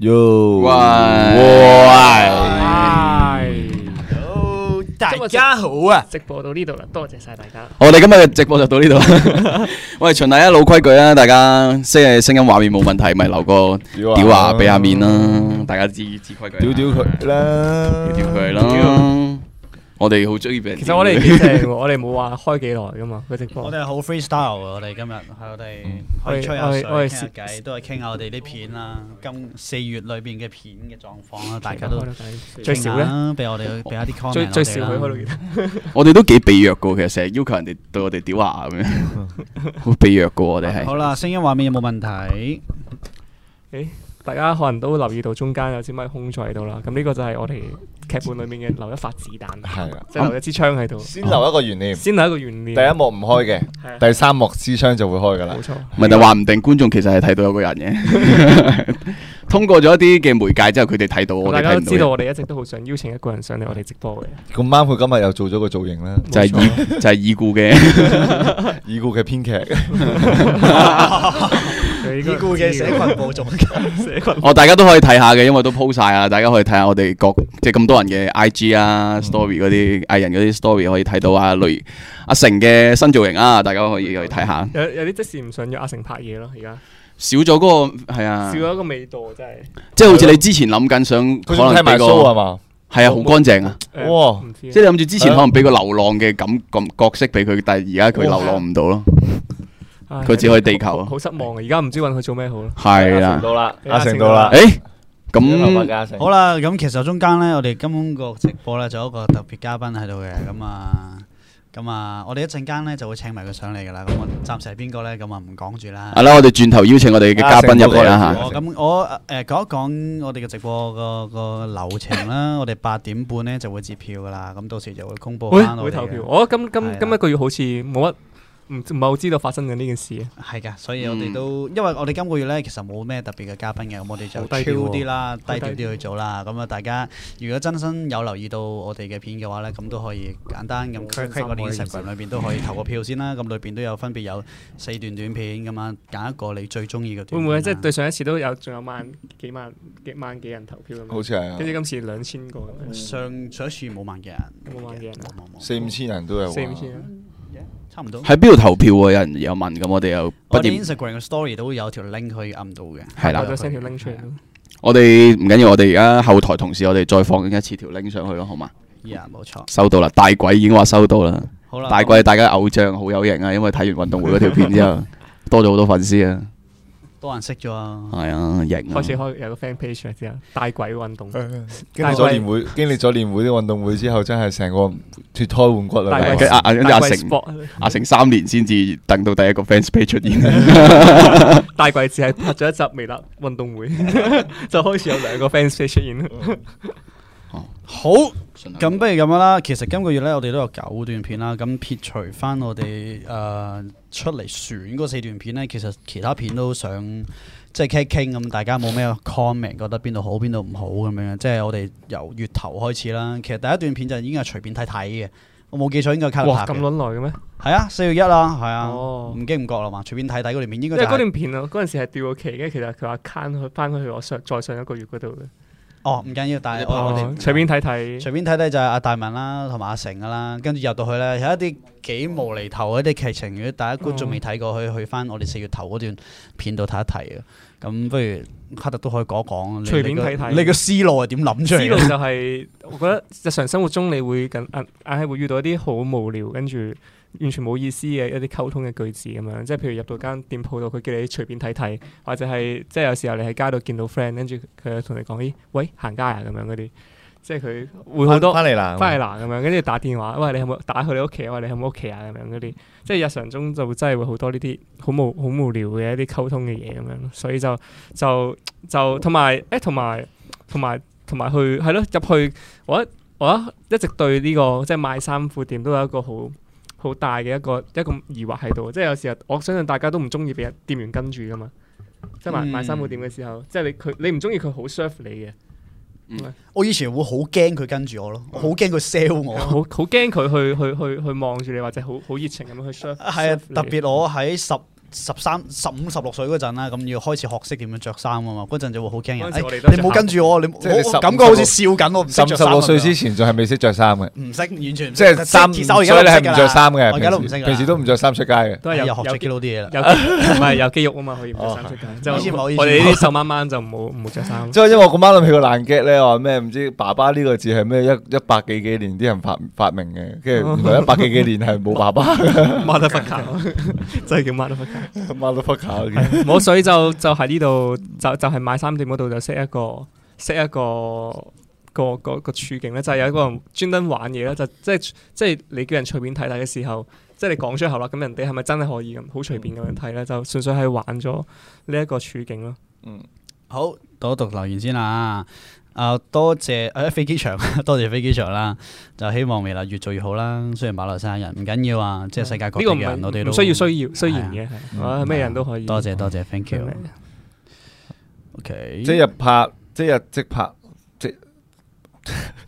哟，喂喂，好，大家好啊！直播到呢度啦，多謝晒大家。我哋今日嘅直播就到呢度。 我哋循例一老規矩啊，大家即係聲音畫面冇問題，咪留個屌啊屌啊俾下面啦，大家知知規矩啦。屌屌佢啦，屌屌佢啦！我哋好中意俾人屌。其實我哋幾正喎，我哋冇話開幾耐噶嘛個直播。我哋好 freestyle 啊！我哋今日係我哋可以吹下嗯我水、哋我哋傾下偈，都係傾下我哋啲片啦。今四月裏邊嘅片嘅狀況啊 啦，大家都最少咧傾下，啦，俾我哋俾下啲 comment 最最少我佢哋開啦到幾多？ 我哋都幾被虐噶，其實成日要求人哋對我哋屌下 咁樣，好被虐噶我哋係。好啦，聲音畫面有冇 問題？大家可能都留意到中間有支咪空咗喺度啦。咁呢個就係我哋劇本裏面嘅留一發子彈，係啦，即係留一支槍喺度，先留一個懸念，先係一個懸念。第一幕唔開係啊嘅，第三幕支槍就會開噶啦冇。錯，唔係，但話唔定觀眾其實係睇到有個人嘅， 通過咗一啲嘅媒介之後，佢哋睇到我大哋家睇都唔知道到嘅。我哋一直都好想邀請一個人上嚟我哋直播嘅，咁啱佢今日又做咗個造型啦，就係冇錯已就係已故嘅已故嘅編劇。佢應該唔知嘅社群部仲 社 群哦，大家都可以睇下嘅，因為都 po 晒啊，大家可以睇下我哋各即係咁多人嘅 IG 啊、story 嗰啲藝人嗰啲 story 可以睇到啊，例如阿成嘅新造型啊，大家可以去睇下。有有啲即時唔想約阿成拍嘢咯，而家少咗嗰個係啊少，咗一個味道，真係。即係好似你之前諗緊想可佢仲能剃俾埋個須係嘛？係啊，好乾淨啊，誒哇唔知即啊係你諗住之前可能俾個流浪嘅感咁角色俾佢，但係而家佢流浪唔到咯，唉佢只可以地球啊，好失望啊！而家唔知揾佢做咩好啦。係啦。到啦阿阿成成到到啦啦。诶，咁咁好啦，咁其實中間咧，我哋今個直播咧，就有一個特別嘉賓喺度嘅，咁啊，咁啊，我哋一陣間咧就會請埋佢上嚟噶啦，咁我暫時係邊個咧，咁啊唔講住啦系。啦，我哋轉頭邀請我哋嘅嘉賓入嚟啦啊吓。我哦咁我誒講一講我哋嘅直播個個流 程啦，我哋八點半咧就會截票噶啦，咁到時就會公佈會翻會我哋投票。嘅，我覺得今係啦今今一個月好似冇乜唔唔係好知道發生緊呢件事啊。係噶，所以我嗯哋都因為我哋今個月咧其實冇咩特別嘅嘉賓嘅，咁我哋就好低調 chill 喎啲啦，低好低調調啲去做啦。咁啊，大家如果真心有留意到我哋嘅片嘅話咧，咁都可以簡單咁好 click 真 click 心我哋喎呢件 Instagram 裏邊都可以投個票先啦。咁裏邊都有分別有四段短片咁啊，揀一個你最中意嘅會短片啦。唔會即係對上一次都有仲有萬幾萬幾萬幾人投票咁好樣？似係啊跟，住今次兩千個咁樣，上上一次冇萬幾人？冇萬幾人啊冇冇冇四五千人都有啊。四五千啊。差唔多。喺邊度投票啊？有人有問咁，我哋又不我厭哋 Instagram 嘅 story 都會有條 link 可以撳到嘅。係我啦。再 send 條 link 出嚟咯。我哋唔緊要，我哋而家後台同事，我哋再放一次條 link 上去咯，好嘛？ Yeah，冇錯。收到啦，大鬼已經話收到啦。好啦，大鬼係大家偶像好有型啊，因為睇完運動會嗰條片之後，多咗好多粉絲啊。多人識咗啊。係啊，型啊開。始開有個 dạ, fan page 啦之後，大鬼運動，Dạ. 經歷咗年會，經歷咗年會啲運動會之後，真係成個脱胎換骨啦大。跟鬼阿阿跟住大阿鬼成 sport，阿成三年先至等到第一個 fans page 出 現，啊大鬼只係拍咗一集微辣運動會， 就開始有兩個 fans page 出現啦。好，咁不如咁樣啦。其實今個月咧，我哋都有九段片啦。咁撇除翻我哋誒、呃出嚟選嗰四段片咧，其實其他片都想即係傾一傾咁，大家冇咩 comment，覺得邊度好邊度唔好咁樣。即係我哋由月頭開始啦。其實第一段片就已經係隨便睇睇嘅。我冇記錯應該係卡特哇！拍咁嘅。撚耐嘅咩？係啊，四月一啦，係啊，哦唔經唔覺啦嘛，隨便睇睇嗰段片應因該為就係嗰段片啊，嗰陣時係掉個期，跟住其實佢話 can 去翻去我上再上一個月嗰度嘅，哦，唔緊要，但係我我哦哋隨便睇睇。隨便睇睇就係阿大文啦，同埋阿成噶啦，跟住入到去咧有一啲幾無厘頭嗰啲劇情，如果大家觀眾未睇過，可以去翻我哋四月頭嗰段片度睇一睇嘅。啊咁不如卡特都可以講一講，你隨便睇睇你個你個思路係點諗出思路嚟就嘅？係、我覺得日常生活中你會緊硬硬係會遇到一啲好無聊，跟住完全冇意思嘅一啲溝通嘅句子咁樣，即係譬如入到間店鋪度，佢叫你隨便睇睇，或者係即係有時候你喺街度見到 friend，跟住佢同你講：咦，喂，行街啊咁樣嗰啲，即係佢會好多。翻嚟啦，翻嚟啦咁樣，跟住打電話，喂你有冇打去你屋企啊？喂你有冇屋企啊？咁樣嗰啲，即係日常中就會真係會好多呢啲好無好無聊嘅一啲溝通嘅嘢咁樣咯，所以就就就同埋誒同埋同埋同埋去係咯入去，我一我一一直對呢、個即係賣衫褲店都有一個好。好大嘅一個一個疑惑喺度，即係有時候我相信大家都唔中意俾人店員跟住噶嘛，即係賣嗯賣衫褲店嘅時候，即係你佢你唔中意佢好 serve 你嘅，我以前會好驚佢跟住我咯，我好驚佢 sell 我。好好啊驚佢去去去去望住你，或者好好熱情咁樣去 serve。係啊，特別我喺十十三、十五、十六歲嗰陣啦，咁要開始學識點樣着衫啊嘛，嗰陣就會好驚人。嗰陣時哎我哋都係你唔好跟住我，你即係你我十我感覺好似笑緊我，唔識十着十衫六咁歲樣之前仲係未識着衫嘅，唔識，完全唔即識係衫，其實我所而以家都你係識唔㗎啦着衫嘅，我而家都唔識㗎平啦時平時都唔着衫出街嘅。都係有又學有咗幾多啲嘢 啦。有唔係有肌肉啊嘛，可 以唔着衫出街。即以前係冇我以前冇我哋呢啲瘦掹掹就唔好唔好着衫。即係因為我咁啱諗起個爛 gag 咧，話咩唔知爸爸呢個字係咩一一百幾幾年啲人發發明嘅，跟哦住原來一百幾幾年係冇爸 爸嘅抹得忽卡， 真係叫抹得忽卡。 motherfucker 嘅。冇水就就喺呢度，就就係買衫店嗰度就識一個識一個個個個處境咧，就係、有一個人專登玩嘢咧，就即係即係你叫人隨便睇睇嘅時候，即係你講出口啦，咁人哋係咪真係可以咁好隨便咁樣睇咧？就純粹係玩咗呢一個處境咯。好，讀一讀留言先啦。啊，多謝誒、飛機場， 多謝飛機場啦。就希望未來越做越好啦。雖然馬來西亞人唔緊要啊，即係世界各呢地個唔嘅人，我哋係都唔需要需要雖然係啊嘅，係啊咩人都可以。多謝多謝，thank 咩 you。OK，即日拍，即日即拍，即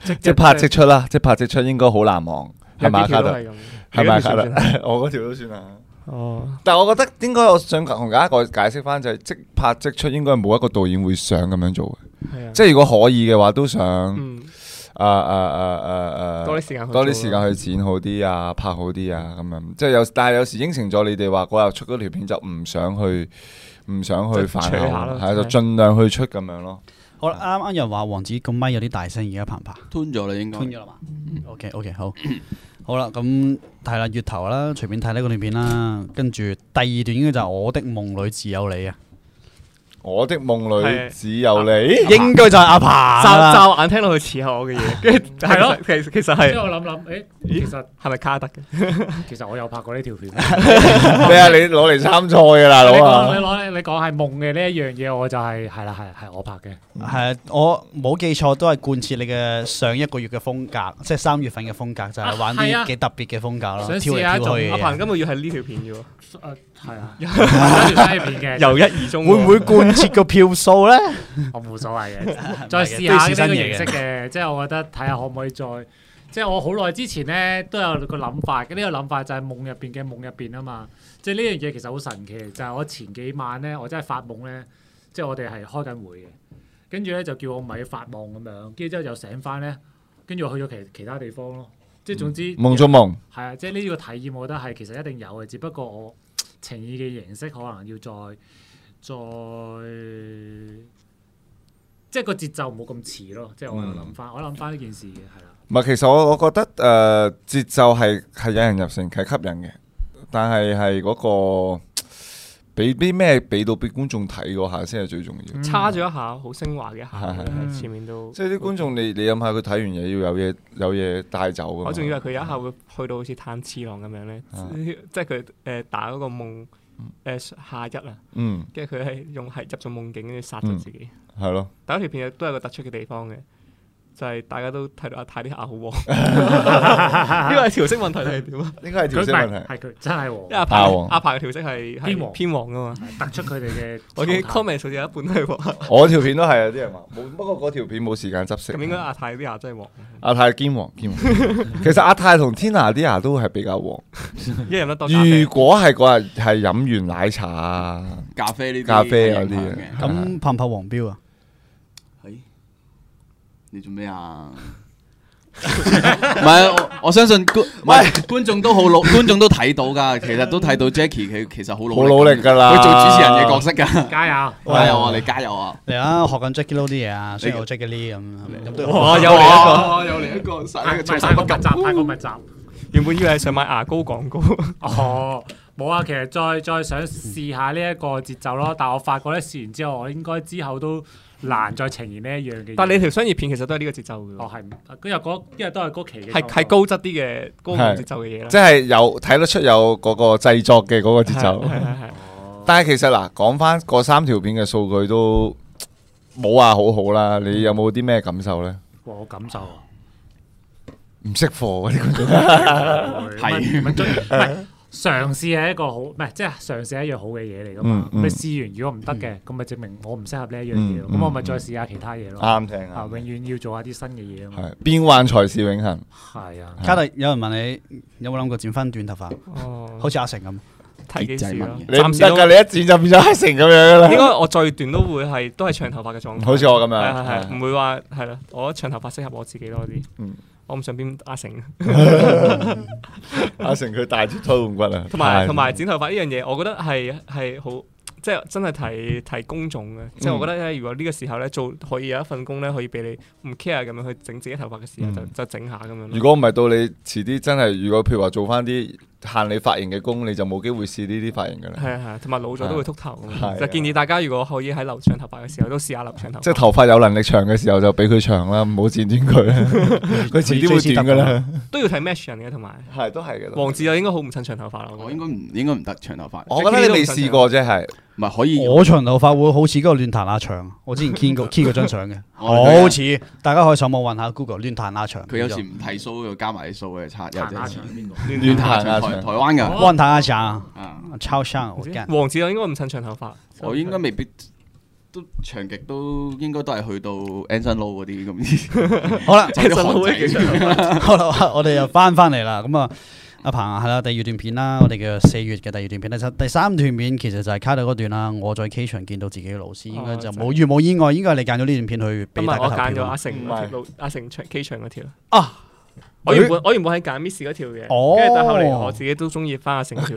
即即拍即出啦，即拍即出應該好難忘，係咪係啊卡條都特？係咁，係咪啊你嗰條卡特 我嗰算唔算？條都算啦。哦，但係我覺得應該，我想同大家個解釋翻就係即拍即出應該冇一個導演會想咁樣做嗯嘅，係啊，即係如果可以嘅話，都想啊嗯，啊啊啊啊多啲時間去多啲做時咯間去剪好啲啊，拍好啲啊咁樣。即係有，但係有時應承咗你哋話嗰日出嗰條片就唔想去，唔想去就反取下咯口，係就真盡量去出咁樣咯。好啦，啱啱有人話王子個咪有啲大聲，而家拍唔拍？吞咗啦應該。吞咗啦嘛。OK OK 好，好啦，咁係啦，月頭啦，隨便睇呢個段片啦。跟住第二段應該就係我的夢裏自有你啊，我的夢裏係啊只有你。 應該就係阿驟鵬啦。驟眼聽落去似係我嘅嘢，跟住係係咯咯，其實其實即係係我諗諗，誒，其實係咪卡特嘅？其實我有拍過呢條片。咩啊？你攞嚟參賽嘅大你佬講啊！你攞你講係夢嘅呢一樣嘢，我就係係啦係係我拍嘅。係啊我冇記錯都係貫徹你嘅上一個月嘅風格，即係三月份嘅風格，就係玩啊係啊啲幾特別嘅風格咯，想跳試嚟下一跳種去嘅阿彭嘢。今個月係呢條片嘅喎，誒係啊，有條西片嘅，由一而終喎。會唔會貫徹個票數 咧？我冇所謂嘅，再試都要試下新呢個嘢嘅形式嘅，即係我覺得睇下可唔可以再，即係我好耐之前咧都有個諗法，呢、個諗法就係夢入邊嘅夢入邊啊嘛，即係呢樣嘢其實好神奇，就係、我前幾晚咧，我真係發夢咧，即係我哋係開緊會嘅，跟住咧就叫我咪發夢咁樣，跟住之後又醒翻咧，跟住我去咗其其他地方咯，即係總之嗯夢中夢，係啊，即係呢個體驗，我覺得係其實一定有嘅，只不過我情意嘅形式可能要再再，即係個節奏冇咁似咯。即係我又諗翻，嗯我諗翻呢件事嘅係啦。唔係其實我我覺得誒、呃、節奏係係引人入勝，係吸引嘅，但係係嗰個俾啲咩俾到俾觀眾睇嗰下先係最重要。差咗一下，好升華嘅一下係係係，前面都即係啲觀眾，你你諗下佢睇完嘢要有嘢有嘢帶走㗎嘛我仲以為佢有一下會去到好似炭次郎咁樣咧，即係佢誒打嗰個夢誒下一啊，嗯跟住佢係用係入咗夢境，跟住殺咗自己。係咯，第一條片都有個突出嘅地方嘅，就係大家都睇到阿泰啲牙好黃， 呢個係調色問題定係點啊？應該係佢調唔色問係題。係佢真係 因為阿喎，排啊黃阿排嘅調色係係偏黃偏黃噶嘛。突出佢哋 嘅。我嘅 comment 數字有一半都係 黃，我條片都係啊有啲人話冇，不過嗰條片冇時間執色。咁應該啊阿泰啲牙真係黃。阿泰堅黃堅 黃，其實阿泰同天娜啲牙都係比較黃。一人得多咖啡嗯如果係嗰日係飲完奶茶啊，咖啡呢啲咖啡嗰啲係嘅嘅。咁拍唔拍黃標啊？係你做咩啊？唔係，我我相信觀唔係觀眾都好努，觀眾都睇到㗎。其實都睇到 Jackie 佢其實好努好努力㗎啦佢做主持人嘅角色㗎。加油！喂加油啊！你加油啊！嚟啊，學緊 Jackie Lou 啲嘢啊，雖然有 Jackie Lee 咁，咁都嗯有啊哇！學有嚟一個，個，有嚟一個，太實唔係太過密集，太過密集。原本以為係想買牙膏廣 告，哦，冇啊，其實再再想試下呢一個節奏咯，但我發覺咧試完之後，我應該之後都難再呈現呢一樣嘅嘢。但係你條商業片其實都係呢個節奏嘅哦喎，係，因為嗰因為都係嗰期嘅係係高質啲嘅高頻節奏嘅嘢啦。即啊係有睇得出有嗰個製作嘅嗰個節奏。係係係但係其實嗱，講翻嗰三條片嘅數據都冇話好好啦。你有冇啲咩感受呢？我感受啊，唔識貨嗰啲觀眾係咪追？唔係嘗試係一個好，唔係即係嘗試係一樣好嘅嘢嚟噶嘛。嗯嗯你試完如果唔得嘅，咁咪證明我唔適合呢一樣嘢咯。嗯咁我咪再試下其他嘢咯。啱聽啊，啊永，遠要做下啲新嘅嘢啊嘛。係變幻才是永恆。係啊，家特有人問你有冇諗過剪翻短頭髮，哦，好似阿成咁。睇幾時結仔乜咯嘢。你唔暫時得都噶，你一剪就變咗黑成咁樣噶應啦。該我最短都會係都係長頭髮嘅狀態。好似我咁啊係樣，係係，係唔會話係啦。我覺得長頭髮適合我自己多啲。嗯我唔想變阿成，阿成佢大住推換骨啊，同埋太同埋剪頭髮呢樣嘢，我覺得係係好。即係真係睇睇工種嘅，啊即係嗯我覺得咧，如果呢個時候咧做可以有一份工咧，可以俾你唔 care 咁樣去整自己頭髮嘅時候，就嗯就整下咁樣咯。如果唔係到你遲啲真係，如果譬如話做翻啲限你髮型嘅工，你就冇機會試呢啲髮型㗎係啦。啊係啊，同埋老咗都會秃頭咁係啊樣，就建議大家如果可以喺留長頭髮嘅時候都試下留長頭髮。即係頭髮有能力長嘅時候就俾佢長啦，唔好剪短佢啦，佢遲啲會短㗎啦。都要睇 match 人嘅，同埋係都係嘅。黃志友應該好唔襯長頭髮啦。我我覺應得該唔應該唔得長頭髮，我覺得你未試過啫，係唔係可以我長頭髮會好似嗰個亂彈阿長，我之前見 過見過張相嘅，我哋都有好似大家可以上網揾下 Google 亂彈阿長。佢有時唔剃須又加埋啲須嘅差，有彈下啲場邊個？亂彈啊！亂彈啊台台灣㗎哦亂彈阿長，啊，超像唔我知幹。黃志友應該唔襯長頭髮。我 應該未必都長極都應該都係去到 Anson Low 嗰啲咁，好啦， 走啲韓仔出嚟好啦，我哋又翻翻嚟啦。咁啊，阿彭啊，係啦，第二段片啦，我哋嘅四月嘅第二段片，第三第三段片其實就係卡特嗰段啦。我在 K 場見到自己嘅老師，應該就冇如冇意外，應該係你揀咗呢段片去唔俾大係哦家我投揀咗票啊阿啦。成唔嗰係條阿成長 K 場嗰條。啊，我原本我原本係揀 Miss 嗰條嘅，哦跟住但後嚟我自己都中意翻阿成 條。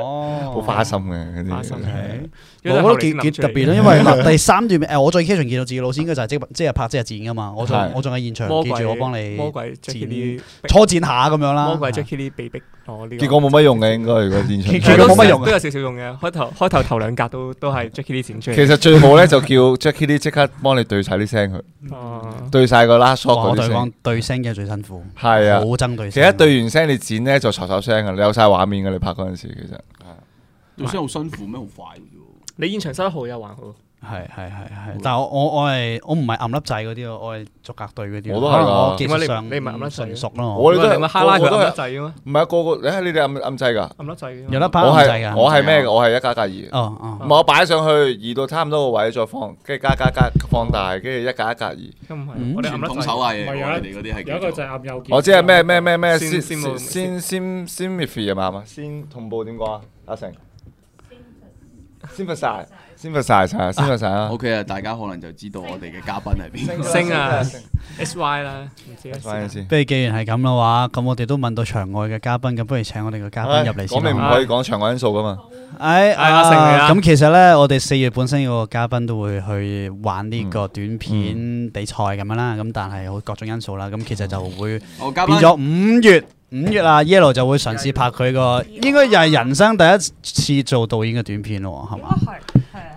哦好花心嘅嗰花心啲。 OK 啊 因為我後嚟覺得先諗幾出幾嚟特別啦，啊因為嗱 第三段誒，我在 K 場見到自己老師，應該就係即即日拍即日剪噶嘛。我仲係我仲喺現場，魔記鬼住我幫你魔鬼 Jackie 剪 Lee 初剪下咁樣啦。魔鬼係 Jackie Lee 被逼我呢個。結果冇乜用嘅，應該如果現場其係結都果冇乜用啊都有少少用嘅。開頭開頭頭兩格都都係 Jackie Lee 剪出其嚟。實最好咧就叫 Jackie Lee 即刻幫你對晒啲聲佢，哦對晒個 last 哇 shot 我嗰啲對講聲。對聲嘅最辛苦，係啊好，憎對聲。其實一對完聲你剪咧就嘈嘈聲噶，你有晒畫面噶，你拍嗰陣時其實。做先好辛苦咩？好快嘅你現場收得好又還好。係係係係，但係我我我係我唔係暗粒仔嗰啲咯，我係逐格對嗰啲咯。我都係可能㗎我技術上點解你唔你唔係暗粒仔純熟咯。我哋都係你咪哈拉佢我都係暗粒掣啊嘛，唔係個個，你睇你哋暗暗掣噶，暗粒掣㗎嘛有得拍我暗仔係㗎。我係咩㗎？我係一加加二。哦哦唔係我擺上去，移到差唔多個位再放，跟住加加加放大，跟住一格一格移。咁唔係嗯我哋暗傳粒統掣手。藝嚟唔係喎，有一你哋嗰啲係有一個叫就做係暗右鍵。我知係咩咩咩咩先先先先冇先先先 m i f y 係嘛係嘛？先同步點講啊？阿成先發晒，先發晒晒，先發晒啊！ OK 啊！大家可能就知道我哋嘅嘉賓係邊個。星啊，S Y 啦，唔知快啲 S 先。不如既然係咁嘅話，咁我哋都問到場外嘅嘉賓，咁不如請我哋嘅嘉賓入嚟我先明唔啦。可以講長因素噶嘛？唉，係阿成嚟啦啊咁其實咧，我哋四月本身有個嘉賓都會去玩呢嗯個短片比賽咁樣啦，咁但係好各種因素啦，咁其實就嗯會。我嘉變賓咗五月五月嗯啊，Yellow 就會嘗試拍佢個，應該又係人生第一次做導演嘅短片咯，係應嘛？該係係係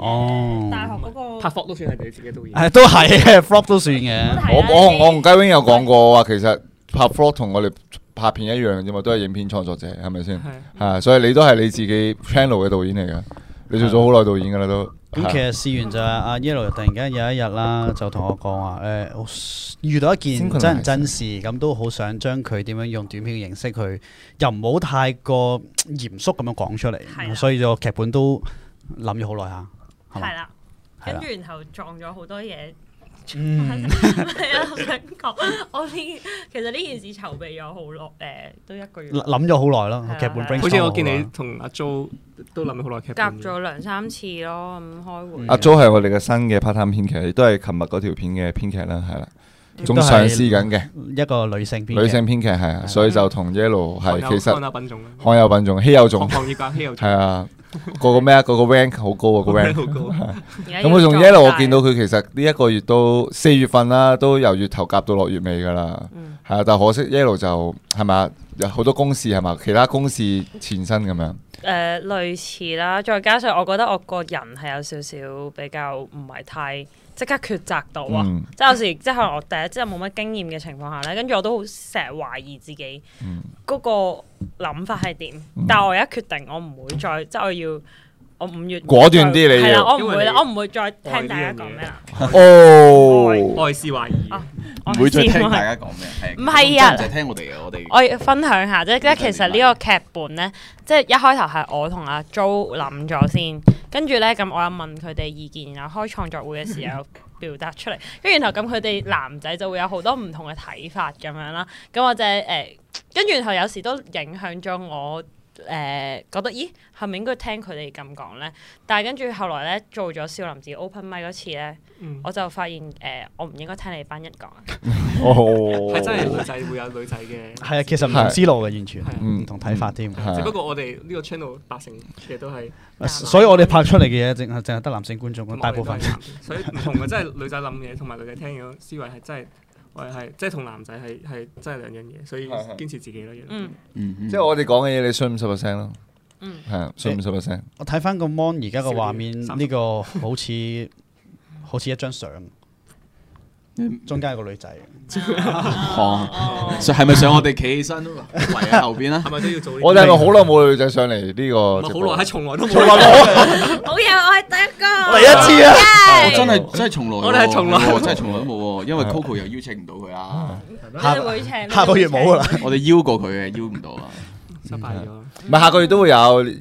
哦，大學嗰個拍 f 都算係你自己導演。誒都係 嘅，flop 都算嘅。係我啊我同你我同雞 wing 有講過話，其實拍 vlog 同我哋拍片一樣啫嘛，都係影片創作者，係咪先？係係，所以你都係你自己 channel 嘅導演嚟噶，你做咗好耐導演噶啦都。咁其實試完就係阿 Yellow 突然間有一日啦，就同我講話誒，我遇到一件真人真事，咁都好想將佢點樣用短片嘅形式去，又唔好太過嚴肅咁樣講出係嚟，啊所以個劇本都諗咗好耐下，係嘛係？啦，係跟啦住然後撞咗好多嘢。嗯係啊，我想講，我呢其實呢件事籌備咗好耐，誒都一個月，諗咗好耐咯係，啊劇本係 brainstorm 啊好似我見好耐你同阿 Jo 都諗咗好耐劇夾本。咗兩三次咯，咁開會。嗯阿 Jo 係我哋嘅新嘅 part time 編劇，亦都係琴日嗰條片嘅編劇啦，係啦，仲都係嘗試緊嘅一個女性編劇女性編劇係啊，所以就同 Yellow 行係有其行實有品種啊罕有品種、稀有行種行業界稀有係啊，個個咩啊，個個 rank 好高啊個 rank。好高。咁我同 Yellow 我見到佢其實呢一個月都四月份啦，都由月頭夾到落月尾㗎啦，嗯係啊，但可惜 Yellow 就係咪有好多公事係咪其他公事前身咁 樣。誒呃類似啦，再加上我覺得我個人係有少少比較唔係太即刻抉擇到啊。嗯即係有時，即係可能我第一即係冇乜經驗嘅情況下咧，跟住我都好成日懷疑自己嗯嗰個諗法係點。嗯但係我而家決定，我唔會再即係我要我五月果斷啲你要係啦，我唔因為會你啦，我唔會再聽大家講咩啦。哦，愛是懷疑，啊唔會再聽我大家係講咩，係唔係啊就係聽我哋嘅，我哋我要分享啊下啫，即係其實呢個劇本咧，即係一開頭係我同阿 Jo 諗咗先，跟住咧咁我又問佢哋意見，然後開創作會嘅時候表達出嚟，跟住然後咁佢哋男仔就會有好多唔同嘅睇法咁樣啦，咁或者誒，跟、住然後有時都影響咗我。誒覺得咦係咪應該聽佢哋咁講咧？但係跟住後來咧做咗少林寺 open mic 嗰次咧，嗯我就發現誒、我唔應該聽你班人講，哦，係真係女仔會有女仔嘅，係啊，其實唔同思路嘅，完全係啊嗯唔同睇法添。係啊只不過我哋呢個 channel 八成嘅都係所以我哋拍出嚟嘅嘢，淨係淨係得男性觀眾，大部分同埋我哋都係男所以唔同嘅，真係女仔諗嘢同埋女仔聽嘢思維係真係我哋係即係同男仔係係真係兩樣嘢，所以係係堅持自己咯。要嗯，即即係我哋講嘅嘢，你信五十 percent 咯，嗯係啊，信五十 percent，我睇翻個 mon 而家個畫面，少啲呢個好似好似一張相，嗯中間有個女仔。哦所以係咪想我哋企起身圍喺後邊啦？係咪都要做呢啲？我哋係咪好耐冇女仔上嚟呢個直播？唔係好耐，係從來都冇。好嘢，我係第一個，第一次啊！我哦真係真係從來喎，我哋係從來我真係從來都冇喎，因為啊 Coco 又邀請唔到佢啦，下你會請下個月冇 㗎啦。我哋邀過佢嘅，邀唔到啊。失敗咗。唔係下個月都會有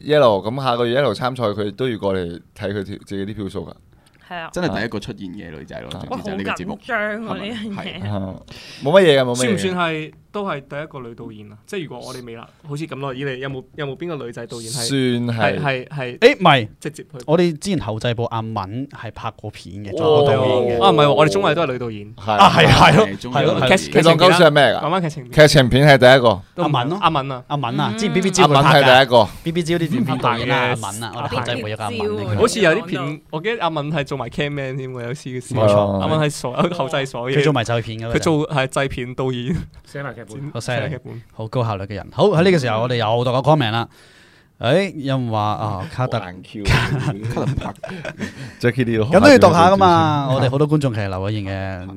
yellow，咁下個月 yellow 參賽佢都要過嚟睇佢條自己啲票數㗎，係啊，真係第一個出現嘅女仔咯，我直好接就係呢個節目緊。張啊係喎呢咪樣係嘢。哎啊冇乜嘢㗎，冇乜算嘢唔算㗎。係都係第一個女導演啊？即係如果我哋未啦，好似咁耐以嚟，有冇有冇邊個女仔導演係算係係係係誒唔係，直接去？我哋之前後製部阿敏係拍過片嘅，做我過導導演嘅。演嘅啊，唔係喎，我哋中藝都係女導演。係啊係係咯中係咯意其實你其實女當鳩算係咩講㗎？翻劇情片，劇情片係第一個，都唔阿敏咯阿敏啊，阿敏啊，嗯之前 B B 阿招敏佢拍係㗎第一個。 B B 招啲短片導演啊，阿敏啊，我哦哋阿後製敏部有個阿敏嚟嗯嘅。好似有啲講片，我記得阿敏係做埋 cam man 添喎，有時嘅事。冇錯阿敏係所有後製所有佢嘢做，埋製片嘅，佢做係製片導演，寫埋劇本。好犀利寫劇本好高效率嘅人。好喺呢個時候，我哋有讀個 comment 啦。誒，有人話嗯啊，卡特，Jackie 呢咁都要讀下噶？啊嘛。我哋好多觀眾其實留咗言嘅。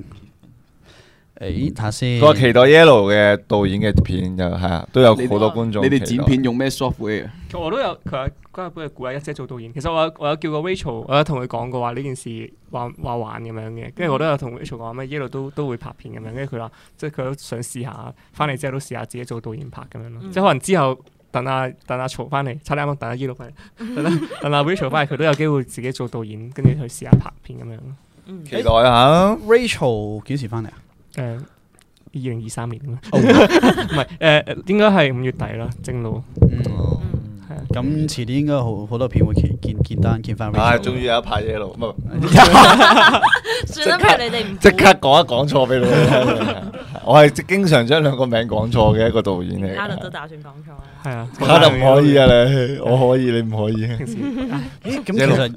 誒，睇下先。佢話期待 Yellow 嘅導演嘅片就係啊，都有你好多觀眾。你哋剪，片用咩 software？其實我都有佢話嗰日本嘅古阿一姐做導演，其實我有我有叫過 Rachel，我有同佢講過話呢件事話話玩咁樣嘅，跟住我都有同 Rachel 講話咩一路都都會拍片咁樣，跟住佢話即係佢都想試下，翻嚟之後都試下自己做導演拍咁樣咯，嗯即係可能之後等阿等阿曹翻嚟，差啲啱啱等阿一路翻嚟，等阿 等阿 Rachel 翻嚟，佢都有機會自己做導演，跟住去試下拍片咁樣咯。嗯期待下。 Rachel 幾時翻嚟啊？誒、二零二三年咁樣， 唔係誒應該係五月底啦，正路嗯，嗯係啊。咁遲啲應該好好多片會見見見單見翻唉， Rachel。終於有一排 Yellow，唔係 算啦，不如你哋唔好即刻講一講錯俾你聽。我係經常將兩個名講錯嘅一個導演嚟卡特都㗎。打算講錯啦。係啊，卡特唔可以啊你，我可以你唔可以。平時咦，咁其 Yellow 實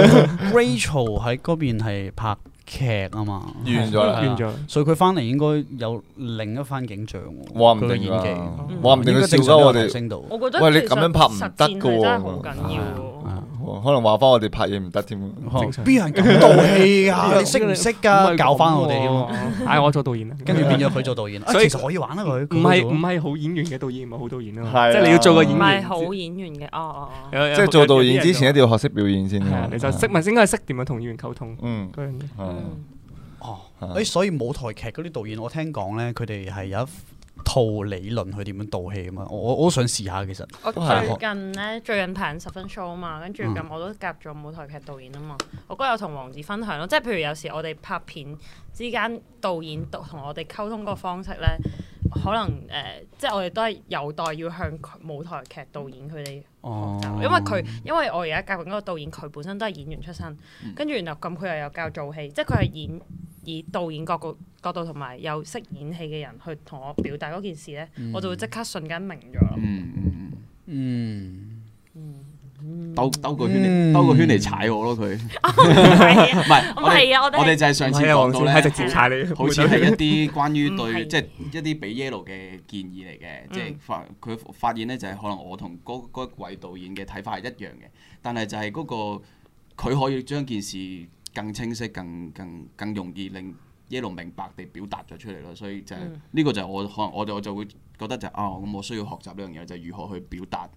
Yellow Rachel 喺嗰邊係拍劇啊嘛。完咗啦係，完咗。所以佢翻嚟應該有另一番景象喎。話唔佢嘅定演㗎技，話唔定佢笑鳩我哋提升到。我覺得喂你其實咁樣拍唔得㗎喎實踐係真係好緊要係喎。啊可能話翻我哋拍嘢唔得添。正常邊有人咁道氣㗎？ 呢你識唔識哦唔係㗎？教翻我哋添。喎， 嗌我做導演啊，跟住變咗佢做導演，啊所以其實可以玩啦佢。唔係唔係好演員嘅導演，唔係好導演啊係嘛，啊即係你嗯要做個唔演係員，好演員嘅，哦哦哦，有有即係做導演之前一定要學識表演先有啲人就。係啊，你就識咪應該係識點樣同演員溝通嗯。嗰樣嘢。嗯哦，啊係誒，所以舞台劇嗰啲導演，我聽講咧，佢哋係有一套理論去點樣導戲啊嘛。我我我都想試下其實。我都係最近咧，最近拍緊十分 show 啊嘛，跟住咁我都夾咗舞台劇導演啊嘛，我嗰日有同王子分享咯，即係譬如有時我哋拍片之間導演導同我哋溝通個方式咧，可能誒、呃即係我哋都係有待要向舞台劇導演佢哋哦學習，因為佢因為我而家夾緊嗰個導演，佢本身都係演員出身，嗯跟住然後咁佢又有教做戲，即係佢係演以導演角度角度同埋又識演戲嘅人去同我表達嗰件事咧，我就會即刻瞬間明咗咯。嗯嗯嗯，嗯，兜兜個圈嗯嚟，兜個圈嚟踩我咯佢。係啊唔係，唔我哋 係啊，我我哋哋就係上次係啊講王子到咧，係直接踩你，好似係 一啲關於唔係對，即係一啲俾 Yellow 嘅建議嚟嘅，即係發佢發現咧就係可能我同嗰嗰位導演嘅睇法係一樣嘅，但係就係嗰個佢可以將件事更清晰、更更更容易令 Yellow 明白地表達咗出嚟咯，所以就係嗯呢個就係我可能我我就會覺得就係啊，咁我需要學習呢樣嘢就係如何去表達。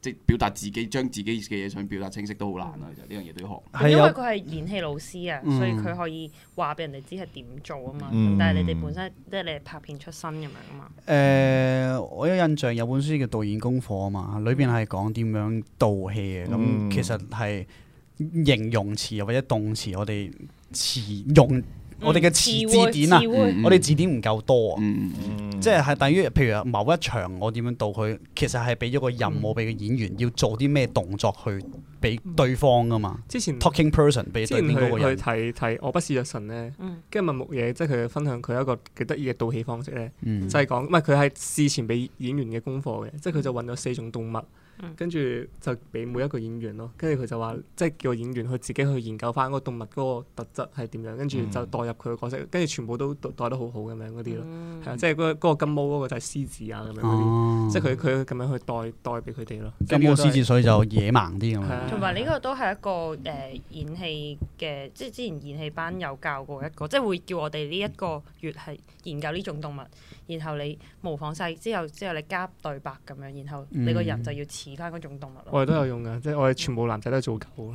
即係表達自己，將自己嘅嘢想表達清晰都好難啊！就呢樣嘢都要學。係因有為佢係演戲老師啊，所以嗯佢可以話俾人哋知係點做啊嘛。嗯但係你哋本身即係你哋拍片出身咁樣啊嘛。誒、我有印象有本書叫《導演功課》啊嘛，裏邊係講點樣導戲嘅，咁、嗯其實係形容詞或者動詞，我哋詞用我哋嘅詞字典啊，詞彙詞彙嗯我哋字典唔夠多啊，嗯，嗯即即係係等於譬如某一場我點樣導佢，其實係俾咗個嗯任務俾個演員要做啲咩動作去俾對方噶嘛。之前 Talking person 俾之對嗯前去面嗰個去人，睇睇我不是藥神咧嗯，跟住問木嘢，即係佢分享佢一個幾得意嘅導戲方式咧，嗯就係講唔係佢係事前俾演員嘅功課嘅，即係佢就揾咗四種動物嗯，跟住就俾每一個演員咯，跟住佢就話即係叫演員去自己去研究翻嗰個動物嗰個特質係點樣，跟住嗯就代入佢嘅角色，跟住全部都代代得好好咁樣嗰啲咯，嗯係啊，即係嗰嗰個金毛嗰個就係獅子啊咁樣嗰啲。哦即係佢佢咁樣去代代俾佢哋咯。金毛獅子，所以就野蠻啲咁係樣。啊同埋呢個都係一個誒、呃演戲嘅，即係之前演戲班有教過一個，即係會叫我哋呢一個月係研究呢種動物，然後你模仿晒之後，之後你加對白咁樣，然後你個人就要似翻嗰種動物咯。我哋都有用噶，即係我哋全部男仔都係做狗咯，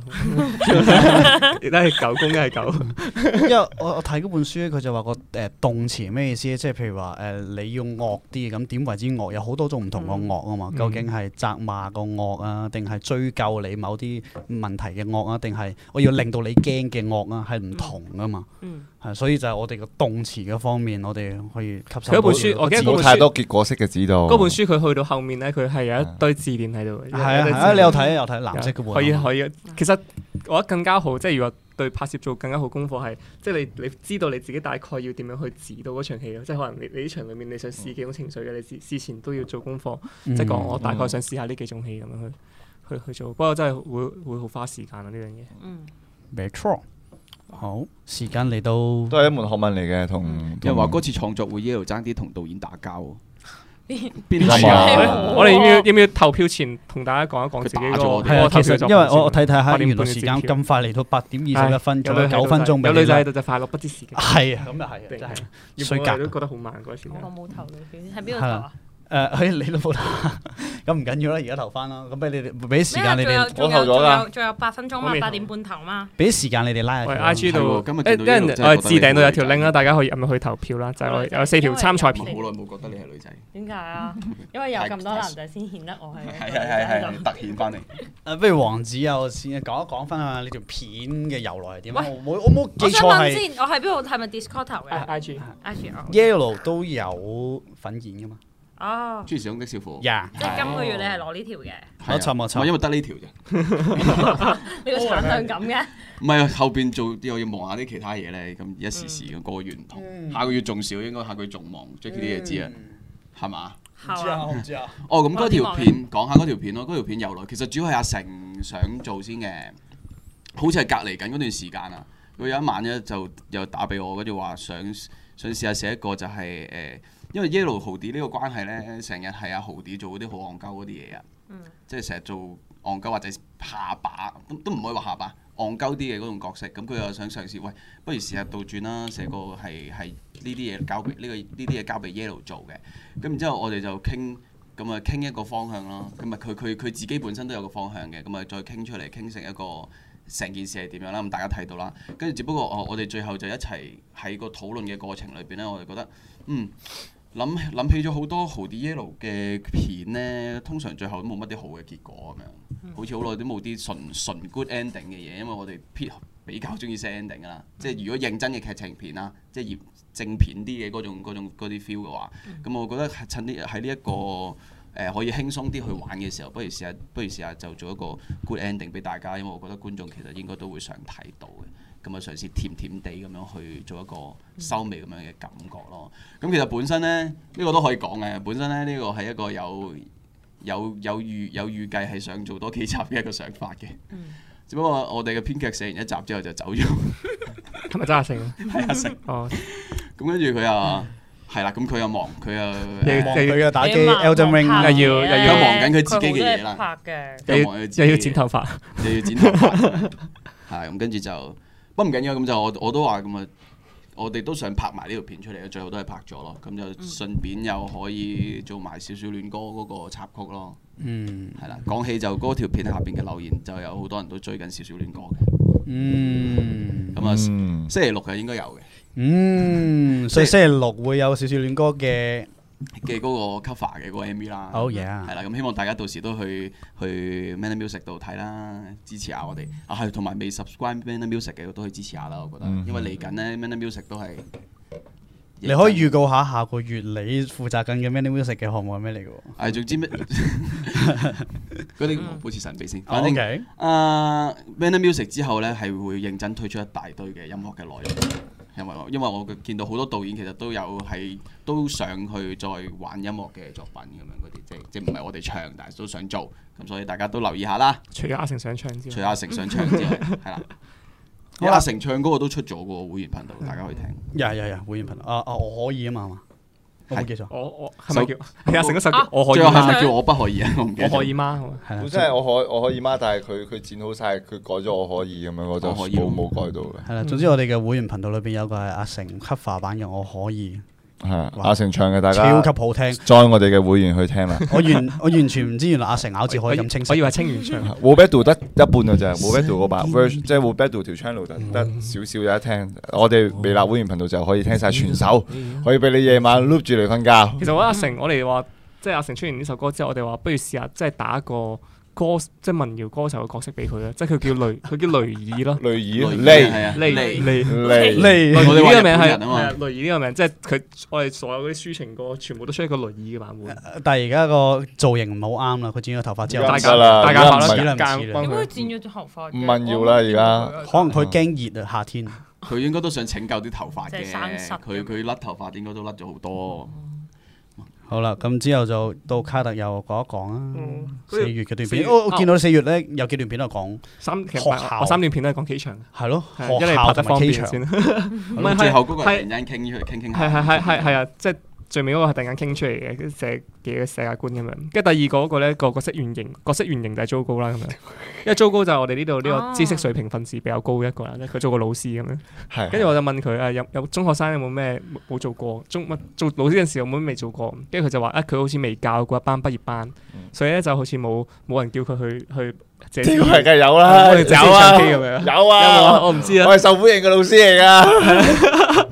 亦都係狗公， 一係狗。因為我我睇嗰本書咧，佢就話個誒動詞咩意思啊咧？即係譬如話誒、呃你要惡啲，咁點為之惡？有好多種唔同嘅惡啊嘛。嗯究竟係責罵個惡啊，定係追究你某啲問題嘅惡啊，定係我要令到你驚嘅惡啊？係唔同噶嘛。嗯，係，所以就係我哋個動詞嘅方面，我哋可以吸收佢到嘅。一本書我記得嗰冇本太書多結果式嘅指導。嗰本書佢去到後面咧，佢係有一堆字典喺度嘅。哦啊係啊一堆係字啊，典你有睇有睇藍色嘅本。可以可以，其實我覺得更加好，即係如果對拍攝做更加好功課係，即係你你知道你自己大概要點樣去指導嗰場戲咯。即係可能你你呢場裡面你想試幾種情緒嘅，你事事前都要做功課，嗯即係講我大概想試下呢幾種戲咁樣去去去做。不過真係會會好花時間啊呢樣嘢。嗯，冇錯。好，時間嚟到都係一門學問嚟嘅，同嗯又話嗰同次創作會一路爭啲同導演打交喎，邊係啊我哋要唔要要唔要投票前同大家講一講自己佢打咗我嗰哋個係啊，我投其票實作因為品先我我睇睇下，八點半原來嘅時接間票咁快嚟到八點二十一分，仲有唉有九女分鐘俾有你女仔啦喺。度就快樂不知時 間，係啊，咁又係，真真係係衰要格我都覺得好慢嗰個啊時間我。冇投女票，喺邊度度投投啊啊？誒， 哎你都冇打，咁唔緊要啦，而家投翻啦。咁俾你哋俾時間你仲有哋，啊仲我投咗有仲㗎有仲有八分鐘我嘛未，投八點半投嘛。俾時間你哋拉下我哋佢啦。 I G 度，係喎今日誒，見一到呢人度真係我哋覺得置頂你度好有條女仔 link 啦，大家可以入去投票啦。就係我有四條參賽好片因為，耐冇覺得你係女仔，點解 啊？因為有咁多男仔先顯得我係係一個係女仔係喺係度突顯翻嚟。誒，不如王子啊，我先講一講翻下呢條片嘅由來係點啊。我冇我冇記我想錯問係先，我係邊度？係咪 Discord 投嘅 I G ？I G 我 Yellow 都有份演噶嘛。哦，中意上的小婦，呀，即係今個月你係攞呢條嘅，係啊我尋我尋唔係因為得呢條啫，你個產量咁嘅。唔係啊後邊做又要忙下啲其他嘢咧，咁一時時咁個個月唔同，下個月仲少，應該下個月仲忙，Jackie 啲嘢知啊，係嘛？知啊，我唔知啊。哦，咁嗰我點條望片講下嗰條片咯，嗰條片由來其實主要係阿成想做先嘅，好似係隔離緊嗰段時間啊。佢有一晚咧就又打俾我，跟住話想想試下寫一個就係、呃因為 Yellow 豪啲呢個關係咧，成日係阿豪啲做嗰啲好戇鳩嗰啲嘢啊，即係成日做戇鳩或者下巴，都都唔可以話下巴，戇鳩啲嘅嗰種角色。咁佢又想嘗試，喂，不如試下倒轉啦，寫個係係呢啲嘢交俾呢、個呢啲嘢交俾 Yellow 做嘅。咁然之後我哋就傾。咁啊傾一個方向咯，咁啊佢佢佢自己本身都有個方向嘅，咁啊再傾出嚟傾成一個成件事係點樣啦，咁大家睇到啦。跟住只不過我我哋最後就一齊喺個討論嘅過程裏邊咧，我哋覺得嗯諗諗起咗好多豪啲 yellow 嘅片咧，通常最後都冇乜啲好嘅結果咁樣，好似好耐都冇啲純純 good ending 嘅嘢，因為我哋偏比較中意 sad ending 噶啦，即係如果認真嘅劇情片啦，即係嚴正片啲嘅嗰種嗰種嗰啲 feel 嘅話，咁我覺得係趁呢喺呢一個。誒、呃可以輕鬆啲去玩嘅時候，不如試下，不如試下就做一個 good ending 俾大家，因為我覺得觀眾其實應該都會想睇到嘅。咁啊，嘗試甜甜地咁樣去做一個收尾咁樣嘅感覺咯。咁其實本身呢，呢、個都可以講嘅。本身呢，呢、個係一個有有有預有預計係想做多幾集嘅一個想法嘅。只不過我哋嘅編劇寫完一集之後就走咗，係啊咪真係阿成？係阿成。哦，咁跟住佢又係啦，咁佢又忙，佢又你誒望佢嘅打機你要 Elden 拍 Ring 嘢又要又要忙緊佢自己嘅嘢啦佢好多嘢又拍嘅，又要忙自己又要剪頭髮，又要剪頭髮，係咁跟住就不過唔緊要，咁就我我都話咁啊，我哋都想拍埋呢條片出嚟，最後都係拍咗咯，咁就順便又可以做埋少少戀歌嗰個插曲咯，嗯係啦。講起就嗰條片下邊嘅留言就有好多人都追緊少少戀歌嘅，嗯咁啊星嗯期六係應該有嘅嗯，所以星期六會有少少戀歌嘅。嘅嗰個 cover 嘅嗰個 MV 啦。 Oh yeah。係啦，咁希望大家到時都去去 Man Music 度睇啦，支持下我哋啊，係同埋未 subscribe Man Music 嘅都可以支持下啦，我覺得，嗯因為嚟緊咧 Man Music 都係你可以預告下下個月你負責緊嘅 Many Music 嘅項目係咩嚟嘅哦喎誒，總之 咩 嗰啲唔好似神秘先，反哦正？OK，啊 m a n a Music 之後呢，係會認真推出一大堆嘅音樂嘅內容，因為我因為我見到好多導演其實都有係都想去再玩音樂嘅作品咁樣嗰啲，即係即係唔係我哋唱，但係都想做，咁所以大家都留意下啦。除咗阿成上場之除外，阿成想唱 之外，係啊啦，因為阿成唱歌我都出咗個會員頻道，大家可以聽。嗯呀呀呀，會員頻道啊啊，我可以啊嘛，係嘛？我冇記錯，我我係咪手啊叫係阿成嗰首叫我可最以後係嗎？咪叫我不可以 啊？我唔記得我咗。可以嗎？好嘛係啦嗯本身係我可我可以嗎？但係佢佢剪好晒，佢改咗我可以咁樣，我就我可以冇冇改到嘅。係啦，嗯總之我哋嘅會員頻道裏邊有個係阿成 cover 版嘅，我可以，係啊哇阿成唱嘅，大超家級好聽。 join 我哋嘅會員去聽啦。我完 我完全唔知原來阿成咬字可以咁清晰。我以為清完場。冇 battle 得一半嘅咋， 冇 battle 嗰嗯版 version，即係冇 battle 條 channel 得得少少有得聽。我哋微辣會員頻道就可以聽晒全首，嗯可以俾你夜晚 loop 住嚟瞓其覺。實我覺得阿成，我哋話即係阿成出完呢首歌之後，我哋話不如試下即係打一個歌，即係民謠歌手嘅角色俾佢啦。啊即係佢叫雷，佢叫雷 爾咯。雷爾係嚟啊，雷利雷嚟你雷爾我哋話呢個日名本係人啊係嘛啊雷爾呢個名，即係佢我哋所有嗰啲抒情歌，全部都出一個雷爾嘅版本。但係而家個造型唔好啱啦，佢剪咗頭髮之後，而家大家唔得啦大家而家考唔啦，係啦間唔知啦幫點佢解剪咗啲頭髮嘅？唔問要啦而家可能佢驚熱啊，夏天佢應該都想拯救啲頭髮嘅即係生濕，佢佢甩頭髮應該都甩咗好多。好啦，咁之後就到卡特又講一講啦。四月嘅段嗯四月片，哦我我啊見到四月咧有幾段片都係講三其學實校我三段片都係講機場嘅，係咯，係因學為校拍得同埋方 K 便場先。唔係咁最後嗰個係係突然間傾出傾傾係下。係係係係啊！即係最尾嗰個係突然間傾出嚟嘅，跟住寫嘅世界觀咁樣。跟住第二個嗰個咧個角色原型，角色原型就係糟糕啦咁樣。因為糟糕就係我哋呢度呢個知識水平分子比較高一個人，佢做過老師咁樣。係跟住我就問佢啊，有有中學生有冇咩冇做過？中乜做老師嗰陣時有冇咩未做過？跟住佢就話啊，佢好似未教過一班畢業班，嗯所以咧就好似冇冇人叫佢去去借呢個係梗係有啦，我哋自己有啊，唱 K 咁樣有有冇啊啊，我唔知啊。我係受歡迎嘅老師嚟㗎。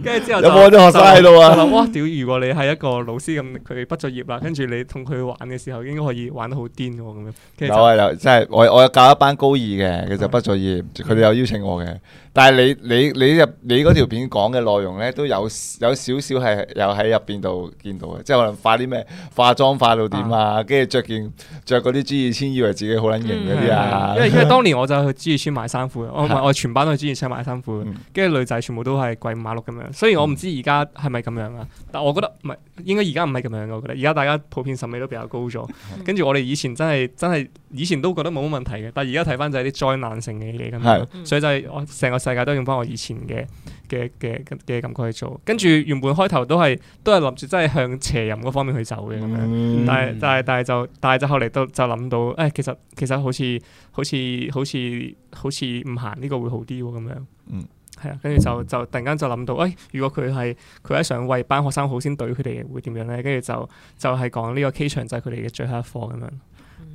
跟住之後有冇啲學生喺度啊就諗哇！屌，如果你係一個老師咁，佢畢咗業啦，跟住你同佢玩嘅時候，應該可以玩得好癲喎咁樣。跟有住就啊有，即係我我有教一班高二嘅，佢就畢咗業，佢哋有邀請我嘅。但係你你你入你嗰條片講嘅內容咧，都有有少少係又喺入邊度見到嘅，即係可能化啲咩化妝化到點啊，跟住着件着嗰啲 G 二千，以為自己好撚型嗰 Ừ, 啲啊嗯因。為因為當年我就去珠二村買衫褲嘅，我唔係係我全班都去珠二村買衫褲嘅嗯，跟住女仔全部都係跪五馬六咁樣。雖然我唔知而家係咪咁樣啊，但我覺得唔係應該而家唔係咁樣嘅。我覺得而家大家普遍審美都比較高咗，嗯跟住我哋以前真係真係以前都覺得冇乜問題嘅，但係而家睇翻就係啲災難性嘅嘢咁樣係，嗯所以就係我成個世界都用翻我以前嘅嘅嘅嘅感覺去做。跟住原本開頭都係都係諗住真係向邪淫嗰方面去走嘅咁樣。嗯但係但係但係就但係就後嚟都就諗到，誒、其實其實好似好似好似好似唔行呢個會好啲喎咁樣。嗯。係啊，跟住就就突然間就諗到，誒、如果佢係佢係想為班學生好先對佢哋會點樣咧？跟住就就係講呢個 K 場就係佢哋嘅最後一課咁樣。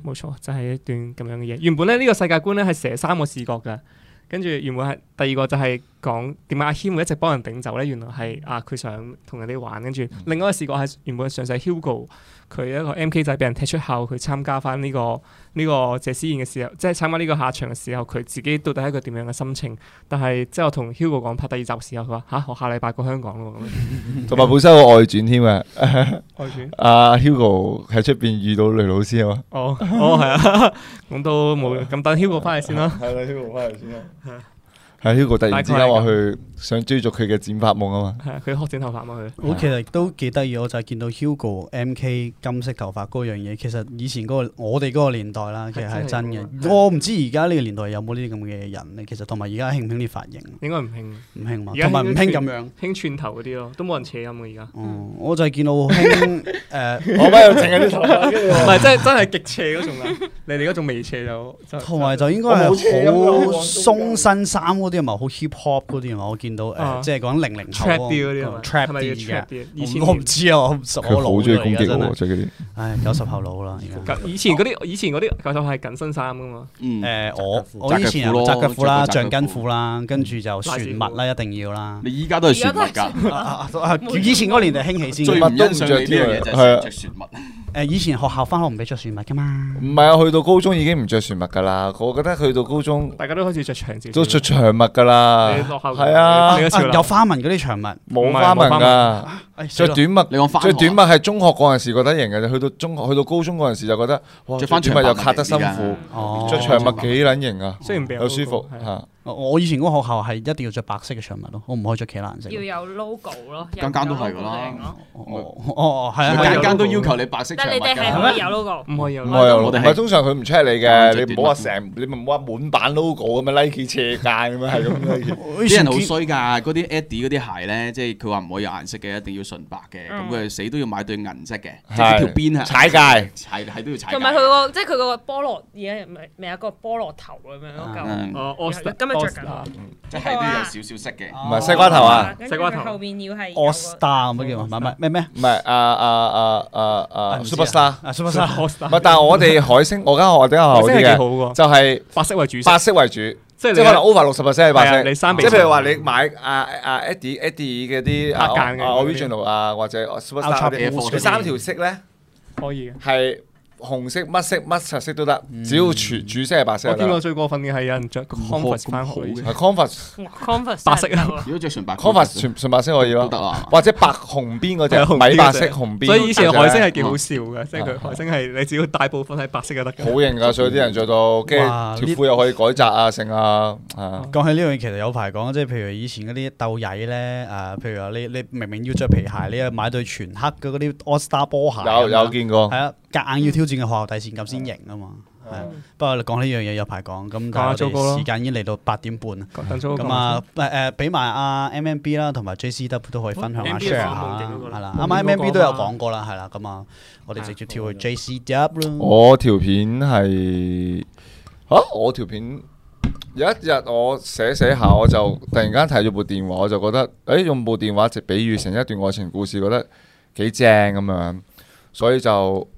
冇錯，就係、一段咁樣嘅嘢。原本咧呢、呢個世界觀咧係寫三個視角㗎。跟住原本係第二個就係講點解阿軒會一直幫人頂走咧？原來係啊，佢想同人哋玩，跟住嗯另外一個視角係原本上世 Hugo 佢一個 M.K. 仔俾人踢出後，佢參加翻呢、個呢、個謝思燕嘅時候，即係參加呢個下場嘅時候，佢自己到底係一個點樣嘅心情？但係之後同 Hugo 講拍第二集嘅時候，佢話吓，我下禮拜過香港咯咁樣。同埋本身我外傳添啊，外傳阿 Hugo 喺出邊遇到女老師啊嘛。哦哦係啊， 咁都冇咁等 Hugo 翻嚟先啦。係啦，Hugo 翻嚟先啊啦。係 Hugo 突然之間話佢想追逐佢嘅剪髮夢啊嘛。係啊佢學剪頭髮嘛佢。我其實都幾得意，我就係見到 Hugo MK 金色頭髮嗰樣嘢，其實以前嗰、個我哋嗰個年代啦，其實係係真真嘅。係我唔知而家呢個年代有冇呢啲咁嘅人咧，其實同埋而家興唔興啲髮型，應該唔興，唔興嘛，而家同埋唔興興咁樣。興寸頭嗰啲咯，都冇人扯音嘅而家。哦，我就係見到興 呃誒，我班又整緊啲頭髮，跟住唔係真係真係極斜嗰種啊啦，啊 你哋嗰種微斜就就同埋就應該係好鬆身衫嗰啲，咪好 hip hop 嗰啲嘛。我見到啊誒，即係講零零後哦 trap 啲嗰啲係咪 trap 係咪叫哦 trap 啲啲？以前嘅。我唔知啊，我唔熟。佢我老好中意咗攻而家擊真我係喎，最緊要。唉，九十後佬啦，而家。以前嗰啲以前嗰啲教授係緊身衫噶嘛，嗯，誒，我褲我以前窄腳褲有咯窄腳褲啦、着橡個窄腳褲筋啊褲啦，跟住就船襪啦，一定要啦。你依家都係船物㗎， 啊啊啊以前嗰個年代興起先最嘅，唔欣賞你呢樣嘢就係係啊着船物。誒以前學校翻學唔俾着船襪噶嘛，唔係啊，去到高中已經唔着船襪噶啦，我覺得去到高中大家都開始着長少都着少。長襪噶啦你落，校係啊你，嘅潮流有花紋嗰啲長襪，冇唔係花紋冇花㗎，哎死着咯短襪。你講翻着短襪係啊中學嗰陣時覺得型嘅，去到中學去到高中嗰陣時就覺得，哇！着返短長襪又襪卡得辛嚟㗎苦，哦着長襪幾撚型啊，雖然比較又舒服 local，係嚇。我我以前嗰個學校係一定要着白色嘅長襪咯，我唔可以着企蘭色。要有 logo 咯，有間間都係㗎啦 logo 靚咯哦哦哦，係啊係間啊，間都要求你白色長襪但係你哋係㗎可以。有 logo，唔可以有唔係啊，我唔哋係係通常佢唔 check 你我嘅，哋你唔好話成，你唔好話滿版 logo 咁樣 Nike 斜界咁樣係咁 Nike。我以啲前人好見衰㗎，嗰啲 Adi 嗰啲鞋咧，即係佢話唔可以有顏色嘅，一定要純白嘅，咁嗯佢死都要買對銀色嘅，即係係條邊啊，踩界踩係都要踩界。同埋佢個即係佢個菠蘿而家咪咪有一個菠蘿頭咁樣嗰嚿。嗯哦今日着緊即係都要有少少色嘅。唔係西瓜頭啊，跟住西瓜頭佢後面要係有個 All Star 乜叫啊？唔係唔係咩咩唔係啊啊啊啊啊啊唔知啊 Superstar。啊 Superstar 唔係，但係我哋海星，我間學我哋我真學校係幾啊啲好嘅，喎，就係白色為主色白，色為主，即即係係你可能 over 六十 percent 係白係啊色。你三比即係譬如話十你買啊啊 Eddie Eddie 嗰啲黑間啊嘅啊嗰啲 original 啊或者 superstar 嗰 Ultra Air 啲， Force 佢三條色咧可以嘅。係紅色、乜色、乜實色都得，只要主主色係白色我見就過得。最過分嘅係有人着 converse 翻學嘅，係 Converse 哇 Converse 白色啊真係得喎如果着純白 Converse 純純白色可以都咯得。啊。或者白紅邊嗰係紅邊嗰只隻米白色紅邊，所以以前海星係幾啊好笑嘅，即係佢海星係你只要大部分係白色就得 好嘅。型㗎，所以啲人做到，跟哇住條褲又可以改窄啊，成啊，啊講起呢樣嘢，其實有排講，即係譬如以前嗰啲鬥曳咧，誒、譬如話你你明明要着皮鞋，你又買對全黑嘅嗰啲 All Star 波鞋咁樣，有有見過係。啊，夾硬要挑戰嘅學校底線咁先型啊嘛。係啊，不過講呢樣嘢有排講，咁但講下糟係糕我咯哋時間已經嚟到八點半啦。等咗咁啊，誒誒，俾埋阿 MMB 啦，同埋 JCW 都可以分享下 MMB share 講下夢境嗰個，啦係啦，夢啱境嗰啱個啊 MMB 都有嘛講過啦，係啦，咁啊，我哋直接跳去 JCW 咯。我條片係啊，我條片有一日我寫寫下，我就突然間睇咗部電話，我就覺得，誒、用部電話直比喻成一段愛情故事，覺得幾正咁樣，所以就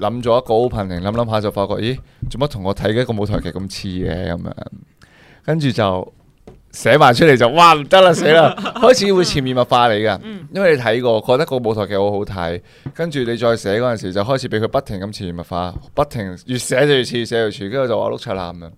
諗咗一個 opening，諗諗下就發覺，咦，做乜同我睇嘅一個舞台劇咁似嘅咁樣，跟住就。寫埋出嚟就哇唔得啦死啦，開始會潛移默化你噶，因為你睇過，覺得個舞台劇好好睇，跟住你再寫嗰陣時，就開始俾佢不停咁潛移默化，不停越寫就越似，越寫越似，跟住我就話碌柒啦咁樣。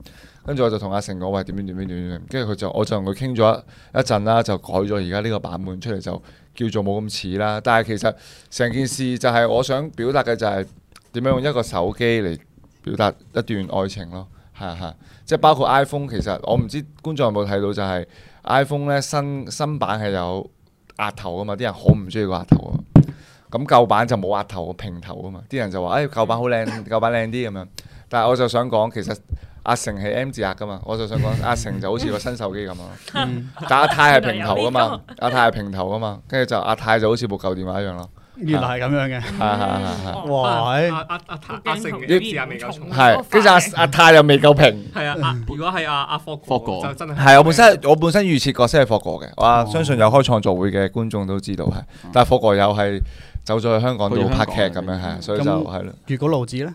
跟住我就同阿成講喂點樣點樣點樣點樣，跟住佢就我就同佢傾咗一一陣啦，就改咗而家呢個版本出嚟，就叫做冇咁似啦。但係其實成件事就係我想表達嘅就係點樣用一個手機嚟表達一段愛情咯，係啊係啊，即係包括 iPhone 其實我唔知觀眾有冇睇到就係、iPhone 咧新新版係有額頭噶嘛，啲人好唔中意個額頭啊。咁舊版就冇額頭平頭啊嘛，啲人就話誒、哎、舊版好靚，舊版靚啲咁樣。但係我就想講，其實阿成係 M 字額噶嘛，我就想講阿成就好似個新手機咁咯。但阿泰係平頭噶嘛，阿泰係平頭噶啊嘛，跟住就阿泰就好似部舊電話一樣咯。原來係咁樣 嘅，係係係係。哇！阿係阿阿阿成嘅啲字眼未夠重，係，跟住阿阿泰又未夠平。係啊，阿如果係阿阿霍哥霍哥就真係係我哦本身我本身預設角色係霍哥嘅，我相信有開創作會嘅觀眾都知道係，但係霍哥又係走咗哦去香港度拍劇咁樣係，所以就咁係咯。如果路子咧，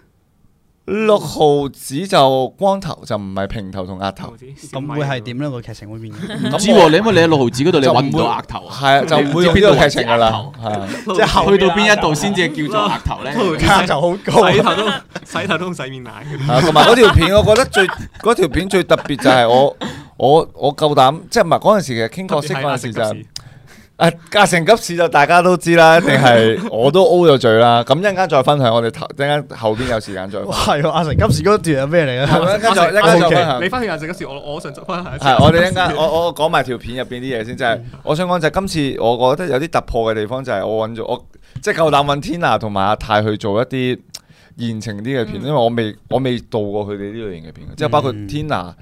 六毫子就光頭就唔係平頭同額頭，咁會係點咧？個劇 情會變嘅？唔知喎，你因為你喺六毫子嗰度，你就唔揾會唔到額頭啊。係啊，就唔會用呢個劇情㗎啦。係啊即係去到邊一度先至叫做額頭咧？價就好高洗頭都 洗頭都洗面奶嘅，啊，同埋嗰條片，我覺得最嗰條片最特別就係我我我夠膽，即係唔係嗰陣時嘅傾角色嗰陣時就係啊，價成急市就大家都知啦，一定係我都 O 咗嘴啦。咁一陣間再分享，我哋頭一陣間後邊有時間再分享。係喎，阿成今時嗰段係咩嚟啊係 嘅？咪一陣間再一陣間再分享啊你。翻去廿食嗰時，我我想執翻下。係，我哋一陣間，我我講埋條片入邊啲嘢先，即係我想講就係今次我覺得有啲突破嘅地方就係我揾咗我即係夠膽揾 Tina 同埋阿泰去做一啲言情啲嘅片，因為我未我未導過佢哋呢類型嘅片，即係包括嗯 Tina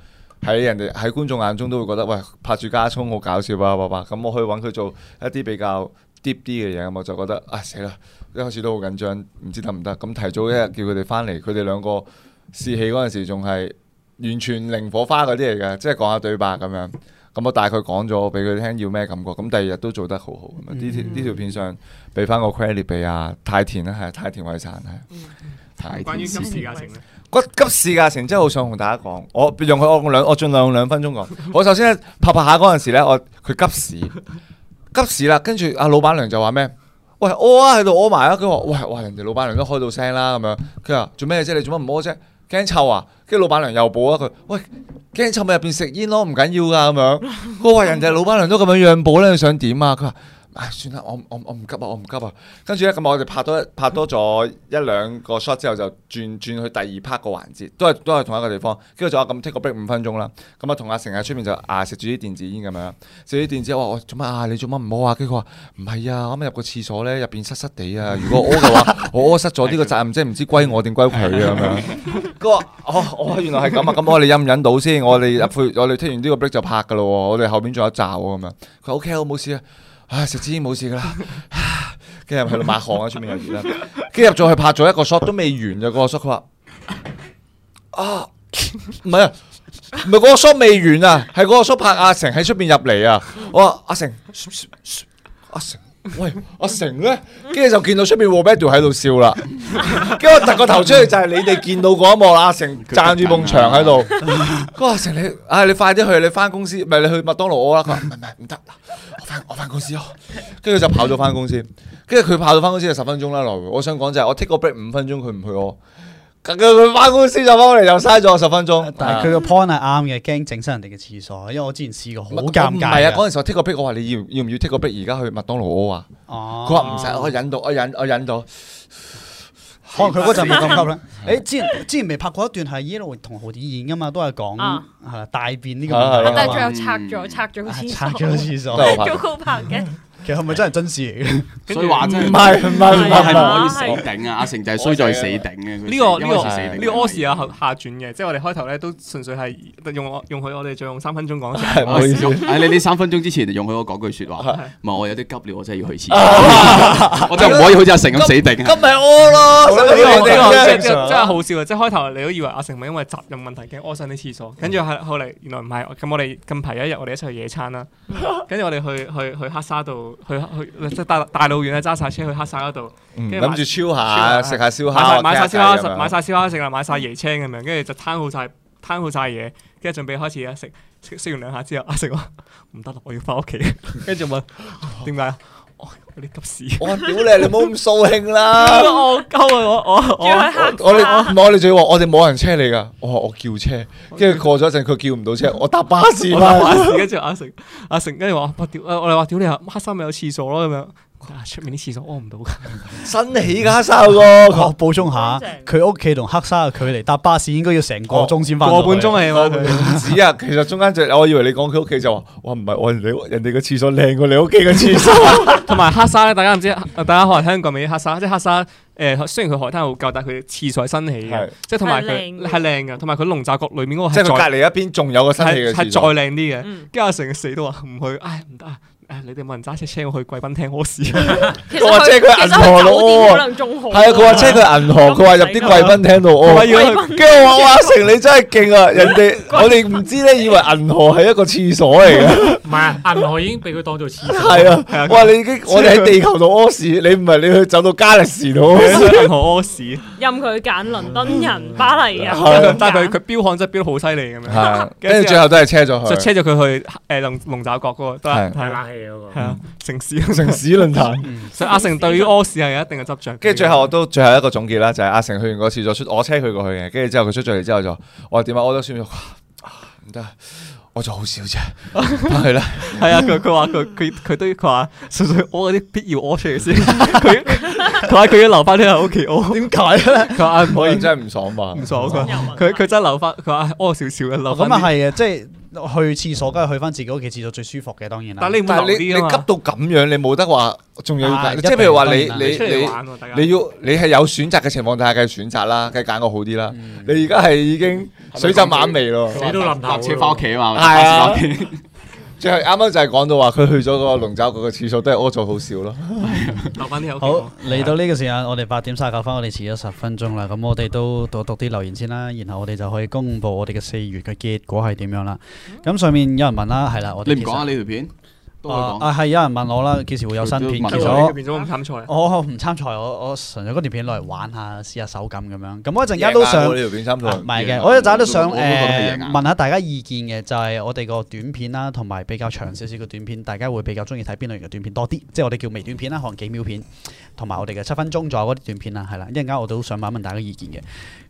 喺人哋喺觀眾眼中都會覺得喂拍住加葱好搞笑啊，爸爸咁我去揾佢做一啲比較 deep 啲嘅嘢，咁我就覺得啊死啦，一開始都好緊張，唔知得唔得，咁提早一日叫佢哋翻嚟，佢哋兩個試戲嗰陣時仲係。完全零火花嗰啲嚟嘅，即係講下對白咁樣。咁我大概講咗俾佢聽要咩感覺，咁第二日都做得好好咁啊樣。呢條呢條片上俾翻個 credit 俾阿太田啊啦，係太田偉產係。太關於今時價情咧，急急事㗎，成真係好想同大家講，我用佢我用兩我盡量用兩分鐘講。我首先咧拍拍下嗰陣時咧，我佢急屎急屎啦，跟住阿老闆娘就話咩？喂屙啊喺度屙埋啊，佢話喂哇人哋老闆娘都開到聲啦咁樣，佢話做咩啫？你做乜唔屙啫？驚臭啊！跟住老闆娘又補一句：喂，驚臭咪入邊食煙咯，唔緊要噶咁樣。佢話人哋老闆娘都咁樣讓步咧，你想點啊？佢話：唉，算啦，我我我唔急啊，我唔急啊。跟住咧，咁我哋拍多一拍多咗一兩個 shot 之後，就轉轉去第二 part 個環節，都係都係同一個地方。跟住就話咁 take 個 break 五分鐘啦。咁啊，同阿成喺出面就啊食住啲電子煙咁樣，食住啲電子煙我話喂做乜啊？你做乜唔屙啊？跟住佢話唔係啊，我啱啱入個廁所咧，入邊濕濕地啊。如果我屙嘅話，我屙濕咗呢個責任，即係唔知歸我定歸佢啊咁樣。佢話：哦，我原來係咁啊！咁我哋忍唔忍到先？我哋入去，我哋聽完呢個 break 就拍噶咯喎！我哋後邊仲有一罩喎咁樣。佢話 OK，我冇事啊！唉，食支煙冇事噶啦。跟住入去到抹汗啊，出面又熱啦。跟住入咗去拍咗一個 shot 都未完就嗰個 shot，佢話：啊，唔係啊，唔係嗰個 shot 未完啊，係嗰個 shot 拍阿成喺出邊入嚟啊！我話阿成，阿成。喂，阿成咧，跟住就見到出邊 w a b a d 喺度笑啦，跟住我突個頭出去就係你哋見到嗰一幕啦，阿成撐住埲牆喺度，佢話阿成你，唉你快啲去，你翻公司，唔係你去麥當勞屙啦，佢話唔係唔係唔得，我翻我翻公司哦，跟住就跑咗翻公司，跟住佢跑到翻公司就十分鐘啦來回，我想講就係我 take 個 break 五分鐘佢唔去屙，咁佢翻公司就翻嚟又嘥咗我十分鐘，啊但係佢個 point 係啱嘅，驚整親人哋嘅廁所，因為我之前試過好尷尬唔嘅。係啊，嗰陣時我 take 個 break，我話你要要唔要 take 個 break 而家去麥當勞屙啊？哦佢話唔使，我忍到，我忍，我忍到。可能佢嗰陣冇咁 急啦。誒，之前之前未拍過一段係 Yellow 同豪子演噶嘛，都係講啊係啦大便呢個問題係啊但啦係最係後拆咗，拆咗個啊廁拆咗個所，廁 都係所，我拍做嘅高拍嘅，其實係咪真係真事嚟嘅？所以話真係唔係唔係唔係啊係唔係，唔可以死頂啊！阿成就係衰在死頂嘅。佢呢個呢一開個始死定頂呢個 o 事啊下下轉嘅，即係我哋開頭咧都純粹係用用佢我哋再用三分 鐘講係唔好意思。用唉，你呢三分鐘之前容許我講句説啊話，唔係我有啲急了，我真係要去廁所， 我就唔可以好似阿成咁死定啊！今咪屙咯，好啦使乜呢個死頂呢個啫真真係好笑啊！即係開頭你都以為阿成咪因為責任問題驚屙上啲廁嗯所，跟住係後嚟原來唔係。咁我哋近排有一日我哋一齊去野餐啦，嗯跟住我哋去去去黑沙度，去去即係大大老遠啊，揸晒車去黑沙嗰度，嗯跟住買諗住超超下，下食下燒買晒烤，啊買晒燒傾下偈咁烤食，樣買晒燒烤食啦，買晒椰青咁樣，跟住就攤好晒攤好晒嘢，跟住準備開始啊食食食完兩下之後，阿成話 唔得啦，我要翻屋企， 跟住問哦點解啊？我有啲急 事，我屌你，你唔好咁掃興 啦！我鳩啊！我我仲要我係黑我哋我哋仲要話，我哋冇人車你噶，我話我叫車，跟住過咗一陣佢叫唔到車，我搭巴士我搭啦。巴士，跟住阿成阿成跟住話我屌，我哋話屌你啊，黑衫咪有廁所咯咁樣。啊！出面啲廁所屙唔到㗎，新起家哨 個，我補充下乾淨，佢屋企同黑沙嘅距離搭巴士應該要成哦個鐘先翻到個半去。啊鐘係嘛佢？唔止啊！其實中間就我以為你講佢屋企就話，哇唔係我人哋人哋嘅廁所靚過你屋企嘅廁所。同埋黑沙咧，大家唔知，大家可能聽過未？黑沙即係黑沙，誒、雖然佢海灘好舊，但係佢廁所係新起係嘅，即係同埋係靚佢嘅係靚嘅，同埋佢龍爪角裏面嗰個 即係佢係隔離一邊仲有個新再起係嘅係廁再所。靚啲嘅。嗯跟住阿成死都話唔去，唉唔得啊！誒你哋冇人揸車車我去貴賓廳屙屎，其佢話實即係佢其實銀河佢路酒店喎可能仲好，係啊，佢話車佢銀河，佢話入啲貴賓 廳度哦佢話屙。要去跟住我話哇，阿成你真係勁啊！人 哋我哋唔知咧，以為銀河 係一個廁所嚟嘅，唔係啊，銀河已經俾佢當做廁所。係啊！哇，你已 經我哋喺地球度屙屎，你唔係你去走到加勒士度屙屎，去銀河屙屎，任佢揀倫敦人、巴黎人，係啊但係佢佢標行真係標得好犀利咁樣，係跟住最後都係車咗就去車咗佢去誒龍龍爪角嗰個都係係睇係啦冷氣嗰係個。啊城市，城市論壇。所以阿成對於屙屎係有一定嘅執 着。跟住最後我都最後一個總結啦，就係阿成去完個廁所出，我車佢過去嘅，跟住之後佢出咗嚟之後就我話點啊，屙得酸咗，哇唔得，我做好少啫，翻去啦。係啊，佢佢話佢佢佢都佢話純粹屙嗰啲必要屙出嚟先，佢佢話佢要留翻啲喺屋企屙。點解咧？佢話唔我可以然真係唔爽嘛，唔爽啊佢有文化佢佢真係留翻，佢話屙少少嘅留翻。哦咁啊，係嘅，即係去廁所梗係去翻自己屋企廁所最舒服嘅，當然啦。但係你唔會但係留你你急啲啊嘛。到咁樣，你冇得話仲要啊揀，一即係譬如話你定當然你啦出嚟你玩喎，大家。你要你係有選擇嘅情況底下，梗係選擇啦，梗係揀個好啲啦。你而家係已經水浸眼眉咯。你都冧頭搭車翻屋企啊嘛，係啊 搭車返屋企最後啱啱就係講到話，佢去咗個龍爪角嘅廁所，都係屙咗好少咯。留翻啲喺屋企好屙。嚟到呢個時間，我哋八點三十九分，我哋遲咗十分鐘啦。咁我哋都讀讀啲留言先啦，然後我哋就可以公布我哋嘅四月嘅結果係點樣啦。咁上面有人問啦，係啦，我你唔啊哋其實講下呢條片？都可以啊講。啊係有人問我啦，幾時會有新片？佢其都實問我啊佢變咗咁慘菜啊！我唔參賽，我我純粹嗰段片攞嚟玩下，試下手感咁樣。咁我一陣間都想，呢條片三套啊唔贏係嘅，啊我一陣都想我都覺得係誒贏啊問下大家意見嘅，就係我哋個短片啦，同埋比較長少少嘅短片，大家會比較中意睇邊類型嘅短片多啲？即係我哋叫微短片啦，可能幾秒片，同埋我哋嘅七分鐘左右嗰啲短片啦，係啦。一陣間我都想問一問大家意見嘅。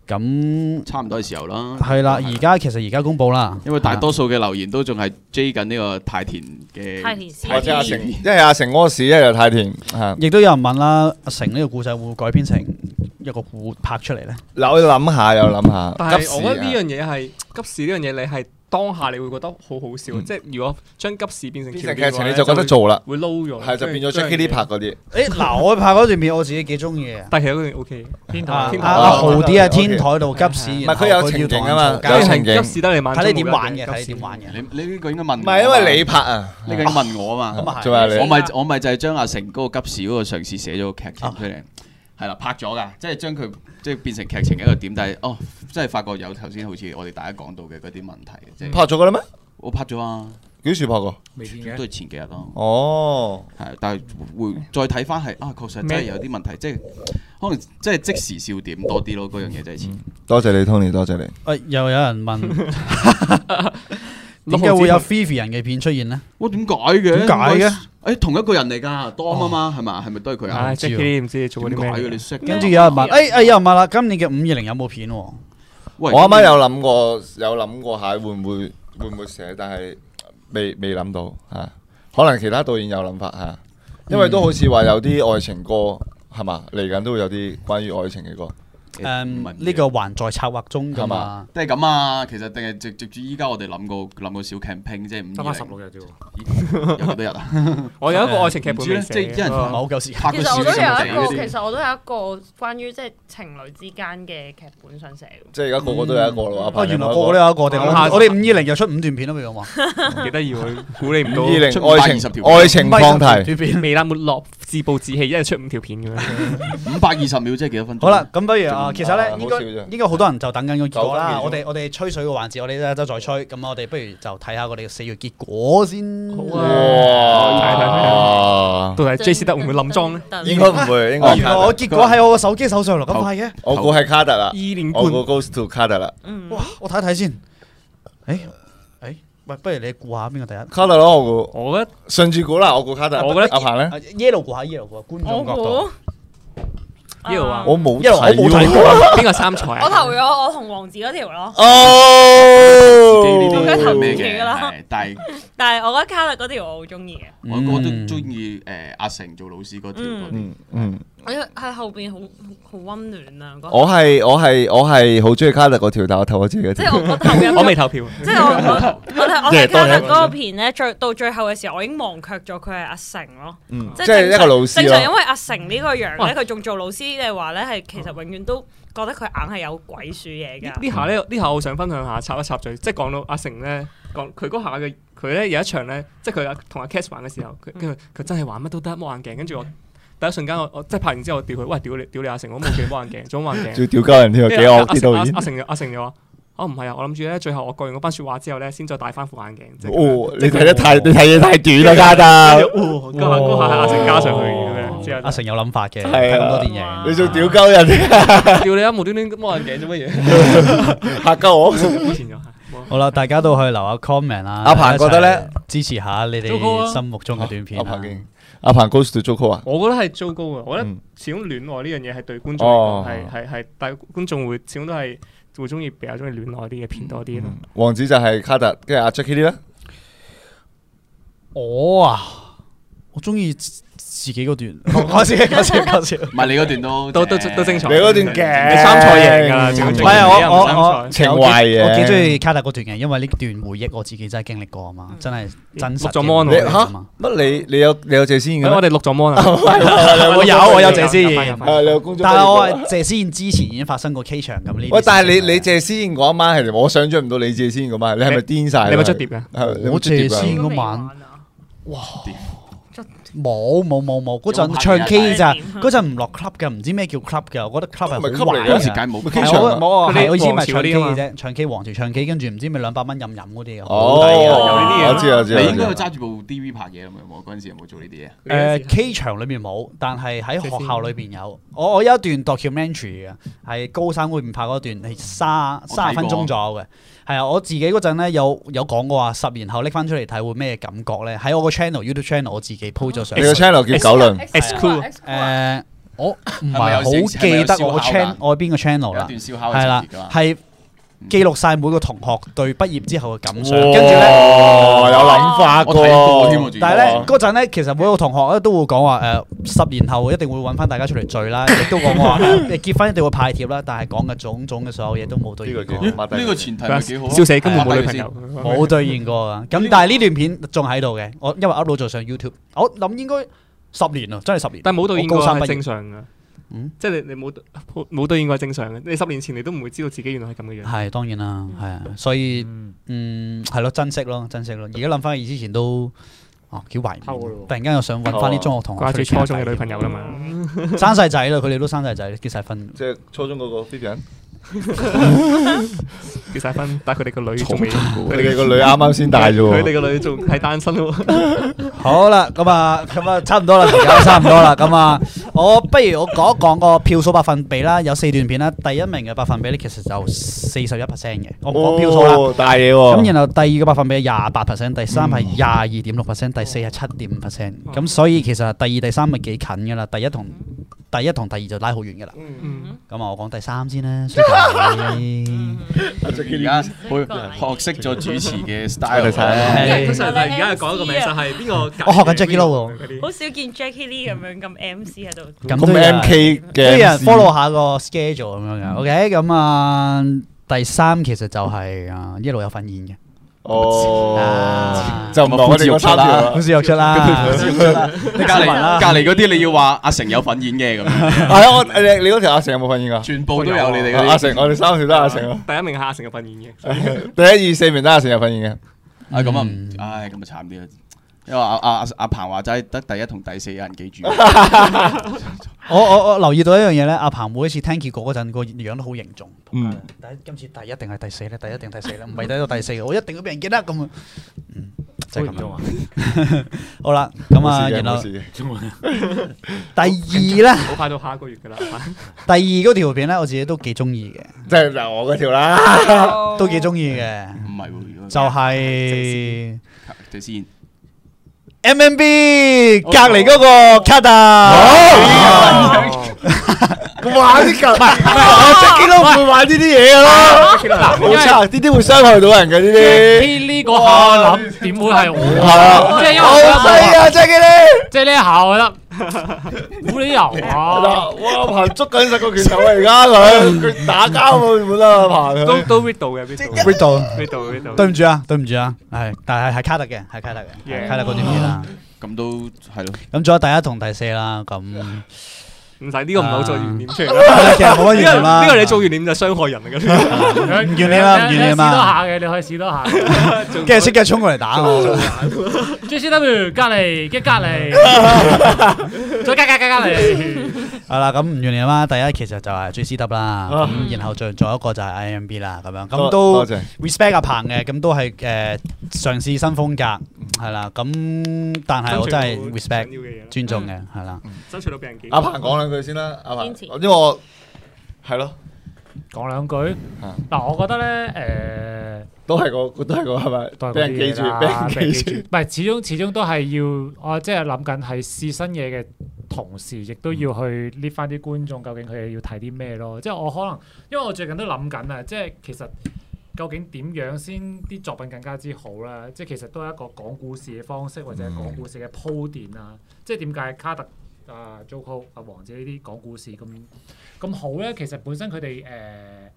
咁差唔多嘅時候啦。係啦，而家其實而家公佈啦，因為大係啦多數嘅留言都仲係 J 緊呢個太田嘅太田市或者阿成，片一係阿成屙屎，一係太啊田嚇。亦都有人問啦，阿成呢個故仔會唔會改編成一個故拍出嚟呢？嗱，我要諗下又諗下，但急係時我覺得呢啊樣嘢係急事呢樣嘢，你係當下你會覺得好好笑，嗯即係如果將急事變成變橋成段劇嘅話情咧你就覺得做啦，會會撈咗，係就變咗將 Jackie Lee 拍樣嘢嗰啲。誒嗱，我拍嗰段片我自己幾中意嘅。但係其實嗰段 O K 嘅，天啊台天啊台啊豪啲啊，哦天台度急屎，唔係然後佢有佢要情景同人啊嘛嘈交有即情係景急事得你慢，睇你點玩嘅，睇你點玩嘅。你你呢個應該問我啊唔係因為你拍啊，呢個應該問我 啊咁嘛。啊係仲有我你咪我咪就係將阿成嗰個急事嗰個嘗試寫咗個劇情出嚟，係啦拍咗㗎，即係將佢即係變成劇情嘅一個點，但係哦，真係發覺有頭先好似我哋大家講到嘅嗰啲問題，即係拍咗㗎啦咩？我拍咗啊，幾時拍過？未見都係嘅，前幾日咯。哦，係，但係會再睇翻係啊，確實真係有啲問題，即係可能即係即時笑點多啲咯，嗰樣嘢真係似。多謝你 Tony，多謝你。誒又有人 問點解會有 Fifi 人嘅片出現呢？哇，點解嘅？點解嘅？誒，同一個人嚟㗎，當啊嘛，係咪啊？係咪都係佢啊唉？，Jackie Lee 唔知你做過點啲解咩嘅？你嘢？識㗎？跟住有人問，誒誒有人問啦，今年嘅五二零有冇片喎？喂，我啱啱有諗過，有諗過下會唔會會唔會寫，但係未未諗到嚇、啊可能其他導演有諗法嚇、啊因為都好似話有啲愛情歌係嘛，嚟緊都會有啲關於愛情嘅歌。唔係誒唔嗯呢個還在策劃中㗎嘛？都係咁啊。其實定係直直至依家，我哋諗過諗過小 campaign，即係五得二翻十零六日啫喎。有幾多日啊？ 我有一個愛情劇本未唔知咧寫即哦係一人唔係嘅，好夠時 間。拍其個實小我都啊有一嗰個，啲其實我都有一個關於即係情侶之間嘅劇本想寫喎。即係而家個個都有一個啦，阿啊彭原來有一個個都有一個，我哋我下我哋五二零又出五段片咯，譬如話。幾得意喎！估你唔五二到，零出愛520情條愛情放題，短片。未啦沒落，自暴自棄，一日出五條片咁樣。五百二十秒即係幾多分鐘？好啦，，咁不如啊，其實啊咧好應笑該啫應該好多人就等緊個結果九啦。分我幾哋我哋吹水嘅環節，我哋一周再吹。咁我哋不如就睇下我哋嘅四月結果先。好啊睇睇睇哇！到底 J C 得會唔會冧裝咧？應該唔會，應哦該原來我結果喺我個手機手上嚟咁快嘅。我估係卡特啦二，連我冠估 Goes to 卡特啦，嗯哇，我睇一睇先。嗯誒誒，喂，不如你估下邊個第一？卡特咯，我估我覺得順住估啦，我估卡特。我覺得阿彭咧，啊 yellow 估下 yellow 估下，觀我眾角度。估呢度話啊我冇 yellow 我冇睇喎。過。邊個三才我投啊？咗我同王子嗰條咯，哦，自己呢啲係咩咁佢投票嘅㗎啦係？但係但係我覺得卡特嗰條我好中意嘅，我嗯我嗯都中意誒阿成做老師嗰條嗰啲。嗯嗯，我喺哎後邊好好好温暖啊！嗰我係我係我係好中意卡特嗰條，但我投我自己嗰即係條。我我投 入咗我未投票，即係我我我睇我睇耶多卡謝特嗰個片咧，最到最後嘅時候，我已經忘卻咗佢係阿成咯。嗯即係係一個老師正常因咯。為阿成呢個樣哇咧，佢仲做老師嘅話咧，係其實永遠都覺得佢硬係有鬼鼠嘢呢㗎。呢下咧，呢下我想分享下插一插嘴，即係講到阿成咧，講佢嗰下嘅佢咧有一場咧，即係佢同阿 Cass 玩嘅時候，佢佢佢真係玩乜都得，剝眼鏡，跟住我第一瞬間我我即係拍完之後，我屌佢，喂屌你屌你阿成，我冇叫你剝眼鏡，做乜 剝眼鏡仲？要屌鳩人添，幾惡啲阿導演。阿成阿成又話：哦，唔係啊，我諗住咧，最後我講完嗰班説話之後咧，先再戴翻副眼鏡。即係咁樣哦，你睇得太你睇嘢太短啦，卡特。哦嗰下嗰下係阿成加上去嘅咁樣之後就哦阿成有諗法嘅，係啊睇咁多電影。你仲屌鳩人添，叫你啊，無端端摸眼鏡做乜 嘢？嚇鳩我。以前就係冇好啦，大家都可以留下 comment 啦。阿彭覺得呢一齊支持下你糟糕哋啊心目中嘅短片阿啦。彭勁，阿彭 Goes to Joko 啊。我覺得係糟糕嘅，我覺得嗯始終戀愛呢樣嘢係對觀眾哦嚟講係係係，但係觀眾會始終都係會中意比較中意戀愛啲嘅片多啲咯。王子就係卡特，跟住阿 Jackie 咧，我啊，我中意自自己嗰段。 講 笑，講笑，講笑。唔係你嗰段都都都都精彩你嗰段嗯嘅你三賽贏㗎啦，最唔終係啊，你又我唔我我參賽情懷嘅我幾中意卡特嗰段嘅，因為呢段回憶我自己真係經歷過啊嗯嘛，真係真實錄咗嘅 mon 回你憶吓啊嘛。乜？你你有你有謝先嘅喂我咩？哋錄咗 mon 哦啊，我有我有謝思有翻有燕翻，係你有工作但係我經歷係過。謝思燕之前已經發生過 K 場咁呢啲事情嘅。啊喂，但係你你謝思燕嗰一晚係我想象唔到你謝思燕嗰晚，你係咪癲晒？你有冇出碟㗎？啊係？係你有冇我出碟謝思㗎燕都嗰未晚玩啊冇冇冇冇，嗰陣有唱啊朋友 K 咋，帶點嗰陣唔落 club 嘅，唔知咩叫 club 嘅，我覺得 club 咪係 club 嚟好玩嘅嗰陣時嘅。梗係冇機係場啊我冇啊，嗰啲係好似皇咪唱朝啲 K 啊嘛嘅啫，唱 K 皇朝唱 K，跟住唔知咪兩百蚊飲飲嗰啲嘅，啊好抵㗎有呢啲嘢哦哦，我知我知，你應該我要知揸住部 DV 拍嘢咁樣喎，嗰陣時有冇做呢啲嘢？你嗰時誒係 K 呃場裏面冇，但係喺學校裏邊有。我我有一段 documentary 嘅，係高三嗰邊拍嗰段，係三我睇過三十分鐘左右嘅。係啊，我自己嗰陣咧有有講過話，十年後拎翻出嚟睇會咩感覺咧？喺我個 channel YouTube channel 我自己 po 啊咗上你。個 channel 叫九輪， Exclude，誒，我唔 係咪有係好小係咪有記得我小考個㗎 channel 我邊個 channel 有一啦段，燒烤嘅係啦情節㗎嘛，嗯係記錄晒每個同學對畢業之後嘅感想，哇跟住咧。有諗法我睇過添喎喎，。但係咧哦嗰陣咧，其實每個同學咧都會講話呃誒，十年後一定會揾翻大家出嚟聚 啦，亦都講話誒你結婚一定會派帖啦，但係講嘅種種嘅所有嘢都冇兌現呢個過，咦呢個前提咪幾好啊笑死，根本冇女朋友。。啊冇兌現過啊！咁但係呢段片仲喺度嘅，我因為 upload 咗上 YouTube，我諗應該十年啊，真係十年。但係冇對應過我高三係畢業正常噶嗯，即係你你冇冇對應過係正常嘅。你十年前你都唔會知道自己原來係咁哦嘅樣。係當然啦，係啊，所以嗯嗯係咯，珍惜咯，珍惜咯。而家諗翻起之前都哦幾懷念，偷咯突然間又想揾翻啲中學同學掛住初出嚟傾中下偈嘅女朋友啦嘛，生細仔啦，佢哋都生細仔，結晒婚。即係初中嗰個 Vivian，結晒婚，但係佢哋個女仲未，佢佢哋哋個女啱啱先大啫佢喎。哋個女仲係單身喎。好啦，咁啊，咁啊，差唔多啦，時 間差唔多啦，咁啊，我不如我講一講個票數百分比啦，有四段片啦，第一名嘅百分比咧，其實就四十一 percent 嘅，我唔講票數啦。哦，大嘢咁、喎。然後第二個百分比係廿八 percent，第三係嗯廿二點六 percent，第四係七點五 percent。咁哦所以其實第二、第三咪幾近噶啦，第一同第一同第二就拉好遠噶啦。嗯咁啊，我講第三先啦，雖然係而家會學識咗主持嘅係 style 咧。係 通常係而家講一個名就係邊個？我學緊 Jackie Lou 喎啲好少見 Jackie Lee 咁樣咁 MC 喺度。 咁都咁有 M K 都有人嘅 follow 下個 schedule 咁樣嘅。OK，咁啊，第三其實就係啊一路有份演嘅，哦 À. 啊，就唔係我哋嗰三條啦好。似約出啦，隔離隔離嗰啲你要話阿成有份演嘅 咁樣，係啊，我你你嗰條阿成有冇份演噶？全部都有你哋阿嗰啲。成，我哋三條都係阿啊成咯。第一名係阿成嘅訓 演嘅，第一二四名都係阿成有份演嘅。啊咁啊唔，唉咁啊慘啲啦，因為阿阿阿阿彭話齋得第一同第四有人記住。我我我留意到一樣嘢咧，阿彭每一次聽結果嗰陣個樣都好凝重。嗯但係今次第一定係第四咧，第一定第四咧，唔係第一到第 四嘅，我一定要俾人記得咁啊。嗯，就係咁樣。啊！好啦，咁冇啊，事嘅然後冇事嘅第二咧，好快到下一個月㗎啦。第二嗰條片咧，我自己都幾中意嘅，即係嗱我嗰條啦。都幾中意嘅，唔係喎，如果就係睇先， M M B 哦隔離嗰個 cut 啊。玩啲咁，唔係我 Jacky 都唔會玩呢啲嘢噶啦。冇錯，呢啲會傷害到人嘅呢啲。呢呢個下我諗點會係我係啊？啊，即係因為好犀啊，Jacky 咧。即係呢一下我覺得冇理由啊！嗱，哇，彭捉緊實個拳頭啊！而家佢佢打交喎，冇得啊，彭都佢。都 read 到嘅，read 到 r i d d ，read 到，read 到。對唔住啊，對唔住啊，係，但係係卡特嘅，係卡特嘅，係 Yeah 嗯卡特嗰段片啦。咁都係咯。咁仲有第一同第四 啦，咁唔使呢個唔係好再原點出嚟啦。其實冇乜呢原個因啦。呢個你做完點就傷害人嚟㗎。唔要你啦唔要你啦試多下嘅，你可以試多下嘅。跟住即刻衝過嚟打我。 J C W 隔離嘅隔離，再加加加隔離。係啦，咁唔怨你啦。第一其實就係 J C W 啊啦，咁然後再仲有一個就係 I M B 啦，咁樣咁都多謝。 respect 阿彭嘅，咁都係誒嘗試新風格係啦。咁但係我 真係 respect respect，尊重嘅係啦。爭取到病人幾阿彭講兩句先啦，阿彭，堅持因為我係咯，講兩句啊嗱，我覺得咧誒。都係個，都係個係都係咪？嗰俾人記啲住嘢啦，俾人記俾住人。唔係始終始終都係要，我即係諗緊係試新嘢嘅同時，亦都要去 lift 翻啲觀眾，究竟佢哋要睇啲咩咯？即係我可能因為我最近都諗緊啊，即係其實究竟點樣先啲作品更加之好啦？即係其實都係一個講故事嘅方式，或者係講故事嘅鋪墊啊。即係點解卡特啊、Joco 啊、王姐呢啲講故事咁咁好咧？其實本身佢哋誒。呃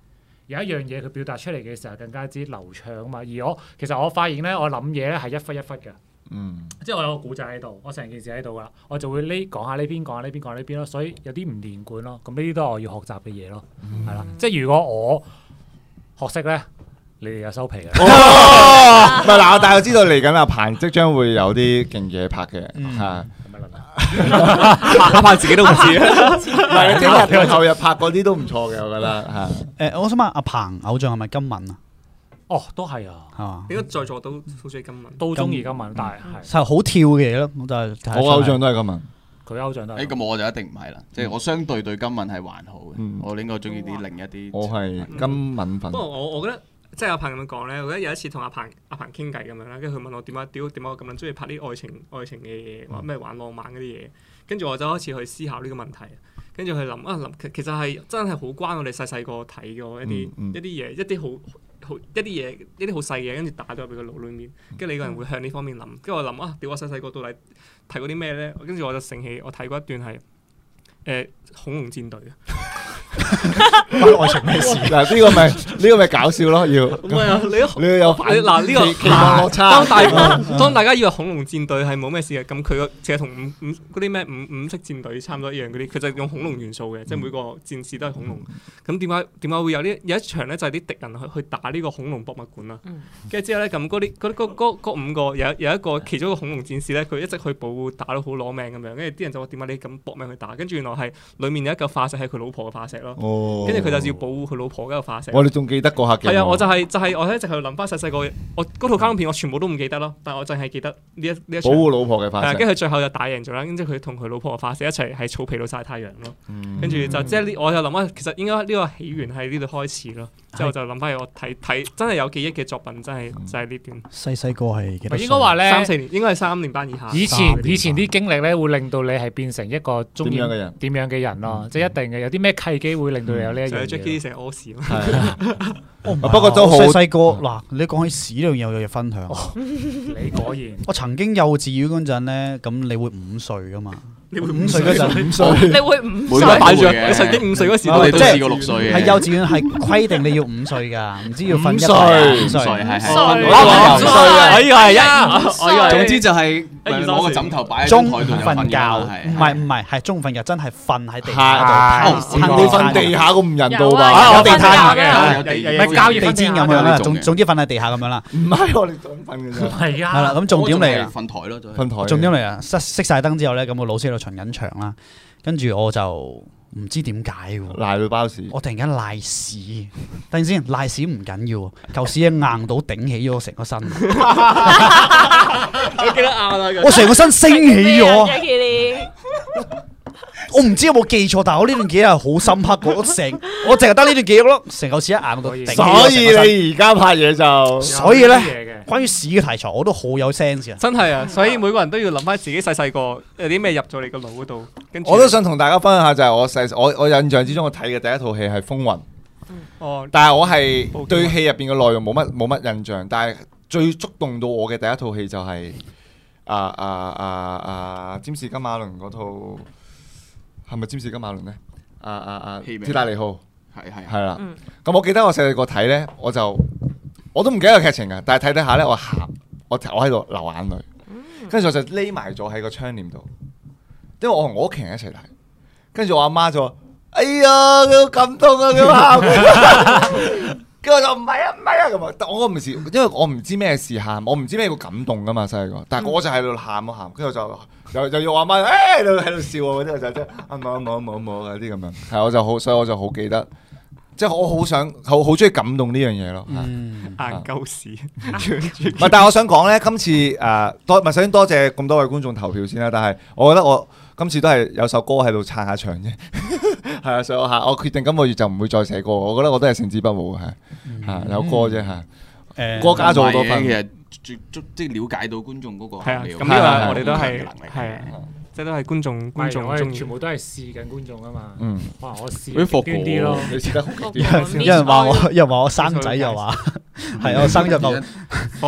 有一樣嘢佢表達出嚟嘅時候更加之流暢啊嘛，而我其實我發現咧，我諗嘢咧係一忽一忽嘅，嗯，即係我有個古仔喺度，我成件事喺度啦，我就會呢講下呢邊，講下呢邊，講下呢邊咯，所以有啲唔連貫咯，咁呢啲都係我要學習嘅嘢咯，係啦，即係如果我學識咧，你哋又收皮啦。哦，唔係嗱，我但係我知道嚟緊阿彭即將會有啲勁嘢拍嘅，嚇。係咪啦哪怕自己都唔知。 唔係你聽日定後日拍嗰啲都唔錯嘅，我覺得嚇。誒，我想問阿彭偶像係咪金敏啊？哦，都係啊，係嘛？點解在座都好中意金文？都中意金文，但係係就係好跳嘅嘢咯，我就係睇得出係我偶像都係咁啊，佢偶像都誒係。哎咁我就一定唔係啦，即係我相對對金文係還好嗯嘅，我應該中意啲另一啲。我係金敏粉不。過我我覺得即係阿彭咁樣講咧，我覺得有一次同阿彭阿彭傾偈咁樣啦，跟住佢問我點解屌點解我咁撚中意拍啲愛情愛情嘅嘢，嗯話咩玩浪漫嗰啲嘢，跟住我就開始去思考呢個問題。跟住去諗啊諗，其其實係真係好關我哋細細個睇嘅一啲、嗯嗯一啲嘢，一啲好好一啲嘢，一啲好細嘅嘢，跟住打咗入佢個腦裡面，跟住你個人會向呢方面諗。跟住我諗啊，屌我細細個到底睇過啲咩咧？跟住我就醒起我睇過一段係誒、呃恐龍戰隊啊。關愛情咩事？嗱，呢個咪呢個咪搞笑咯，要唔係啊， 你都你要有反你嗱呢個期期望落差當。大 當大家以為恐龍戰隊係冇咩事嘅，咁佢個其實同五五嗰啲咩五五色戰隊差唔多一樣嗰啲，佢就用恐龍元素嘅，即係每個戰士都係恐龍。咁點解點解會有呢？有一場咧就係啲敵人去去打呢個恐龍博物館啦嗯。跟住之後咧，咁嗰啲嗰嗰嗰嗰五個有一有一個其中一個恐龍戰士咧，佢一直去保護，打到好攞命咁樣。跟住啲人就話點解你咁搏命去打？跟住原來係裡面有一嚿化石係佢老婆嘅化石咯。哦跟住佢就要保護佢老婆嗰個化石。我哋仲記得嗰下嘅。係啊，我就係、就係、我一直喺度諗翻細細個，我嗰套卡通片我全部都唔記得咯，但係我淨係記得呢一呢一保場。護老婆嘅係化啊，石。跟住佢最後就打贏咗啦，跟住佢同佢老婆化石一齊喺草皮度曬太陽咯，嗯跟住就即係呢，我就諗啊，其實應該呢個起源喺呢度開始咯，之後就諗翻起我睇睇真係有記憶嘅作品，真係就係呢段細細個係幾多咪歲？應該話咧，三四年，應該係三年班以下。以三前以前啲經歷咧，會令到你係變成一個中意點樣嘅人點樣嘅人咯，即係一定嘅。有啲咩契機會令到你有呢一就係樣 Jackie 嘢？成日 屙屎咯，係哦唔係啊不過都好我細細個嗱，你講起屎呢樣嘢，我有嘢分享。啊你果然我曾經幼稚園嗰陣咧，咁你會五歲噶嘛？你會五歲嗰陣，五你會五每個歲人擺擺住住啊，啊你曾經五歲嗰時我哋都試過六歲嘅啊係啊幼稚園係規定你要五歲㗎，唔知要瞓一五歲五五歲係歲係。我都係我以為係一我以為總之就係一二三四攞個枕頭擺喺張中午台度就瞓瞓覺，覺，係唔係唔係，係中午瞓覺，真係瞓喺地下係度你攤攤瞓地下咁唔人道吧？有啊我地攤下有嘅啊有地唔係交易地氈咁樣啦，總總之瞓喺地下咁樣啦。唔係我哋咁瞓嘅啫。係係啦，啊，咁重點嚟啦，瞓台咯，就係分台嘅重點嚟啦，熄啊熄曬燈之後咧，咁個老師喺度巡緊場啦，跟住我就唔知點解喎。賴到包屎。我突然間賴屎， 等陣先，賴屎唔緊要喎，嚿屎硬到頂起咗我成個身， 我記得啱啦。我成個身升起咗。 Jackie 我唔知有冇記錯，但係我呢段記憶係好深刻 嘅，我成我淨係得呢段記憶咯，成嚿屎一硬到頂起所咗成個身。以你而家拍嘢就所以有咧啲嘢嘅，關於屎嘅題材我都好有 sense 啊！真係啊，所以每個人都要諗翻自己細細個有啲咩入咗你個腦嗰度，跟住我都想同大家分享下，就係我細我我印象之中我睇嘅第一套戲係《風雲》，哦，但係我係對戲入邊嘅內容冇乜冇乜印象，但係最觸動到我嘅第一套戲就係啊啊啊啊詹士金馬倫嗰套係咪詹士金馬倫呢？啊啊啊！戲名鐵達尼號。係係係啦嗯。咁我記得我細細個睇咧，我就我都唔記得個劇情啊，但係睇睇下咧，我喊，我我喺度流眼淚，跟住我就匿埋咗喺個窗簾度，因為我同我屋企人一齊睇，跟住我阿媽就話：哎呀，佢好感動啊，佢喊。跟住我就唔係啊，唔係啊咁啊！但我唔是，因為我唔知咩事喊，我唔知咩叫感動噶嘛，細個。但係我就喺度喊啊喊，跟住我就又又要我阿媽哎誒喺度喺度笑我嗰啲，我就即係啊冇啊冇啊冇啊冇啊嗰啲咁樣。係我就好，所以我就好記得，即係我好想好好中意感動呢樣嘢咯。係啊 嗯，硬鳩屎。唔係，但係我想講咧，今次誒、呃多，唔係首先多謝咁多位觀眾投票先啦。但係我覺得我今次都係有首歌喺度撐下場啫， 係啊，所以我下我決定今個月就唔會再寫歌，我覺得我都係勝之不武嘅，係嗯係有歌啫啊嚇。誒歌加咗好多唔係分嘅其實即即係了解到觀眾嗰個係啊，能力咁係呢啊個我哋都係能力係啊， 即係都係觀眾唔係觀眾我中哋意全。部都係試緊觀眾啊嘛。嗯，可能我試嗰啲極復端啲咯嗯古。你似得好啊你啲。 有人話我，有人話我生仔又 話係啊我 生咗突嚿然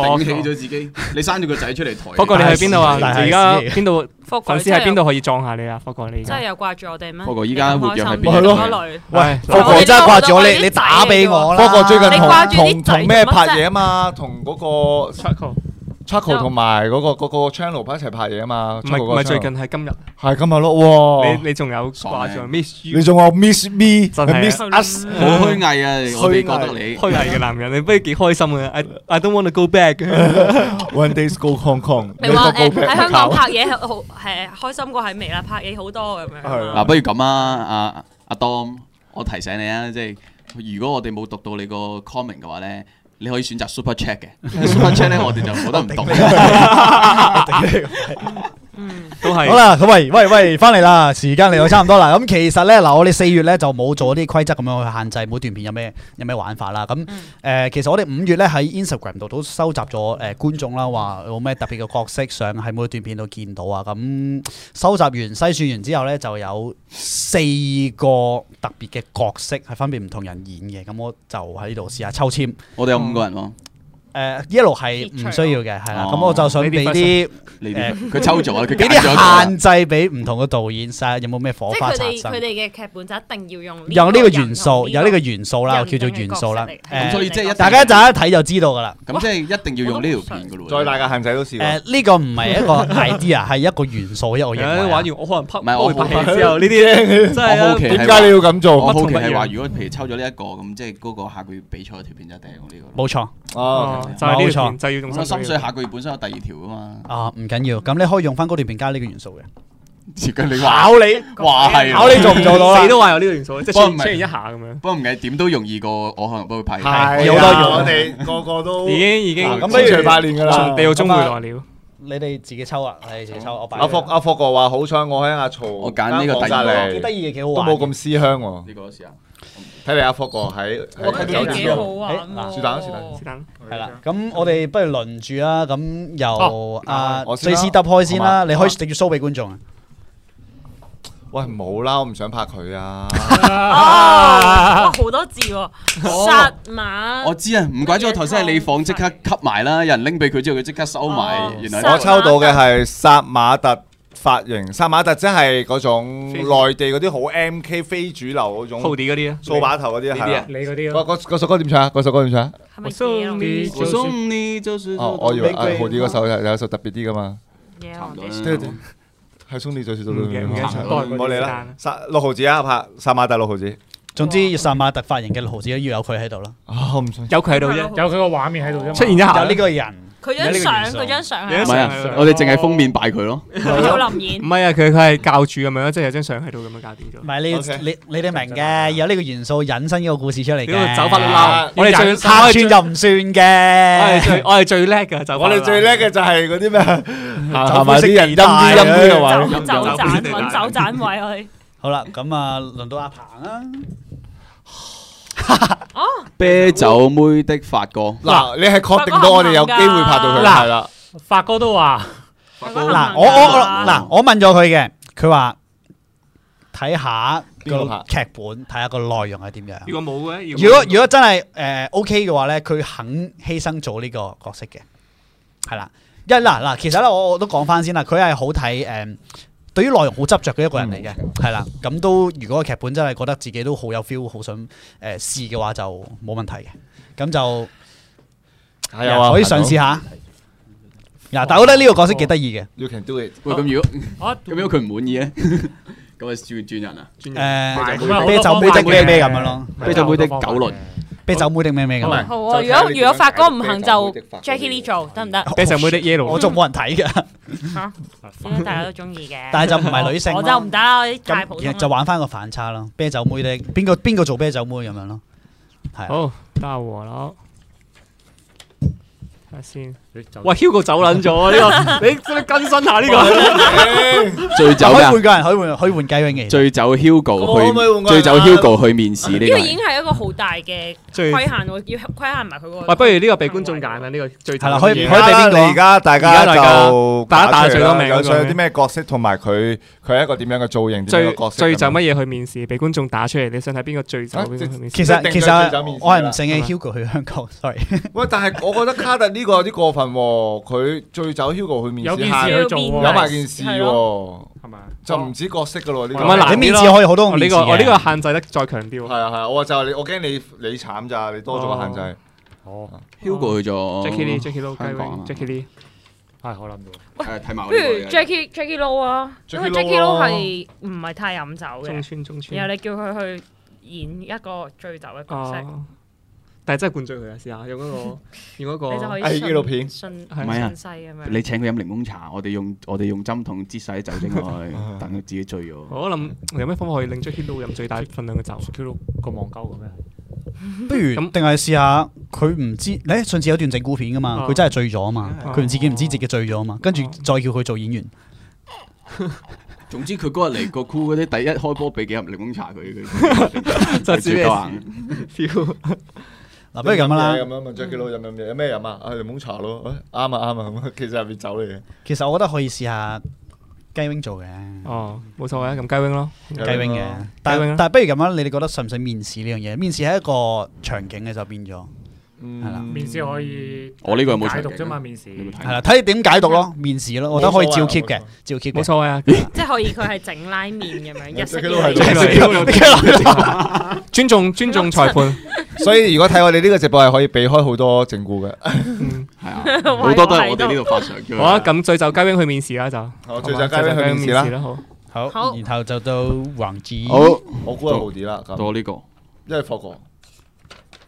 頂起咗自己，你生咗個仔出嚟抬。哦不過你喺邊度啊？大而師家大師邊度福粉哥絲喺邊度可以撞下你啊？不過你而真係家有掛住我哋咩？不過依家活躍喺邊係係咯咯，喂科哥真係掛住我，你你打俾我啦。不過最近你掛住啲同同仔同咩啊做乜啫拍嘢啊嘛，同嗰個 Chuckle Chuckle 同埋嗰個嗰個 channel 一齊拍嘢啊嘛。唔係唔係最近係今日，係今日咯，哇！你你仲有爽啊掛上 Miss You 你仲話哦 miss 真係啊 me，miss us，好虛偽啊！我哋覺得你虛偽嘅男人，你不如幾開心嘅。I I don't want to go back。 One days go Hong Kong，你話誒喺香港拍嘢好係開心過喺微辣拍嘢好多咁樣係嗱，啊嘛。不如咁啊，阿阿 Dom，我提醒你啊，即係如果我哋冇讀到你個 comment 嘅話咧，你可以選擇 Super Chat 嘅 Super Chat 咧，我哋就冇得唔讀。都係好啦，咁喂喂喂，翻嚟啦，時間嚟到差唔多啦。咁其實咧，嗱，我哋四月咧就冇做啲規則咁樣去限制每段片有咩有咩玩法啦。咁誒、呃其實我哋五月咧喺 Instagram 度都收集咗誒、呃、觀眾啦，話有咩特別嘅角色想喺每段片度見到啊。咁收集完篩選完之後咧，就有四個特別嘅角色係分別唔同人演嘅。咁我就喺呢度試下抽籤。我哋有五個人喎，誒一路係唔需要嘅，係啦。咁我就想呢啲俾不啲。你啲佢抽咗啦，佢俾揀咗啲一限制俾唔同嘅導演，睇下有冇咩火即花係佢產哋生佢。哋嘅劇本就一定要用有呢個個元素，有呢個元素啦，叫做元素啦。咁所以誒，即係一大家就一睇就知道噶啦。個，咁即係一定要用呢條片噶咯喎。再大嘅限制都試過。誒，呢個唔係一個 idea，係一個元素，一個認為玩啊。完我可能拍唔係我拍 Ờ. 好戲之後 Ừ. 呢啲真係我啊好奇點解你要咁我做？好奇係話，不同不一樣如果譬如抽咗呢一個，咁即係嗰個下個月比賽條片就一定係用呢個咯。冇錯哦，哦就係呢條冇錯片就要用咁我啊心心水水下個月本身有第二條噶嘛，啊，唔緊要。咁你可以用翻嗰段片加呢個元素嘅。設計你話考你，話係哦考你做唔做到啦啊死？都話有呢個元素，即係不過出唔出係現一下咁樣。不過唔計，點都容易過我可能幫佢拍戲。係有啊得用我哋個個都已經已經咁不咁不如如八年㗎啦從。地獄中回來了。你哋自己抽啊，你哋自己抽。我擺。阿福阿福哥話：好彩我喺阿曹，我揀呢個第二個幾得意嘅，幾好都玩嘅。冇咁思鄉喎。呢個試下。睇嚟阿福哥喺我覺得幾好玩誒嗱喎。是但是但是但係啦，咁我哋不如輪住啦，咁由阿我先最啦斯得開先啦，好嘛你可以直接 show 俾觀眾啊。喂冇啦，我唔想拍佢啊。哦，哇好多字喎，殺馬我知啊，唔怪之我頭先係你放即刻吸埋啦，有人拎俾佢之後，佢即刻收哦埋。原來殺我抽到嘅係薩馬特髮型，薩馬特即係嗰種內地嗰啲好 M K 非主流嗰種浩啲嗰啲啊，掃把頭嗰啲呢啲啊係啊。你嗰啲嗰咯，嗰嗰首歌點唱啊？嗰首歌點唱啊？係咪嘢龍啲我送你就是哦，我以為玫阿瑰豪啲嗰首有有一首特別啲噶嘛，嘢差唔多龍啦對對係兄弟最少到唔嗯記唔記得唱唔好理啦，殺六毫子啊，拍薩馬特六毫子。總之，薩馬特髮型嘅毫子要有佢喺度啦，啊，我唔想。有佢喺度啫，有佢個畫面喺度啫嘛。出現一下有呢。個人，佢張相佢張唔相唔係係係啊啊，我哋淨係封面擺佢咯。做林演唔。係啊，佢佢係教主咁樣，即係有張相喺度咁樣搞掂咗唔。係你 OK 你你哋明嘅，有呢個元素引申呢個故事出嚟屌嘅。走法律啊啦！我哋最客串我哋最就唔算我哋嘅。最我哋最叻嘅就我哋最叻嘅就係嗰啲咩，行埋啲人陰走灰啲色地帶陰啲嘅走話，走盞揾走盞位我哋。好啦，咁啊，輪到阿鵬啦。啤酒妹的發哥，嗱，你係確定到我哋有機會拍到佢嗱係啦，發哥都話啊嗱，我我我啊嗱，我問咗佢嘅，佢話睇下邊個個拍劇本，睇下個內容係點樣。如果冇嘅，如果如果真係誒、呃 OK 嘅話咧，佢肯犧牲做呢個角色嘅，係啦。一嗱嗱，其實咧我我都講翻先啦，佢係好睇誒、呃，對於內容好執着嘅一個人嚟嘅，係啦。咁都如果個劇本真係覺得自己都好有 feel，好想誒、呃、試嘅話就冇問題嘅。咁就係啊，可以嘗試下。嗱，但係我覺得呢個角色幾得意嘅， You can do it。喂，咁如果啊，咁如果佢唔滿意咧，咁啊轉轉人啊，誒、好呃啤多酒方妹法的咩咩嘅咁樣咯，啤酒妹的九輪，啤酒妹的咩咩咁樣。好啊，如果如果發哥唔肯就 Jackie Lee 做得唔得？啤酒妹的 yellow，我仲冇人睇嘅，嚇，應該大家都中意嘅。但係就唔係女性咯。我就唔得啦，我啲太普咁通然後就啦。玩翻個反差咯，啤酒妹咧，邊個邊個做啤酒妹咁樣咯，係啊好大和佬。睇下先，喂喂，Hugo 走撚咗啊！呢 個你你更新下呢個，醉酒可以換㗎，個人，可以換可以換雞 wing 嘅，醉酒我可唔可以換 Hugo 去，個人啊醉酒 Hugo 去面試呢呢個個已經人。係一個好大嘅最規限喎，要規限埋佢個。喂，不如呢個俾觀眾揀啊啦，呢個最係啦可以而可以家俾邊個啊你而家大家而家大家就大家打最多名有嗰個想有啲咩角色，同埋佢佢係一個點樣嘅造型，點樣最嘅角色咁樣。最就乜嘢去面試，俾觀眾打出嚟，你想睇邊個最就啊邊個去面試？其一定實其對啤酒實面試我係唔承係認嘛 Hugo 去香港，sorry，喂，但係我覺得卡特呢個有啲過分喎，佢醉酒 Hugo 去面有試件下，事有去做有喎，埋件事係喎，係咪啊？就哦唔止角色噶咯呢個。咁啊難啲咯你面試可以好多個我呢面試個我呢嘅個啊限制得再強係哦調。啊係啊，我就係你，我驚你你慘咋，你多咗個限制。哦， Hugo 去咗 Jackie Lee，Jackie Lou，雞香港啊 wing，Jackie Lee，係我諗到，誒睇埋不我呢個如嘢 Jackie Jackie Lou 啊，因為 Jackie Jackie Lou Lou 啊係唔係太飲酒中嘅，村中村然後你叫佢去演一個醉酒嘅角色，哦，但係真係灌醉佢啊！試下用嗰 個用嗰個你就可以哎順紀錄片順係咪啊順勢咁樣。你請佢飲檸檬茶，我哋用我哋用針筒擠晒啲酒精落去，等佢自己醉咗。我諗有咩方法可以令 Jackie Lou 飲最大份量嘅哦酒？ Q 到個網鳩咁樣。不如咁定係試下佢唔知，你上次有段整蠱片噶嘛，啊佢真係醉咗啊嘛，啊佢唔自己唔知自己醉咗啊嘛，跟住啊再叫佢做演員，總之佢嗰日嚟個 cool 嗰啲，第一開波俾幾盒檸檬茶佢，佢就知咩事夠硬屌嗱不如咁啦咁。樣問 Jackie 佬飲飲嘢，有咩飲啊？啊檸檬茶咯，哎啱啊啱啊咁啊，其實入面酒嚟嘅。其實我覺得可以試下雞 wing 做嘅哦，冇所謂啊，咁雞 wing 咯，雞 wing 嘅咯，但雞 wing 啊啦但係不如咁啦，你哋覺得使唔使面試呢樣嘢？面試係一個場景嘅就變咗，係啦嗯，面試可以我呢個有冇解讀場啫景嘛，啊面你有冇試睇係啦，睇你點解讀咯，面試咯，我覺得可以照 keep 嘅，照 keep 冇嘅。所謂啊，即係可以佢係整拉麵咁 樣，日式 Jackie Lou 係料理做 尊重尊 重裁判， 所以如果睇我哋呢個直播係可以避開好多整蠱嘅。嗯，係啊，好多都係我哋呢度發上嘅。好啊，咁醉酒雞 wing 去面試啦就，好醉酒雞 wing 去面試啦醉酒雞 wing 啦，好，好，好然後就到黃子，好我估係豪啲啦，到咁我呢個因為霍哥唔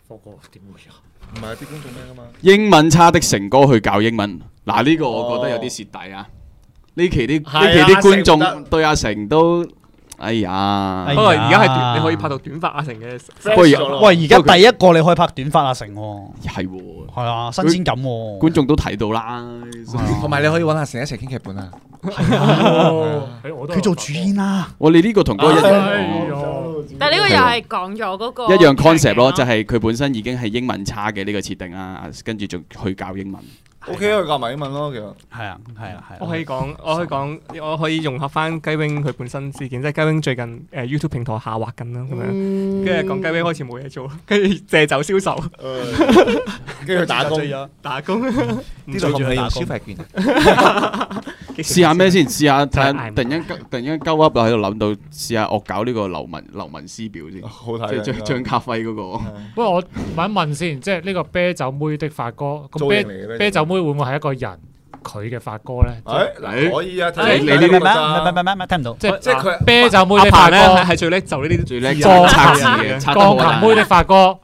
嗰個點會有？係啲觀眾咩噶嘛。英文差的成哥去教英文，嗱呢個我覺得有啲蝕底啊！呢期啲係啊呢期啲觀阿成唔眾得對阿成都，哎呀哎不，過而家係你可以拍到短髮啊阿成嘅，不過 而喂，喂，而家第一個你可以拍短髮阿成喎，係喎，係啊，新鮮感喎。觀眾都睇到啦，所以同埋你可以揾阿成一齊傾劇本啊。哦哎我都有佢做主演啦，我哋呢個同嗰個一哎樣呀。但係呢個又係哦講咗嗰個一樣 concept 咯，就係係佢本身已經係英文差嘅呢個設定啦，跟住仲去教英文。 O K，佢教埋英文咯，其實。係啊，係啊，係啊。我可 以講，我可以講，我可以融合翻雞 wing 佢本身事件，即係雞 wing 最近誒 YouTube 平台下滑緊啦，咁嗯樣，跟住講雞 wing 開始冇嘢做，跟住借酒消愁，跟住佢打工，醉咗打工，嗯 呢度可唔可以用消費券？試下咩先？試下睇下，真係捱唔突然間鳩突然間鳩噏喺度諗到，試下惡搞呢個流民流民師表先，好即睇係張張家輝嗰個。不過我問一問先，即係呢個啤酒妹的發哥，咁造型啤嚟嘅啤酒妹會唔會係一個人佢嘅發哥咧？誒嗱可以啊，哎睇睇你你呢明個咩？咋明明明明聽唔到。即係即係佢啤酒妹阿的發鵬咧係哥、係最叻就呢啲最叻字就鋼啊測字琴嘅，測得好鋼琴妹的難。發哥、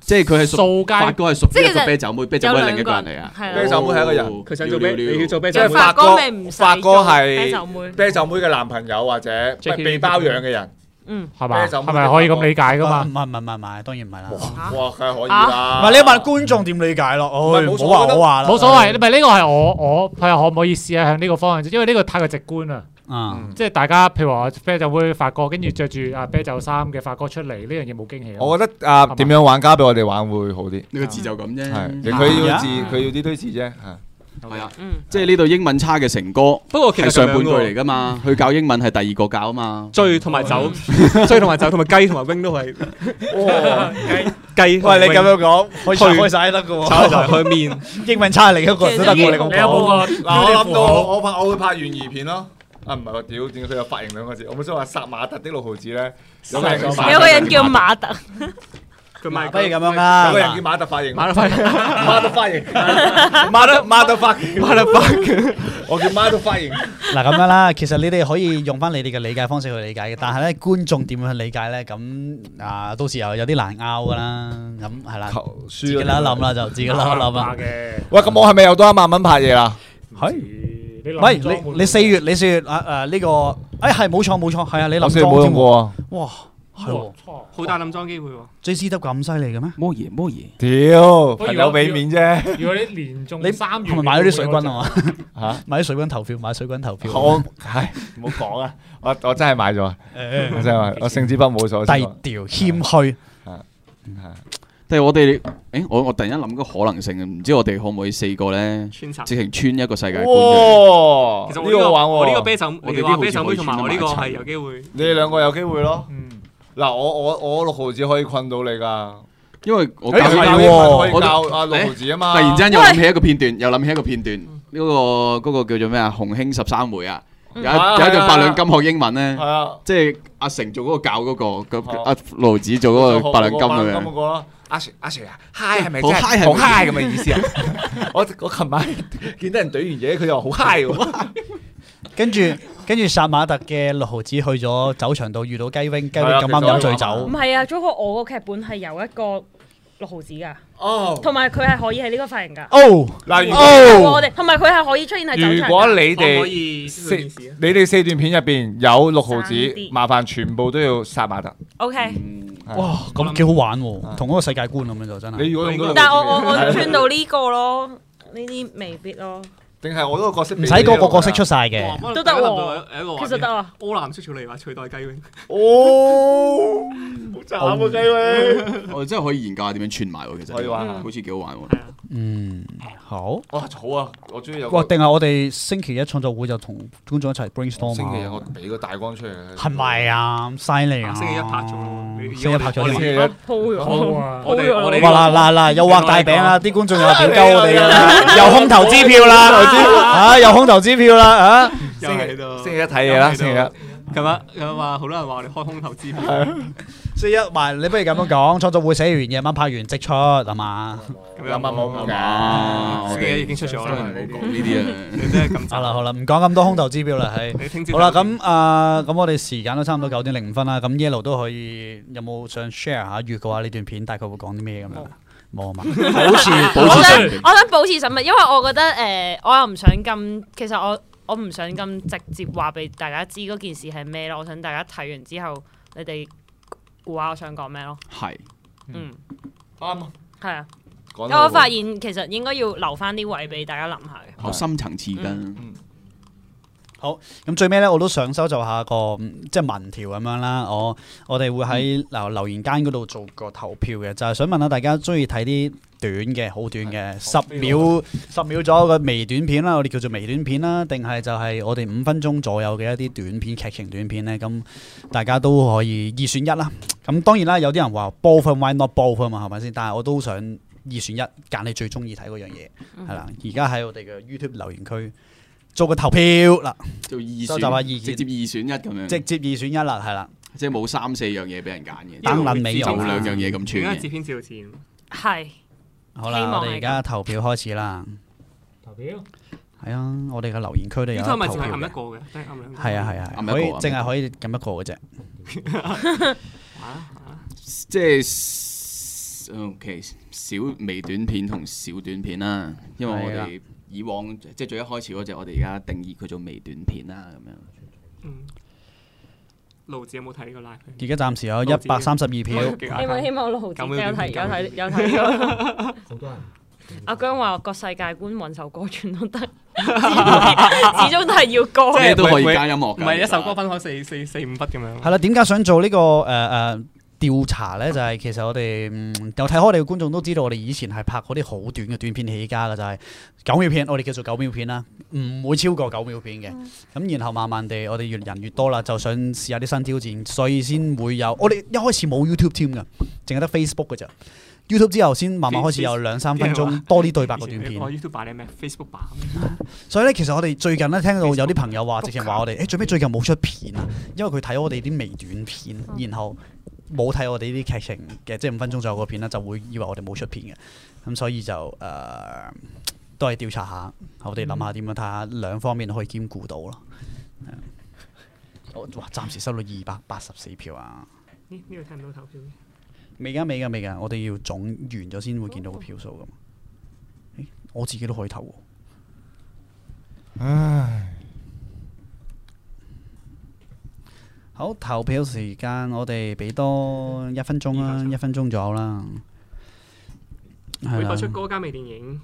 即係佢係屬掃發街哥係屬於一即係個其實啤酒妹，啤酒妹係另一個人嚟啊。係啤酒妹係一個人哦佢想做咩？了了了你要做咩？即係係發發哥咪唔使發哥做係啤酒妹，啤酒妹嘅男朋友或者 Jackie 被包養嘅人，嗯係嘛？啤酒妹係咪可以咁理解噶嘛唔？係唔係唔係唔係，當然唔係啦。嚇哇，梗係可以啦。唔係你問觀眾點理解咯？唉唔係唔冇好所話謂我話啦，冇所謂，唔係呢個係我我睇下可唔可以試下向呢個方向，因為呢個太過直觀啦。啊。即係大家譬如話啤酒妹發哥，跟住着住啊啤酒衫嘅發哥出嚟，呢樣嘢冇驚喜啊。我覺得啊，嘛點樣玩家俾我哋玩會好啲。呢個字就咁係，啫。佢要字，啊佢要啲堆字啫。嚇係啊，嗯，即係呢度英文差嘅成哥不過其係實上上半半句句嚟嚟㗎嘛，佢教英文係第二個教啊嘛。醉同埋酒，醉同埋酒同埋雞同埋 wing 都係雞。雞喂，你咁樣樣講，可以退開晒得嘅炒就喎。係 去面。英文差另一個人都得過你咁你有冇講。個嗱，我諗到好我拍我會拍懸疑片咯。啊，唔係喎，屌，點解佢有髮型兩個字？我本身話殺馬特的六毫子咧，有個人叫馬特有個人叫馬特，佢咪不如咁樣啊啦，有個人叫馬特髮型，馬拉花，馬特髮型，馬特 馬特髮型，馬拉花嘅我叫馬特髮型。嗱咁樣啦，其實你哋可以用翻你哋嘅理解方式去理解嘅，但係咧觀眾點樣去理解咧？咁啊，到時又有啲難拗噶啦，咁係啦，求自己諗一諗。啦，就自己諗一啊諗啦。嘅。喂，咁我係咪又多一萬蚊拍嘢啦？係，你喂，你你四月你四月啊啊呢個，誒係冇錯冇錯，係啊，你我諗雖然冇用裝添喎，過。哇，係喎好大冧裝機會喎。 ，J C 得咁犀利嘅咩？摩耶摩耶，屌，朋友俾面啫。如果你連中你三月，係咪買咗啲水軍啊？嘛？ 嚇，買啲水軍投票，買水軍投票。我係唔好講啊！我我真係買咗啊， 誒我真係買，我勝之不武所。低調謙虛，但係我哋，誒我我突然間諗個可能性，唔知我哋可唔可以四個咧，穿插。直情穿一個世界觀嘅。哇！其呢實我呢個個玩我呢個喎，啤酒，我我哋哋呢個話好似啤酒妹同埋我呢個可係以有機會。你哋兩個有機會咯。嗯，嗱，我我我六毫子可以困到你噶，因為我我教教誒係英喎文可以我教阿六毫子啊嘛。突然之間又諗起一個片段，又諗起一個片段，呢個嗰個叫做咩啊？紅興十三妹啊，有一有啊一係段啊八兩金學英文咧係。啊，即係阿成做嗰個教嗰個，咁哦阿盧子做嗰個八兩金白咁兩金嗰樣，個啦。阿 Sir 阿 Sir 啊，high 係咪好真係 high 係咪好 high 咁嘅意思啊？我我琴晚 見到人懟完嘢，佢又好 high 喎。跟住跟住殺馬特嘅六毫子去咗酒場度遇到雞 wing，雞係 wing 啊咁啱飲醉唔酒，係啊，中國我個劇本係有一個六毫子㗎，哦，同埋佢係可以係呢個髮型㗎。哦，嗱，如果哦我哋同埋佢係可以出現喺酒如場㗎果你可唔哋可以四呢件事啊？你哋四段片入邊有六毫子爭啲，麻煩全部都要殺馬特。 OK，嗯哇，咁幾好玩喎，同嗰個世界觀咁樣就真你係。如果用到六毫子但係我 我我轉到呢個咯，呢啲未必咯，定係我嗰個角色唔使個個角色出晒哇嘅，乜都得大家諗喎到一個畫其面實得啊。柯南識處理話取代雞 wing，哦，好慘啊，雞尾！嗯我哋真係可以研究下點樣串埋喎，其實可以玩下好似幾好玩喎係。啊，嗯，好。哇，好啊，我中意有個哇！定係我哋星期一創作會就同觀眾一齊 brainstorm 星期日我下，俾個大光出嚟。係咪？ 啊？犀利啊！星期一拍咗咯你星期一拍星咗添。期一啊鋪好咗，啊，我哋我哋哇嗱嗱嗱，又畫大餅啦！啲觀眾又點鳩我哋㗎啦，又空頭支票啦，啊又空頭支票啦，啊又喺度，星期一睇嘢啦，星期一。咁啊咁啊，好多人話我哋開空頭支票，四一埋你不如咁樣講，創作會寫完夜晚拍完即出係嘛？咁有乜冇樣啊，我星哋期一已經出咗啦，唔好呢講啲呢 啲啊。你真係咁好啦好啦，啦，唔講咁多空頭支票啦，係。你聽朝好啦，咁啊，咁我哋時間都差唔多九點零五分啦。咁 Yellow 都可以有冇想 share 下預告下呢段片大概會講啲咩咁樣？冇啊嘛，保 持我保持想神秘我想保持神秘，因為我覺得誒，我又唔想咁，其實我我唔想咁直接話俾大家知嗰件事係咩咯，我想大家睇完之後，你哋估下我想講咩咯，係嗯，啱啊，係啊，講得因為好我發現其實應該要留翻啲位俾大家諗下嘅。好哦深層次嗯㗎。咁最尾咧，我都想收集下個嗯即係民調咁樣啦。我我哋會喺留留言間嗰度做個投票嘅，就係想問下大家中意睇啲短嘅、好短嘅，十秒十秒左右嘅微短片啦，我哋叫做微短片啦，定係就係我哋五分鐘左右嘅一啲短片、劇情短片咧。咁大家都可以二選一啦。咁當然啦，有啲人話 both and why not both 啊嘛，係咪先？但係我都想二選一，揀你最中意睇嗰樣嘢，係啦。而家喺我哋嘅 YouTube 留言區做個投票啦。做二收集下選，意直見接二選一咁直樣，接二選一啦，係啦，即係冇三四樣嘢俾人揀嘅，等就撚尾有用啦兩樣嘢咁而串嗯家自嘅。編自導自演，係，好啦希，望我哋而家投票開始啦，投票係啊，我哋嘅留言區都有呢得套咪投淨票係撳一嘅，個嘅，真係撳兩個。係啊係啊，撳一係個可以撳一個淨係可以撳一個嘅啫，即係 OK 小微短片同小短片啦，因為我係啦啊哋以往即係最一開始嗰隻，我哋而家定義佢做微短片啦咁樣。嗯，路子有冇睇呢個 live？而家暫時有一百三十二票，希望希票。望六毫子九有秒短睇片有睇有睇過。好多人。阿姜話個世界觀揾首歌全都得，始終都係要歌。咩都可以加音唔樂㗎，係一其實首歌分開四四四五筆咁樣。係啦，點解想做呢個誒誒調查咧？就係其實我哋嗯有睇開我哋嘅觀眾都知道，我哋以前係拍嗰啲好短嘅短片起家嘅，就係九秒片，我哋叫做九秒片啦，唔會超過九秒片嘅。咁然後慢慢地，我哋越人越多啦，就想試下啲新挑戰，所以先會有我哋一開始冇 YouTube 添㗎，淨係得 Facebook 㗎咋。YouTube 之後先慢慢開始有兩三分鐘多啲對白嘅短片。我 YouTube 版你咩？Facebook 版所以咧，其實我哋最近咧聽到有啲朋友話，直情話我哋，誒、最尾最近冇出片啊，因為佢睇我哋啲微短片，然後冇睇我哋啲劇情嘅，即係五分鐘左右個片啦，就會以為我哋冇出片嘅，咁所以就誒、呃都係調查下，我哋諗下點樣睇下兩方面可以兼顧到咯。係啊我哇，暫時收到二百八十四票啊！呢呢個睇唔到投票嘅。未㗎，未㗎，未㗎，我哋要總完咗先會見哦到個票數噶嘛。誒我自己都可以投喎。好，投票時間我哋俾多嗯一分鐘啦，一分鐘左右啦。係每個啦出歌加微電影，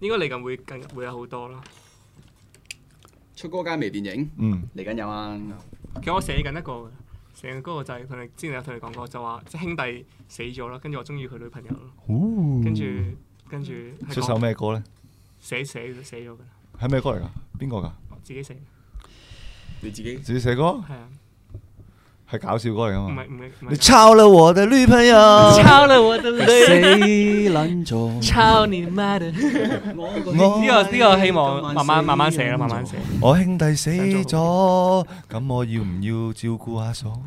應該嚟緊會更會有好多啦。出歌加微電影嗯，嚟緊有啊，其實我寫緊一個嘅，寫緊嗰個就係同你之前有同你講過，就話即係兄弟死咗啦，跟住我中意佢女朋友咯，跟住跟住係出講首咩歌咧？寫寫寫咗㗎啦，係咩歌嚟㗎？邊個㗎？我自己寫你自己自己寫歌係啊，係搞笑歌嚟㗎唔嘛係？唔係唔你係抄了我的女 朋友，抄了我的死淚，撚咗！抄你媽的！我呢個呢個希望慢慢慢慢寫啦，慢慢寫。我兄弟死咗，咁我要唔要照顧阿嫂？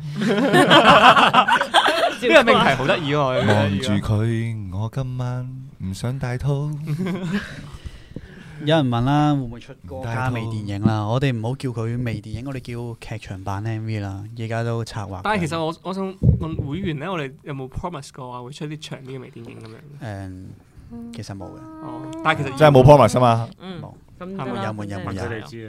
呢個命題好得意喎，我覺得望呢個住佢，我今晚唔想大肚。有人問啦，會唔會出歌大加肚微電影啦？我哋唔好叫佢微電影，我哋叫劇場版 M V 啦。而家都策劃緊。但係其實我我想問會員咧，我哋有冇 promise 過話會出啲長啲嘅微電影咁樣？誒，其實冇嘅。哦，但係其實真係冇 promise 啊嘛，嗯冇，咁係咪得啦有冇有冇問有佢哋知啊。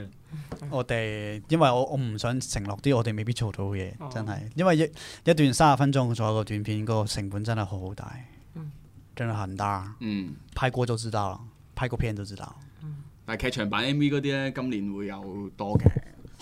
我哋因為我我唔想承諾啲我哋未必做到嘅哦嘢，真係，因為一一段三十分鐘左右嘅短片，嗰、個成本真係好大，真係很大。嗯，拍過就知道啦，拍過片就知道。但係劇場版 MV 嗰啲咧，今年會有多嘅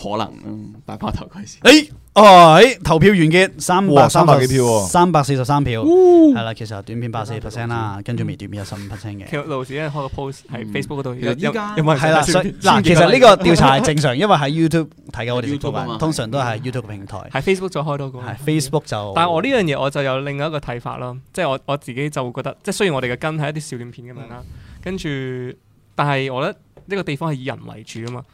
可能嗯大花頭嗰時。誒、哎，投票完結，三哇百300幾票喎三百四十三票，係啦，其實短片八十 percent 啦，跟住微短片有十五 percent 嘅其。實盧子咧開個 post 喺嗯 Facebook 嗰度，其實有依家有冇人係啦，想所以先嗱，其先實呢見個到調查係正常，因為喺 YouTube 睇嘅我哋直播 YouTube 啊嘛版，通常都係 YouTube 平台，喺 Facebook 再開多個。係 Facebook 就。但係我呢樣嘢我就有另外一個睇法咯，即係我我自己就會覺得，即係雖然我哋嘅根係一啲笑點片咁樣啦，跟住但係我覺得呢個地方係以人為主啊嘛，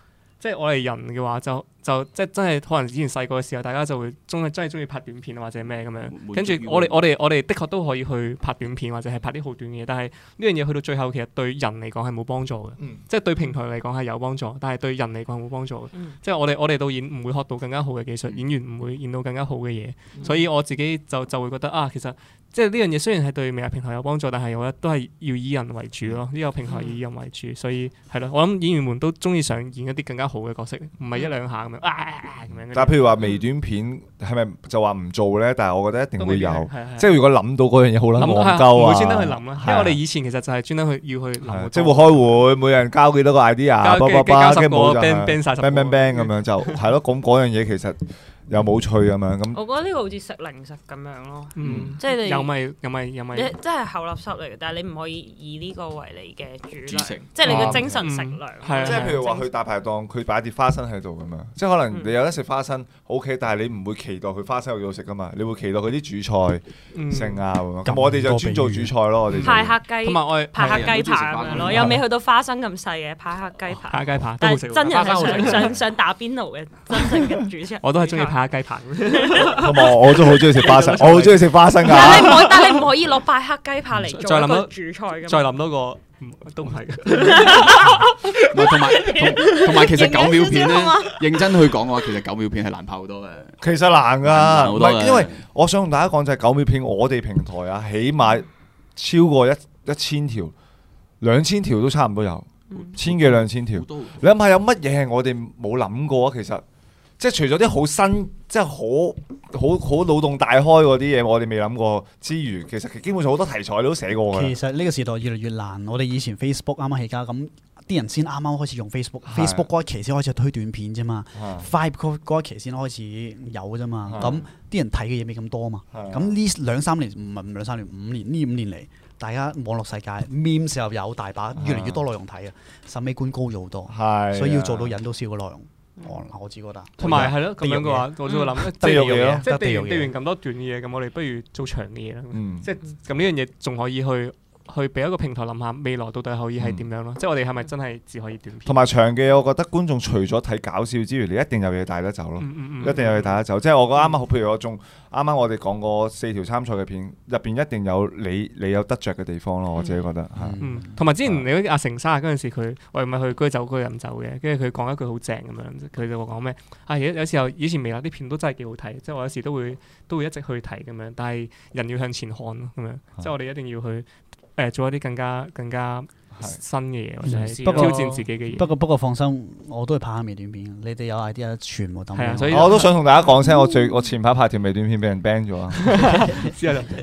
即係我哋人嘅話就就即係真係可能以前細個嘅時候，大家就會中真係中意拍短片或者咩咁樣，滿跟住足於我哋嗰個我哋我哋的確都可以去拍短片或者係拍啲好短嘅嘢，但係呢樣嘢去到最後其實對人嚟講係冇幫助嘅，嗯即係對平台嚟講係有幫助，但係對人嚟講係冇幫助嘅。嗯即係我哋我哋導演唔會學到更加好嘅技術，嗯演員唔會演到更加好嘅嘢，所以我自己就就會覺得啊，其實即係呢樣嘢雖然係對未來平台有幫助，但係我覺得都係要以人為主咯。呢、個平台以人為主，所以係咯，我諗演員們都中意想演一啲更加好嘅角色，唔係一兩下咁樣啊咁樣嗰啲。但係譬如話微短片係咪就話唔做咧？但係我覺得一定會有，即係係如果諗到嗰樣嘢好撚諗戇係鳩唔啊，會專登去諗啦，因為我係啊哋以前其實就係專登去要去諗好即係會多開會，每人交幾多個 idea，交叭叭叭，跟跟住住交冇十個就 ban- ban 晒十個 ban ban ban 咁樣就 係咯。咁嗰樣嘢其實又冇趣咁樣咁。我覺得呢個好似食零食咁樣咯，嗯，即係你有咪有咪有咪嗯你真係後垃圾嚟嘅，但係你唔可以以呢個為你嘅主主糧食，即係你哦嘅精神食糧。嗯係啊即係譬如話去大排檔，佢擺碟花生喺度咁樣，即係可能你有得食花生，OK，但係你唔會期待佢花生有幾好食噶嘛，你會期待佢啲主嗯菜性啊咁樣。咁咁我哋就專做主菜咯，我哋就派黑雞同，埋我派係黑啊雞扒咁樣咯，又未去到花生咁細嘅派黑雞派扒，雞扒都但好係食喎，真人花生好係食想想想打邊爐嘅真正嘅主食。 我都係中意派雞 扒。 同埋啊我都好中意食花 生，我好中意食花生但係你㗎。唔可以，但係你唔可以攞派黑雞扒嚟再做諗一個多主菜㗎再嘛。諗多個，唔都唔係嘅。唔係同埋同同埋，其實九秒片咧認真少少好，認真去講嘅話，其實九秒片係難拍好多嘅。其實難難㗎，好啊唔多係嘅因為我想同大家講就係九秒片，我哋平台啊，起碼超過一一千條、兩千條都差唔多有，千幾兩千條好。多你諗下有乜嘢係我哋冇諗過啊？其實即係除咗啲好新，即係好好好腦洞大開嗰啲嘢，我哋未諗過之餘，其實基本上好多題材你都寫過其嘅。實呢個時代越嚟越難，我哋以前 Facebook 啱啱起家，咁啲人先啱啱開始用 Facebook，Facebook 嗰一期先開始推短片啫嘛係，Five 嗰嗰一期先開始有啫嘛，係咁啲人睇嘅嘢未咁多嘛，係啊咁呢兩三年唔係唔兩三年，五年呢五年嚟，大家網絡世界 memes 又有大把，越嚟越多內容睇啊，審美觀高咗好多，係，啊嗯所以要做到引到笑嘅內容，我我只覺得同埋係咯，咁樣嘅話，我都會諗，即係地獄嘢咯即係地地獄緣嘢地緣咁多段嘅嘢，咁我哋不如做長嘅嘢啦。嗯，即係咁呢樣嘢仲可以去去俾一個平台諗下未來到底可以係點樣咯。即係我哋係咪真係只可以短片？嗯同埋長嘅，我覺得觀眾除咗睇搞笑之餘，你一定有嘢帶得走咯。嗯嗯嗯一定有嘢帶得走，即係我覺得啱啱好，譬如我仲啱啱我哋講過四條參賽嘅片，入邊一定有你你有得着嘅地方咯，我自己覺得係。嗯，同埋之前啊你嗰啲阿成沙嗰陣時，佢我哋咪去居酒居飲酒嘅，跟住佢講一句好正咁嗯樣，佢就話講咩啊？有有時候以前微辣啲片都真係幾好睇，即係我有時都會都會一直去睇咁樣，但係人要向前看咯咁啊樣，即係我哋一定要去誒、呃做一啲更加更加係新嘅嘢，或者係不過挑戰自己嘅不嘢。過不過放心，我都係拍下微短片，你哋有 idea 全部抌俾係啊我所以我都想同大家講聲，我最我前排拍條微短片俾人 ban 咗啊！之後就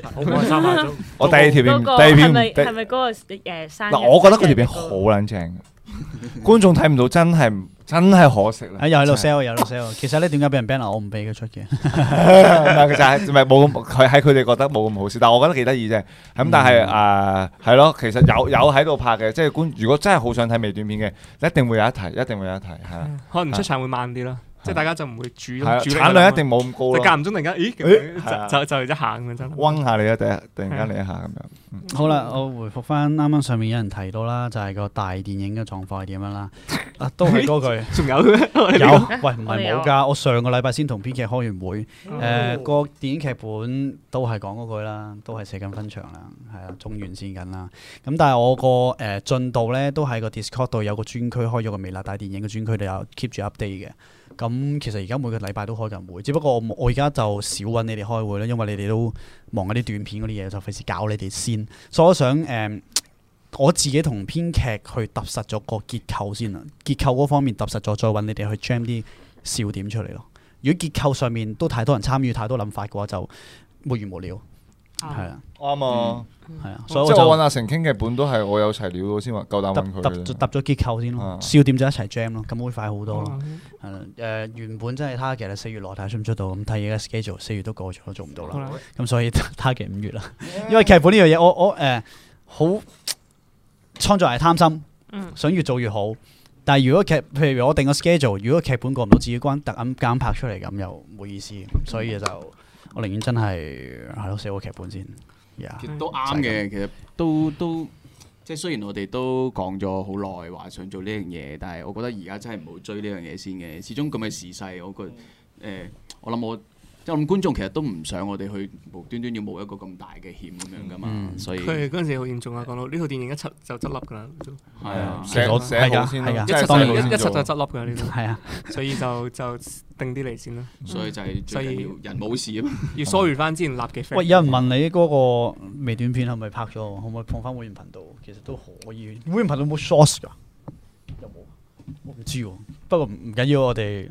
好開心啊！都我第二條片，嗰第個二係片咪第係咪嗰個誒生日？嗱，我覺得嗰條片好撚正嘅，觀眾睇唔到真係唔真係可惜啦。啊！又喺度真 sell，又喺度 sell。其實咧，點解俾人 ban 啊？我唔俾佢出 嘅。係唔係佢就係唔係冇咁佢喺佢哋覺得冇咁好笑，但係我覺得幾得意啫。咁但係誒係咯，其實有有喺度拍嘅，即係 觀如果真係好想睇微短片嘅，一定會有一題，一定會有一題係啦。可能出產會慢啲啦。即係大家就唔會主係啊主力產量一定冇咁就高間啦。唔中突然間，咦咁咦係樣啊就就就就一下咁樣真係。嗡下你啊，第一突然間嚟一下咁樣。好啦，我回覆翻啱啱上面有人提到啦，就係個大電影嘅狀況係點樣啦。啊，都係 嗰句 仲有嘅，我哋有，喂唔我哋係有哦冇啊㗎。我上個禮拜先同編劇開完會，誒個電影劇本都係講嗰句啦，都係寫緊分場啦，係啊，中完線緊啦。咁但係我個誒進度咧，都喺個 Discord 度有個專區開咗個微辣大電影嘅專區，度有 keep 住 update 嘅。咁其實而家每個禮拜都開緊會，只不過我冇我而家就少揾你哋開會啦，因為你哋都忙嗰啲短片嗰啲嘢，就費事搞你哋先。所以我想誒、我自己同編劇去揼實咗個結構先啦，啊結構嗰方面揼實咗，再揾你哋去 jam 啲笑點出嚟咯。如果結構上面都太多人參與、太多諗法嘅話，就沒完無了。係哦啊，啱啊，係啊，即所以我係我揾就阿成傾嘅本都係我有齊料到先話夠膽揾揼佢揼嘅。揼咗結構先咯啊，笑點就一齊 jam 咯，咁會快哦好多咯。係啦，誒原本真係 target 係四月內睇下出唔出到，咁睇而家 schedule 四月都過咗，做唔 到好啦。啦，咁所以 target 五月啦，因為劇本呢樣嘢，我我誒好創作人係貪心，嗯想越做越好。但係如果劇，譬如我定個 schedule，如果劇本過唔到，自己關特咁夾硬拍出嚟咁又冇意思，所以就我寧願真係係咯寫個劇本先。Yeah 其實都啱嘅，其實都都即係雖然我哋都講咗好耐話想做呢樣嘢，但係我覺得而家真係唔好追呢樣嘢先嘅。始終咁嘅時勢，我覺誒、我諗我即係我諗觀眾其實都唔想我哋去無端端要冒一個咁大嘅險咁樣噶嘛，嗯所以佢嗰陣時好嚴重啊，講到呢套電影一出就執笠㗎啦，係啊，寫我寫好先啊係㗎係啦，㗎一真出係當寫然就一好一先出做。就執笠㗎呢套，係啊，所以就就定啲嚟先啦，嗯所以就係最緊要人冇事啊嘛。要疏遠翻之前立嘅喂 friend。有人問你嗰個微短片係咪拍咗？可唔可以放翻會員頻道？其實都可以，會員頻道有冇 source 㗎？有冇？我唔知喎，不過唔唔緊要，我哋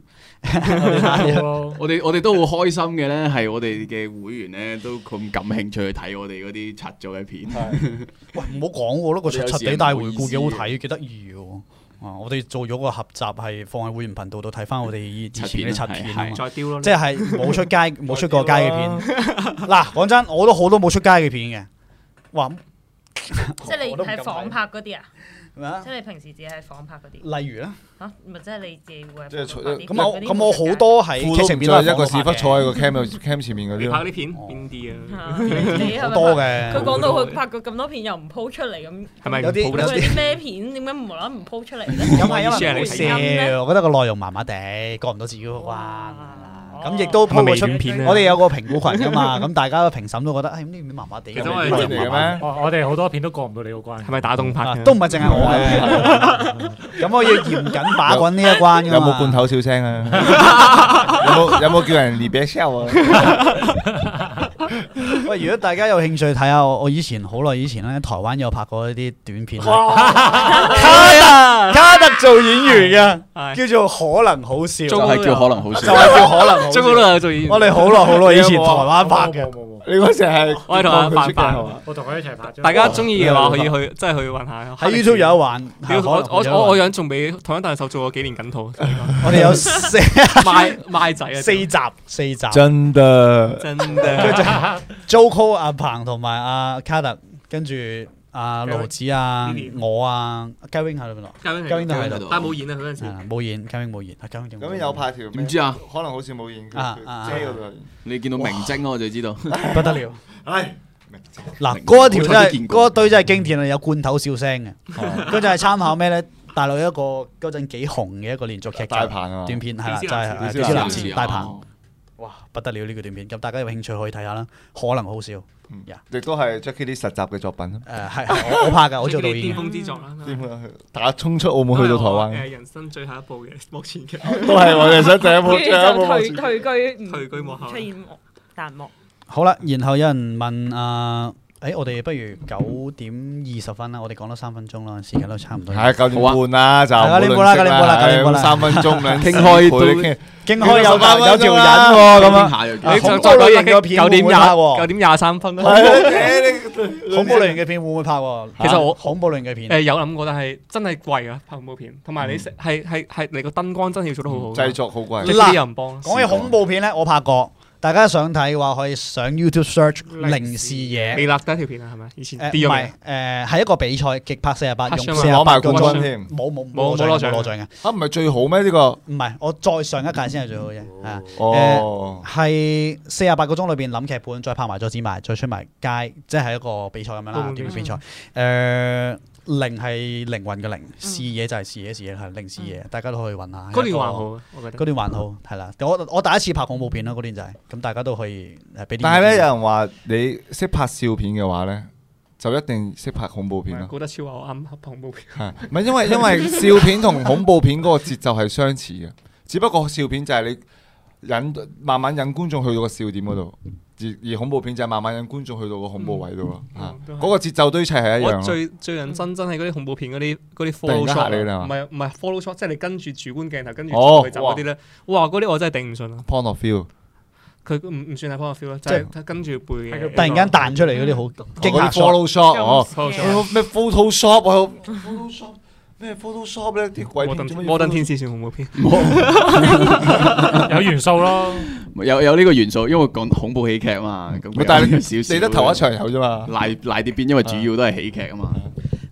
咯。我哋我 哋都好開心嘅咧，係我哋嘅會員咧都咁感興趣去睇我哋嗰啲拆咗嘅片。喂，唔好講喎，嗰個你有柒時柒地大回顧幾好啊睇，幾得意喎。啊，我哋做咗個合集係放喺會員頻道度睇翻我哋以以前啲柒片啊嘛，再丟咯，即係冇出街冇出過街嘅片。嗱，講真，我都好多冇出街嘅片嘅。哇，即係你係仿拍嗰啲啊？咩啊即係你平時只係仿拍嗰啲例如咧，嚇，咪即係你自己會即係出咁我咁我好 多喺劇情片都係一個屎忽放過拍嘅坐喺個 cam 度 cam 前面嗰你啲拍咯。啲哦片邊啲哦啊？好好多佢嘅。講到佢拍過咁多片又唔鋪出嚟咁，係咪有啲好咁得佢啲咩片點解無啦啦唔鋪出嚟咧？咁係因為意思係冇你睇嘅笑，我覺得個內容麻麻地，過唔到自己個關。哦啊咁亦都係鋪咪過微出短片咧？我哋有個評估群㗎嘛，咁大家嘅評審都覺得，誒呢啲麻麻地。其實咁我哋呢嚟啲麻麻地嘅咩？我我哋好多片都過唔到你個關。係咪打動拍啊嘅？都唔係淨係我 嘅。咁我要嚴謹把關呢一關㗎嘛有冇罐頭笑聲啊？有冇有冇叫人 l i b e s h o 啊？喂，如果大家有興趣睇下，我我以前好耐以前咧，台灣有拍過一啲短片，啊哦 係 啊，卡特做演員係嘅，叫做可能好笑，就就係叫可能好係笑。叫可能好最笑好。啦，做演員我哋好耐好耐以前台灣拍冇嘅冇，冇冇，你嗰時係我係同阿范范係嘛我同佢一齊拍啫。大家中意嘅話，可以去真係去揾下。喺 YouTube 有得玩。係屌可能我有我得我我玩樣仲比台灣大手做過幾年緊套， 我哋有四 賣賣仔啊！四集四集真的 真嘅， ，Joco 阿彭同埋阿卡特，跟住阿嘉穎盧子啊 Lily，我啊，嘉永喺度邊度？嘉嘉永都喺嘉穎喺度度，但係冇演啊！佢嗰陣時係啦冇演，嘉永冇演，阿嘉永點咁有拍條咩唔知啊，可能好似冇演佢啊佢啊遮嗰度。你見到明晶啊我就知道。不得了。唉，嗱，嗰我一條真初都係見嗰過一堆真係經典啊！有罐頭笑聲嘅，嗰陣係參考咩咧？大陸有一個嗰陣幾紅嘅一個連續劇集大鵬啊嘛短片係啦，屌就絲係男啊屌絲《小男 男子子大鵬》，哦哇，不得了呢個短片，咁大家有興趣可以睇下啦，可能好笑。亦都係 Jackie 啲實習嘅作品。誒係係我我拍㗎，我 做導呢啲演巔嘅。峰之作啦。點啊？打衝出澳 Ờ. 門去到台都係我灣，誒人生最後一部嘅 目前嘅都係我哋想第一部，跟住最後一部冇 就退錢。退居唔退居幕後出現幕彈幕。好啦，然後有人問啊，誒我哋不如九點二十分啦，我哋講多三分鐘啦，時間都差唔多。係九點半啦，就係九點半啦九點半啦九點半啦三分鐘兩傾開都傾勁開有十八分鐘有條啦 人喎咁啊！下又見啊你恐就怖再類型嘅片九會唔點會廿拍喎九點廿三分啦。 嗯恐怖類型嘅片會唔會拍喎？其實我恐怖類型 嘅啊片誒有諗過，但係真係貴啊！拍恐怖片，同埋你食嗯係係係你個燈光真係要做得好好。製作好貴。你啲又唔幫。講起恐怖片咧，我拍過，大家想睇嘅話，可以上 YouTube search 零視你野。立得條片啊，係咪？以前誒唔啲用係誒係一個比賽，極拍四十八，用 Touch 啊嘛四十攞埋八冠個軍鐘。添，冇冇冇攞冇獎攞獎冇攞獎嘅，啊唔係最好咩呢個？唔係我再上一屆先係最好嘅，係啊哦，係四十八個鐘裏邊諗劇本，再拍埋再剪埋，再出埋街，即係一個比賽咁樣啦嗯，短片比賽。誒、靈係靈魂嘅靈，視野就係視野，視野係靈視野，大家都可以揾下。嗯嗰段還好，，啊我覺嗰得。段還好，係啦。我我第一次拍恐怖片啦，嗰段就係、咁，大家都可以誒俾啲意見。但係咧有人話你識拍笑片嘅話咧，就一定識拍恐怖片啊咯。高德超話我啱恐怖片，係唔係因 為因為笑片同恐怖片嗰個節奏係相似嘅，只不過笑片就係你引慢慢引觀眾去到個笑點嗰度，而而恐怖片就係慢慢引觀眾去到個恐怖位度咯。嗯啊都係嗰個節奏堆砌係一樣我咯。最最認真真係嗰啲恐怖片嗰啲嗰啲突然 follow 間嚇你 shot 啦啊係唔嘛係唔係 follow shot，即係你跟住主觀鏡頭跟住哦佢走嗰啲咧，哇！嗰啲我真係頂唔順啊！ Point of view，佢嗯唔唔算係 point of view 啦，即就係係跟住背嘅係佢嘢。突然間彈出嚟嗰啲嗯好驚嗰啲嚇 shot follow shot 哦。 Photoshop 咩 Photoshop 啊，Photoshop 咩 Photoshop 咧？啲鬼摩片登做乜要摩登 Photoshop？天使算恐怖片，有元素 咯，有有呢個元素，因為講恐怖喜劇嘛，咁但係有少少你得頭一場啊有啫嘛。賴賴啲邊，因為主要都係喜劇啊嘛。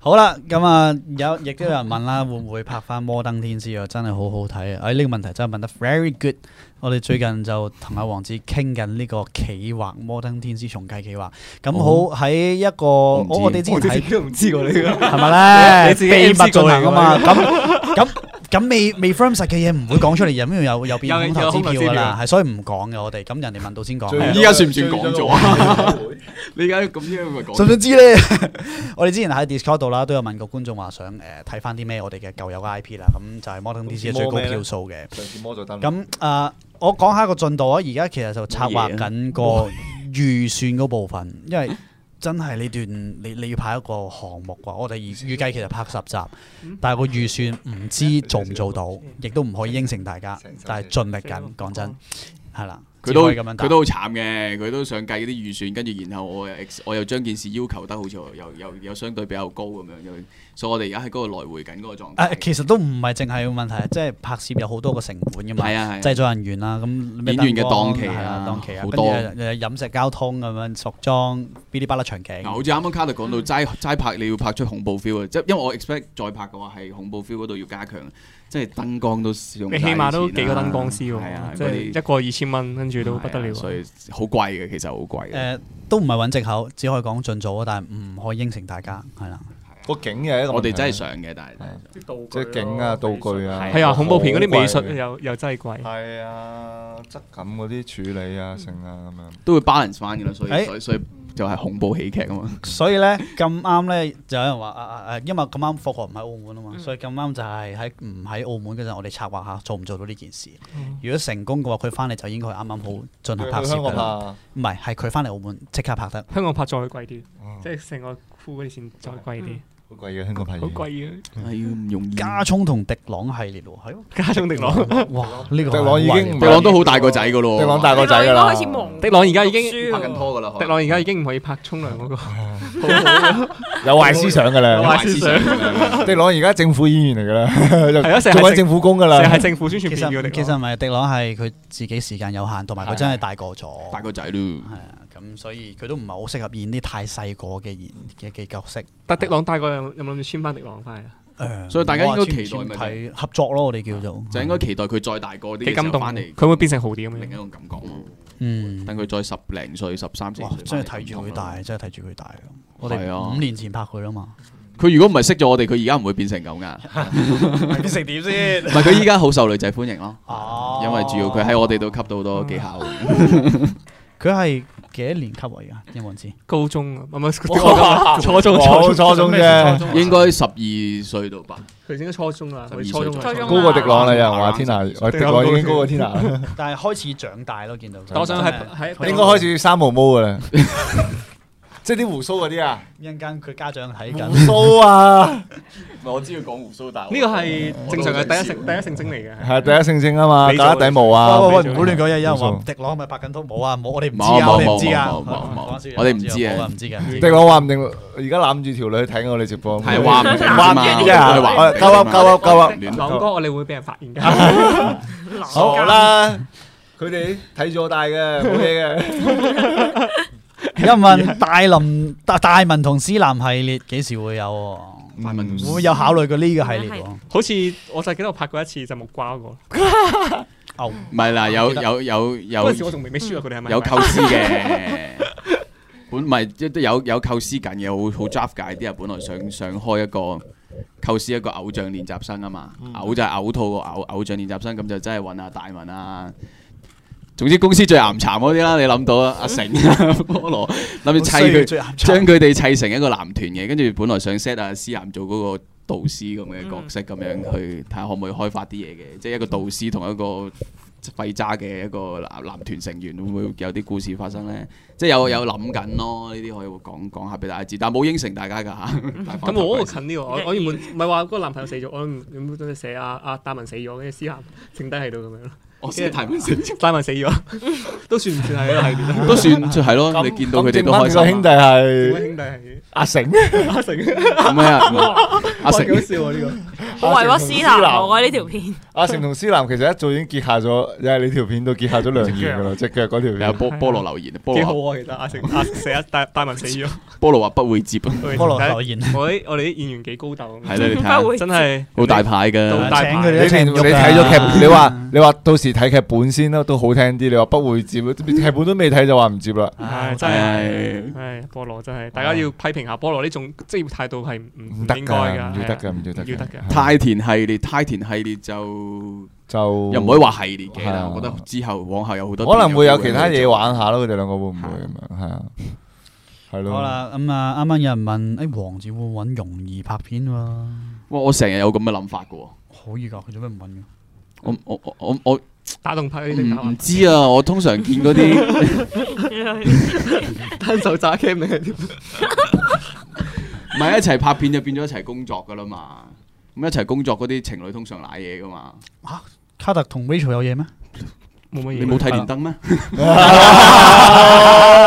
好啦，咁啊有亦都有人問啦，會唔會拍翻《摩登天師》啊？真係好好睇啊！哎，呢、個問題真係問得 very good。我哋最近就同阿王子傾緊呢個企劃《摩登天師》重計企劃。咁哦好喺一個我唔知我哋之前我哦自睇己都唔知喎呢個。係咪咧？ 你自己秘密 MC 進過嚟行㗎啊嘛嘛。咁咁咁未未 firm 實嘅嘢唔會講出嚟，因為有有有變空有頭支空頭票支㗎票啦，係所以唔講嘅我哋。咁人哋問到先講。最依家算唔算講咗啊最最你而家咁樣咪想講 唔想知咧？ 我哋之前喺 Discord 度啦，都有問過觀眾話想誒睇翻啲咩我哋嘅舊有嘅 IP 啦，咁就係 Modern DC 係最高票數嘅。上次魔咗燈。咁誒、呃我講下個進度啊，而家其實就策劃緊個預算嗰部分，因為真係呢段你你要拍一個項目啩，我哋預嗯預計其實拍十集，但係個預算唔知做唔做到，嗯亦都唔可以應承大家，但係盡力緊，講真係啦，佢都只可以咁樣答佢都好慘嘅，佢都想計嗰啲預算，跟住然後我又 ex- 我又將件事要求得好似又又又又相對比較高咁樣，又所以我哋而家喺嗰個來回緊嗰個狀誒，態。其實都唔係淨係個問題，即係拍攝有好多個成本噶嘛，係啊係啊製作人員啦，咁咩演員嘅燈光檔期啊係檔期啊，好跟住多誒飲食交通咁樣，服裝噼里啪啦長期，嗱，好似啱啱卡特講到齋齋拍，你要拍出恐怖 feel 啊！即因為我 expect 再拍嘅話係恐怖 feel 嗰度要加強，即係燈光都用你晒起碼都以前幾啦個燈光師係啊喎，即嗰係啲一個二千蚊，跟住都不得了係啊所啊。以好貴嘅，其實好貴嘅。誒都唔係揾藉口，只可以講盡早啊，但係唔可以應承大家，係啦。個景嘅一個問題，我哋真係想嘅，但係啊啲道具即係景啊、道具啊，係啊，恐怖片嗰啲美好術貴嘅又又真係貴。係啊，質感嗰啲處理啊、成啊咁樣。都會 balance 翻嘅啦，所誒以所以所以就係恐怖喜劇啊嘛。所以咧咁啱咧，就有人話啊啊啊，因為咁啱復學唔喺澳門啊嘛，嗯所以咁啱就係喺唔喺澳門嗰陣，我哋策劃下做唔做到呢件事。如果成功嘅話，佢翻嚟就應該啱啱好進行拍攝香㗎港啦。嘛，唔係，係佢翻嚟澳門即刻拍得。香港拍再貴啲，即嗯係成個箍嗰啲線再貴啲，好貴嘅香港拍好嘢。貴啊嘅。哎呀，唔 容易。加聰同迪朗系列喎，係咯。家中迪朗，哇！呢個迪嗯朗已啊經唔迪朗都好大個仔噶咯，迪朗大個仔應㗎該啦。開始忙。迪朗而家已經拍緊拖噶啦，迪朗而家已經唔可以拍沖涼嗰個，有壞思想㗎有壞啦。思思想想。迪朗而家政府演員嚟㗎啦，係啊，成做緊日政府工㗎成日啦係。政府宣傳其片嘅實迪其朗。實唔係迪朗係佢自己時間有限，同埋佢真係大個咗， 大個仔咯，係啊，咁所以佢都唔係好適合演啲太細個嘅演嘅嘅角色。但迪朗大個有有冇諗住簽翻迪朗翻嚟啊？誒所以大家應該我話簽唔期待簽咪就啊睇合作咯，我哋叫做就應該期待佢再大個啲幾嘅感時候動，啊翻嚟，佢會變成好啲咁另一樣。種感覺咯。嗯，等佢再十零歲、十三四哇歲，，真係睇住佢大，。真係睇住佢大。我係哋啊五年前拍佢啦嘛，佢如果唔係識咗我哋，佢而家唔會變成咁噶。 變成點先？唔係佢依家好受女仔歡迎咯，哦，啊嗯因為主要佢喺我哋度吸到好多技巧。佢係幾多年級啊？而家有冇人知？高中啊，唔係唔係初中，初中，初初中啫，應該十二歲到吧，佢應該初中啦，佢12初中歲啦初中高過迪朗啦。有人話天娜，喂迪朗已經高過天娜啦，但係開始長大咯，見到佢。但我想真係係喺應該開始生毛毛㗎啦，即係啲胡鬚嗰啲啊，一陣間佢家長睇胡緊。鬚啊，我知佢講胡鬚，但呢個係正常嘅第一性第一性徵嚟嘅。係第一性徵啊嘛，你做打底毛啊，喂喂俾喂，唔咗好亂講嘢，有人話冇錯迪朗係咪白緊拖冇啊，冇，我哋唔知冇啊，我哋冇唔知啊，冇冇冇講笑我哋唔知啊冇啊，唔知嘅。唔知迪朗話唔定而家攬住條女睇我哋直播，係話唔定啫話嘛唔定啫啊，我哋話唔我定夠啫啊嘛夠啊夠啊，亂 朗哥，我哋會俾人發現㗎。好啦，佢哋睇住我大嘅，冇嘢嘅。有人問大林大大文同思南系列幾時會有喎？快問會唔會有考慮過呢個系列係喎？好似我就記得我拍過一次就木瓜嗰個，牛唔係嗱，有有有嗰有陣時我仲未未輸啊！佢哋係咪有構思嘅。本唔係即係有有構思緊嘅，好好 draft 界啲人本來想想開一個構思一個偶像練習生啊嘛，嗯偶就係嘔吐個偶，偶像練習生咁就真係揾阿大文啊。總之公司最岩殘嗰啲啦，你諗到啊？阿成、菠蘿諗住砌佢，最鹹將佢哋砌成一個男團嘅，跟住本來想 set 阿思岩做嗰個導師咁嘅角色，咁樣去睇下可唔可以開發啲嘢嘅，即係一個導師同一個廢渣嘅一個男男團成員，會唔會有啲故事發生呢？即係有有諗緊咯，呢啲可以講講下俾大家知，但冇應承大家㗎嚇。 大方咁我拍嗰個近呢個，我一我原本唔係話嗰個男朋友死咗，我原原本寫阿阿大文死咗，跟住思涵剩低喺度咁樣咯。我先提問先， 大文死咗，都算唔算係一個系列 啊？都算就係咯。你見到佢哋都開心兄弟啊。點解係兄弟係阿成，阿成，咁啊，阿哇成幾好笑啊！呢個我為咗思阿成同思南，南我覺得呢條片阿成同思南其實一早已經結下咗，因為你條片都結下咗良緣噶啦，只腳嗰條有片。啊菠菠蘿留言，菠幾好蘿啊！其實阿成阿成阿大大文死咗，菠蘿話不會接，係菠菠蘿留言，我啲我哋啲演員幾高鬥咁，啦，你睇下不會真係嗯好大牌好㗎大。請佢你哋一齊連你喐啊睇咗劇，你話你話到時睇劇本先啦，都好聽啲。你話不會接，劇本都未睇就話唔接啦。唉，真係係，唉，菠蘿真係，大家要批評下菠蘿呢種職業態度係唔唔唔應得該㗎，㗎，唔要得㗎，唔要得係啊，唔要得㗎，㗎。太田系列，太田系列就又就唔可以話系列嘅係啦。哦啊我覺得之後往後有好多可能會有電其影他會去嘢做玩下咯。佢哋兩個會唔會咁樣？係啊，係咯。好啦，咁啊，啱啱有人問，誒黃子會揾容易拍片喎，好哇！我成日有咁嘅諗法嘅喎，易㗎，佢做咩唔揾嘅？我我我我我打動拍呢啲打唔橫唔知啊！我通常見嗰啲 單手揸 cam 嚟嘅，唔係一齊拍片就變咗一齊工作嘅啦嘛。咁一齊工作嗰啲情侶通常賴嘢噶嘛。卡特同 Rachel 有嘢咩？冇嗯乜嘢。你冇睇電燈咩？啊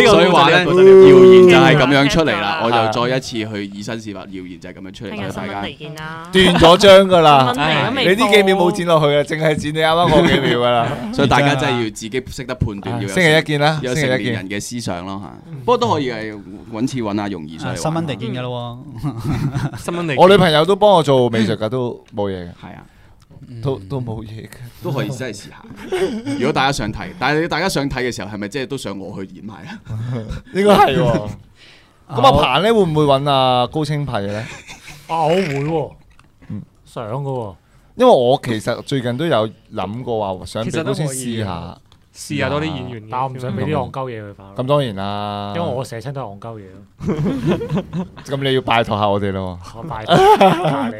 呢個所以話咧，呢謠個真係言就係咁樣出嚟啦。嗯我就再一次去以身試法，謠言就係咁樣出嚟，聽所日以大新聞家嚟見啦，斷咗章㗎新聞啦。嚟都你未呢幾秒冇播剪落去啊，淨係剪你啱啱嗰幾秒㗎 啦。啊所以大家真係要自己識得判斷，要有星期一見啦，有星成期一年見。人嘅思想咯嚇。不過都可以係揾次揾下容易上嗯啊嚟玩下。新聞地見㗎咯喎，新聞嚟嘅。我女朋友都幫我做美術㗎，都冇嘢係啊，嘅，都都冇嘢嘅。都可以真係試下。如果大家想睇，但係大家想睇嘅時候，係咪即係都想我去演埋啊？應該係喎。咁阿彭咧會唔會揾阿高清拍嘅咧？啊，我會喎，想嘅喎，因為我其實最近都有諗過話想其實俾都高清可以試下。試下多啲演員嘅。但我唔想俾啲戇鳩嘢佢拍咁咯，當然啦，因為我寫親都係戇鳩嘢咯， 咁你要拜託下我哋咯。我拜拜你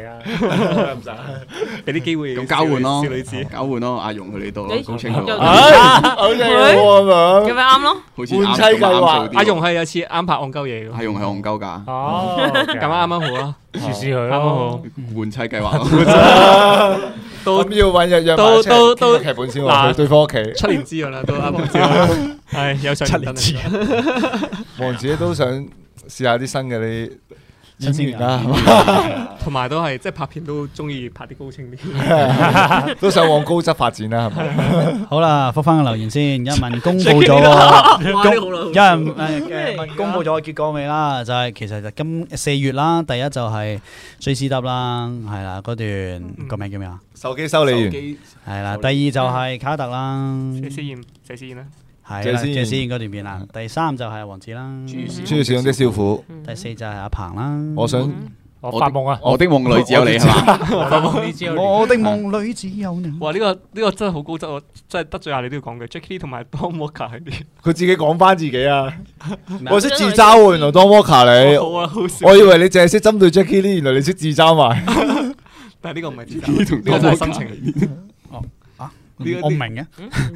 啦。 俾啲機會咁交換咯啊少女子，交換咯，阿容去你度咯，咦高清度又啊好正喎咁咁咪啱咯，好似啱換妻咁計啱劃做啲喎阿容係有次啱拍戇鳩嘢阿嘅，容係戇鳩㗎，哦，咁咁啱啱好啊，試試佢啱啱咯。好。換妻計劃咯。都咁要揾日約埋都一齊都傾都劇本先嗱喎，去對方屋企。七年之癢啦，都啱啱之癢。係有上七年年之之癢。王子都想試下啲新嘅啲新演鮮員啊啦，同埋都係即係拍片都中意拍啲高清啲。都想往高質發展啦，係咪？好啦，覆翻個留言先，有人問公佈咗 喎，公有人誒誒問公佈咗個結果未啦？就係其實就今四月啦，第一就係 J C W 啦，係啦嗰段個名叫咩啊？手機修理手員機係啦，第二就係卡特啦，謝思燕，謝思燕啦，係謝啦，思謝燕思燕嗰段片啦，第三就係王子啦，需要使用啲少婦。第四就係阿鵬啦。我想我發夢啊！我的夢裏只有你係嘛？我發夢呢招我的夢裏只有你。 哇！呢個呢個真係好高質，我真係得罪下你都要講句 Jackie Lee 同埋 Tom Walker 係啲佢自己講翻自己啊！咩啊我識自嘲喎，原來 Don Walker 你，好啊，好笑。我以為你淨係識針對 Jackie Lee，原來你識自嘲埋。但係呢個唔係自呢嘲，同呢個真係心情。呢個我唔明嘅。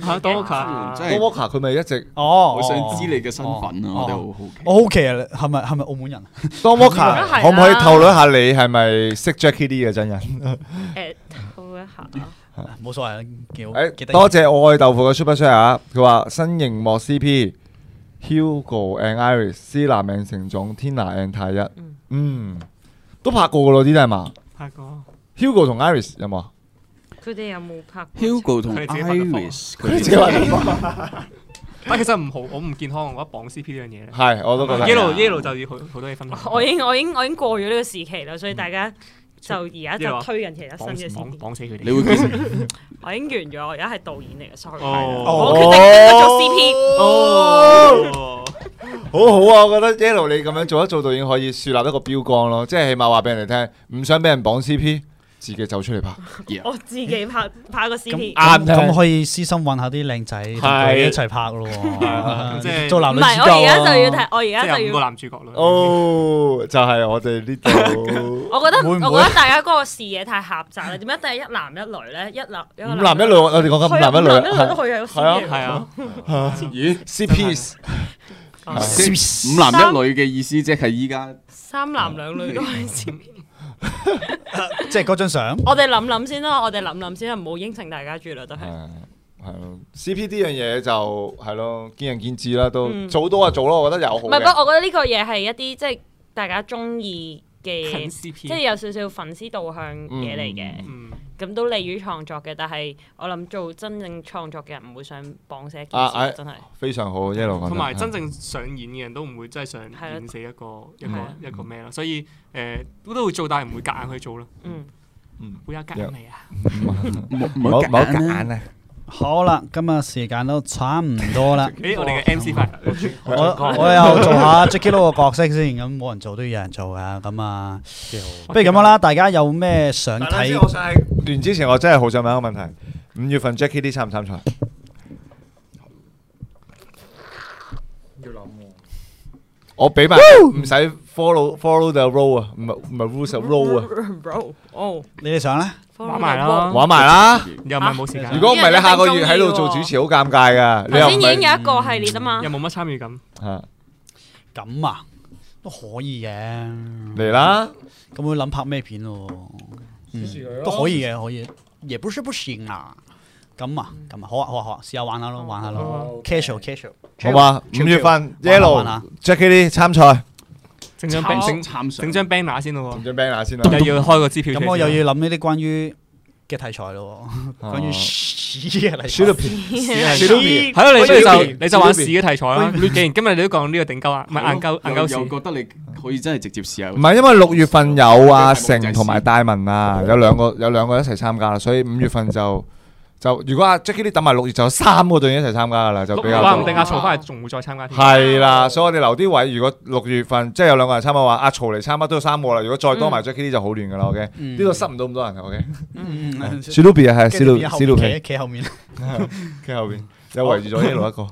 嚇 Tom Walker 啊真 Don 係 Walker 佢咪一直哦，好想知你嘅身份啊！哦我哋好好奇。我好奇啊，係咪係咪澳門人？ Don 啦 Walker 可唔可以透露一下你係咪識 Jackie Lee 嘅真人？誒，好一下啊冇所謂啦，幾好诶，幾得意多謝我愛豆腐嘅 Super Share 啊！佢話新熒幕 CP Hugo and Iris、思南 and 成總、天娜 and 太一，嗯，都拍過噶咯，呢啲係嘛拍過。 ？Hugo 同 Iris 有冇啊？佢哋有冇拍過 Hugo 同佢哋自己發嘅貨 Iris 佢佢自己話諗哋法但其實唔好，我唔健康，我覺得綁 CP 呢樣嘢咧係我都覺得係 yellow yellow 就要好好多嘢分享。我已經我已經我已經過咗呢個時期啦，所以大家就而家呢個就推緊其他新綁嘅綁事件。綁死佢哋。你會見我已經完咗，我而家係導演嚟嘅，sorry。哦我決定不做 CP。哦，好好啊！我覺得 Yellow 你咁樣做一做導演可以樹立一個標杆咯，即係起碼話俾人哋聽，唔想俾人綁 CP，自己走出嚟拍。我自己拍拍個啱 CP，咁聽可以私心揾下啲靚仔同佢一齊拍咯喎，即係做唔啊男女主角係我而家就啊要睇，我而即家係就有五個要。男主角咯。哦，就係我哋呢度我覺得會唔會我覺得大家嗰個視野太狹窄啦，點解第一男一女咧？一男一個五男一女，我哋講緊係五啊男一女五男一女係都可以有 CP 係啊嘅係啊，咦？ CP 哦啊五男一女嘅意思即係依家三男兩女都係 CP。即係嗰張相。 我哋諗諗先啦，我哋諗諗先啦，唔好應承大家住啦，都係。係係咯，CP 呢樣嘢就係咯，見仁見智啦，都嗯做到就做咯，我覺得有好唔係，不嘅。過我覺得呢個嘢係一啲即係大家中意嘅近，CP 即係有少少粉絲導向嘢嚟嘅，嗯咁都利於創作嘅。但係我諗做真正創作嘅人唔會想綁死一件啊哎事，真係。非常好，Yellow 講得同埋真正上演嘅人都唔會真係上演死一個一係個啊一個咩咯，所以誒都會做，但係唔會夾硬去做咯。嗯，會有夾硬嚟啊！。冇唔好唔好夾硬啦揀啊！好啦，今日時間都差唔 多啦誒，我哋嘅 MC 快我我又做下 Jackie Lou 嘅角色先，咁冇人做都要有人做噶，咁啊，不如咁樣啦，大家有咩想但係睇先我？想喺完之前，我真係好想問一個問題：五月份 Jackie D 參唔參賽？要諗喎。我俾埋唔使 follow follow the rule 啊，唔係唔係 rules 啊 rule 啊， Roll，哦，你哋想咧？玩埋啦，玩埋啦！又唔啊係冇時間如，果唔係你下個月喺度做主持好尷尬噶，你頭又先唔已經係有一個系列啊嘛又。冇乜參與感。啊咁啊，都可以嘅。嚟啦！咁會諗拍咩片咯？試試佢咯都可以嘅，可以。也不是不行啊。咁啊，咁啊，好啊，好啊，好啊，試下玩下咯，玩下啊咯。 Okay casual，casual。好嘛，五月份玩下啊 Yellow 玩下 Jackie D 參賽，整張炒 ban- 整整參上整張 banner 先咯張 banner 先喎，又要開個支票出咁嚟先。我又要諗呢啲關於嘅題材咯喎，關於屎嘅題材。小片，小片， 係咯，你喂你 Ruby，就你就玩 Ruby 屎嘅題材啦。既然今日你都講呢個頂鳩啊，唔係硬鳩硬鳩又屎，覺得你可以真係直接試下唔。係因為六月份有阿成同埋戴文啊，有兩個有兩個一齊參加啦，所以五月份就就如果阿 Jackie D 等埋六月就有三個隊員一齊參加噶啦，就比較話多唔。定阿曹翻嚟仲會再參加添。係啦，所以我哋留啲位。如果六月份即係有兩個人參加話，阿曹嚟參加都有三個啦。如果再多埋 Jackie D 就好亂噶啦。OK，呢度塞唔到咁多人。OK，嗯，嗯嗯史努比係史努跟住史努後面皮企企後面。喺後邊又圍住咗一路一個。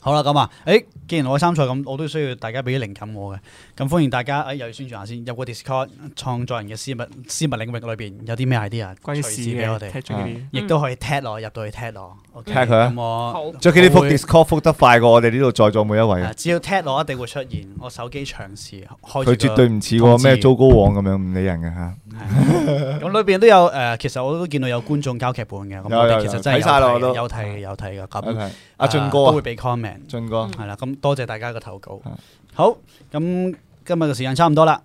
好啦，咁啊，誒，既然我嘅參賽咁，我都需要大家俾啲靈感我嘅，咁歡迎大家誒又要宣傳下先，入個 Discord 創作人嘅私密私密領域裏邊有啲咩 idea，關於隨屎時俾我嘅嗯哋，踢嗯出嗰啲。亦都可以 tag 我，入到去 tag 我 tag 佢啊咁我 Jackie D 我覆會 Discord 覆得快過我哋呢度在座每一位啊嘅。只要 tag 我一定會出現，我手機長時開住佢絕對唔似嗰個咩糟糕王咁樣唔理人嘅嚇。個咁裏邊都有誒，其實我都見到有觀眾交劇本嘅，咁有我有哋其實真係睇晒啦我都有睇有睇嘅有睇嘅，咁 OK，阿俊哥啊啊都會，俾 comment。俊哥，係啦，咁多謝大家嘅投稿嗯。好，咁今日嘅時間差唔多啦。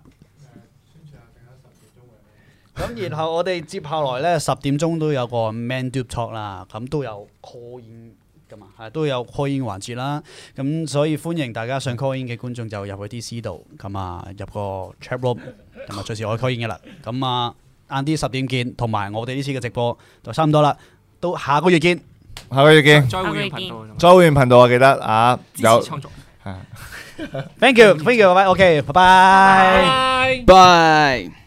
咁然後我哋接下來咧十點鐘都有個 Man d u p Talk 啦，咁都有 call in 噶嘛，係都有 call in 環節啦。咁所以歡迎大家上 call in 嘅觀眾就入去 DC 度，咁啊入個 chat room，咁啊隨時可以 call in 嘅啦。咁啊晏啲十點見，同埋我哋呢次嘅直播就差唔多啦，到下個月見。下個月見。再會員頻道同埋再會員頻道啊，記得啊，有支持創作。 Thank you，thank you，各位，OK，拜拜。拜。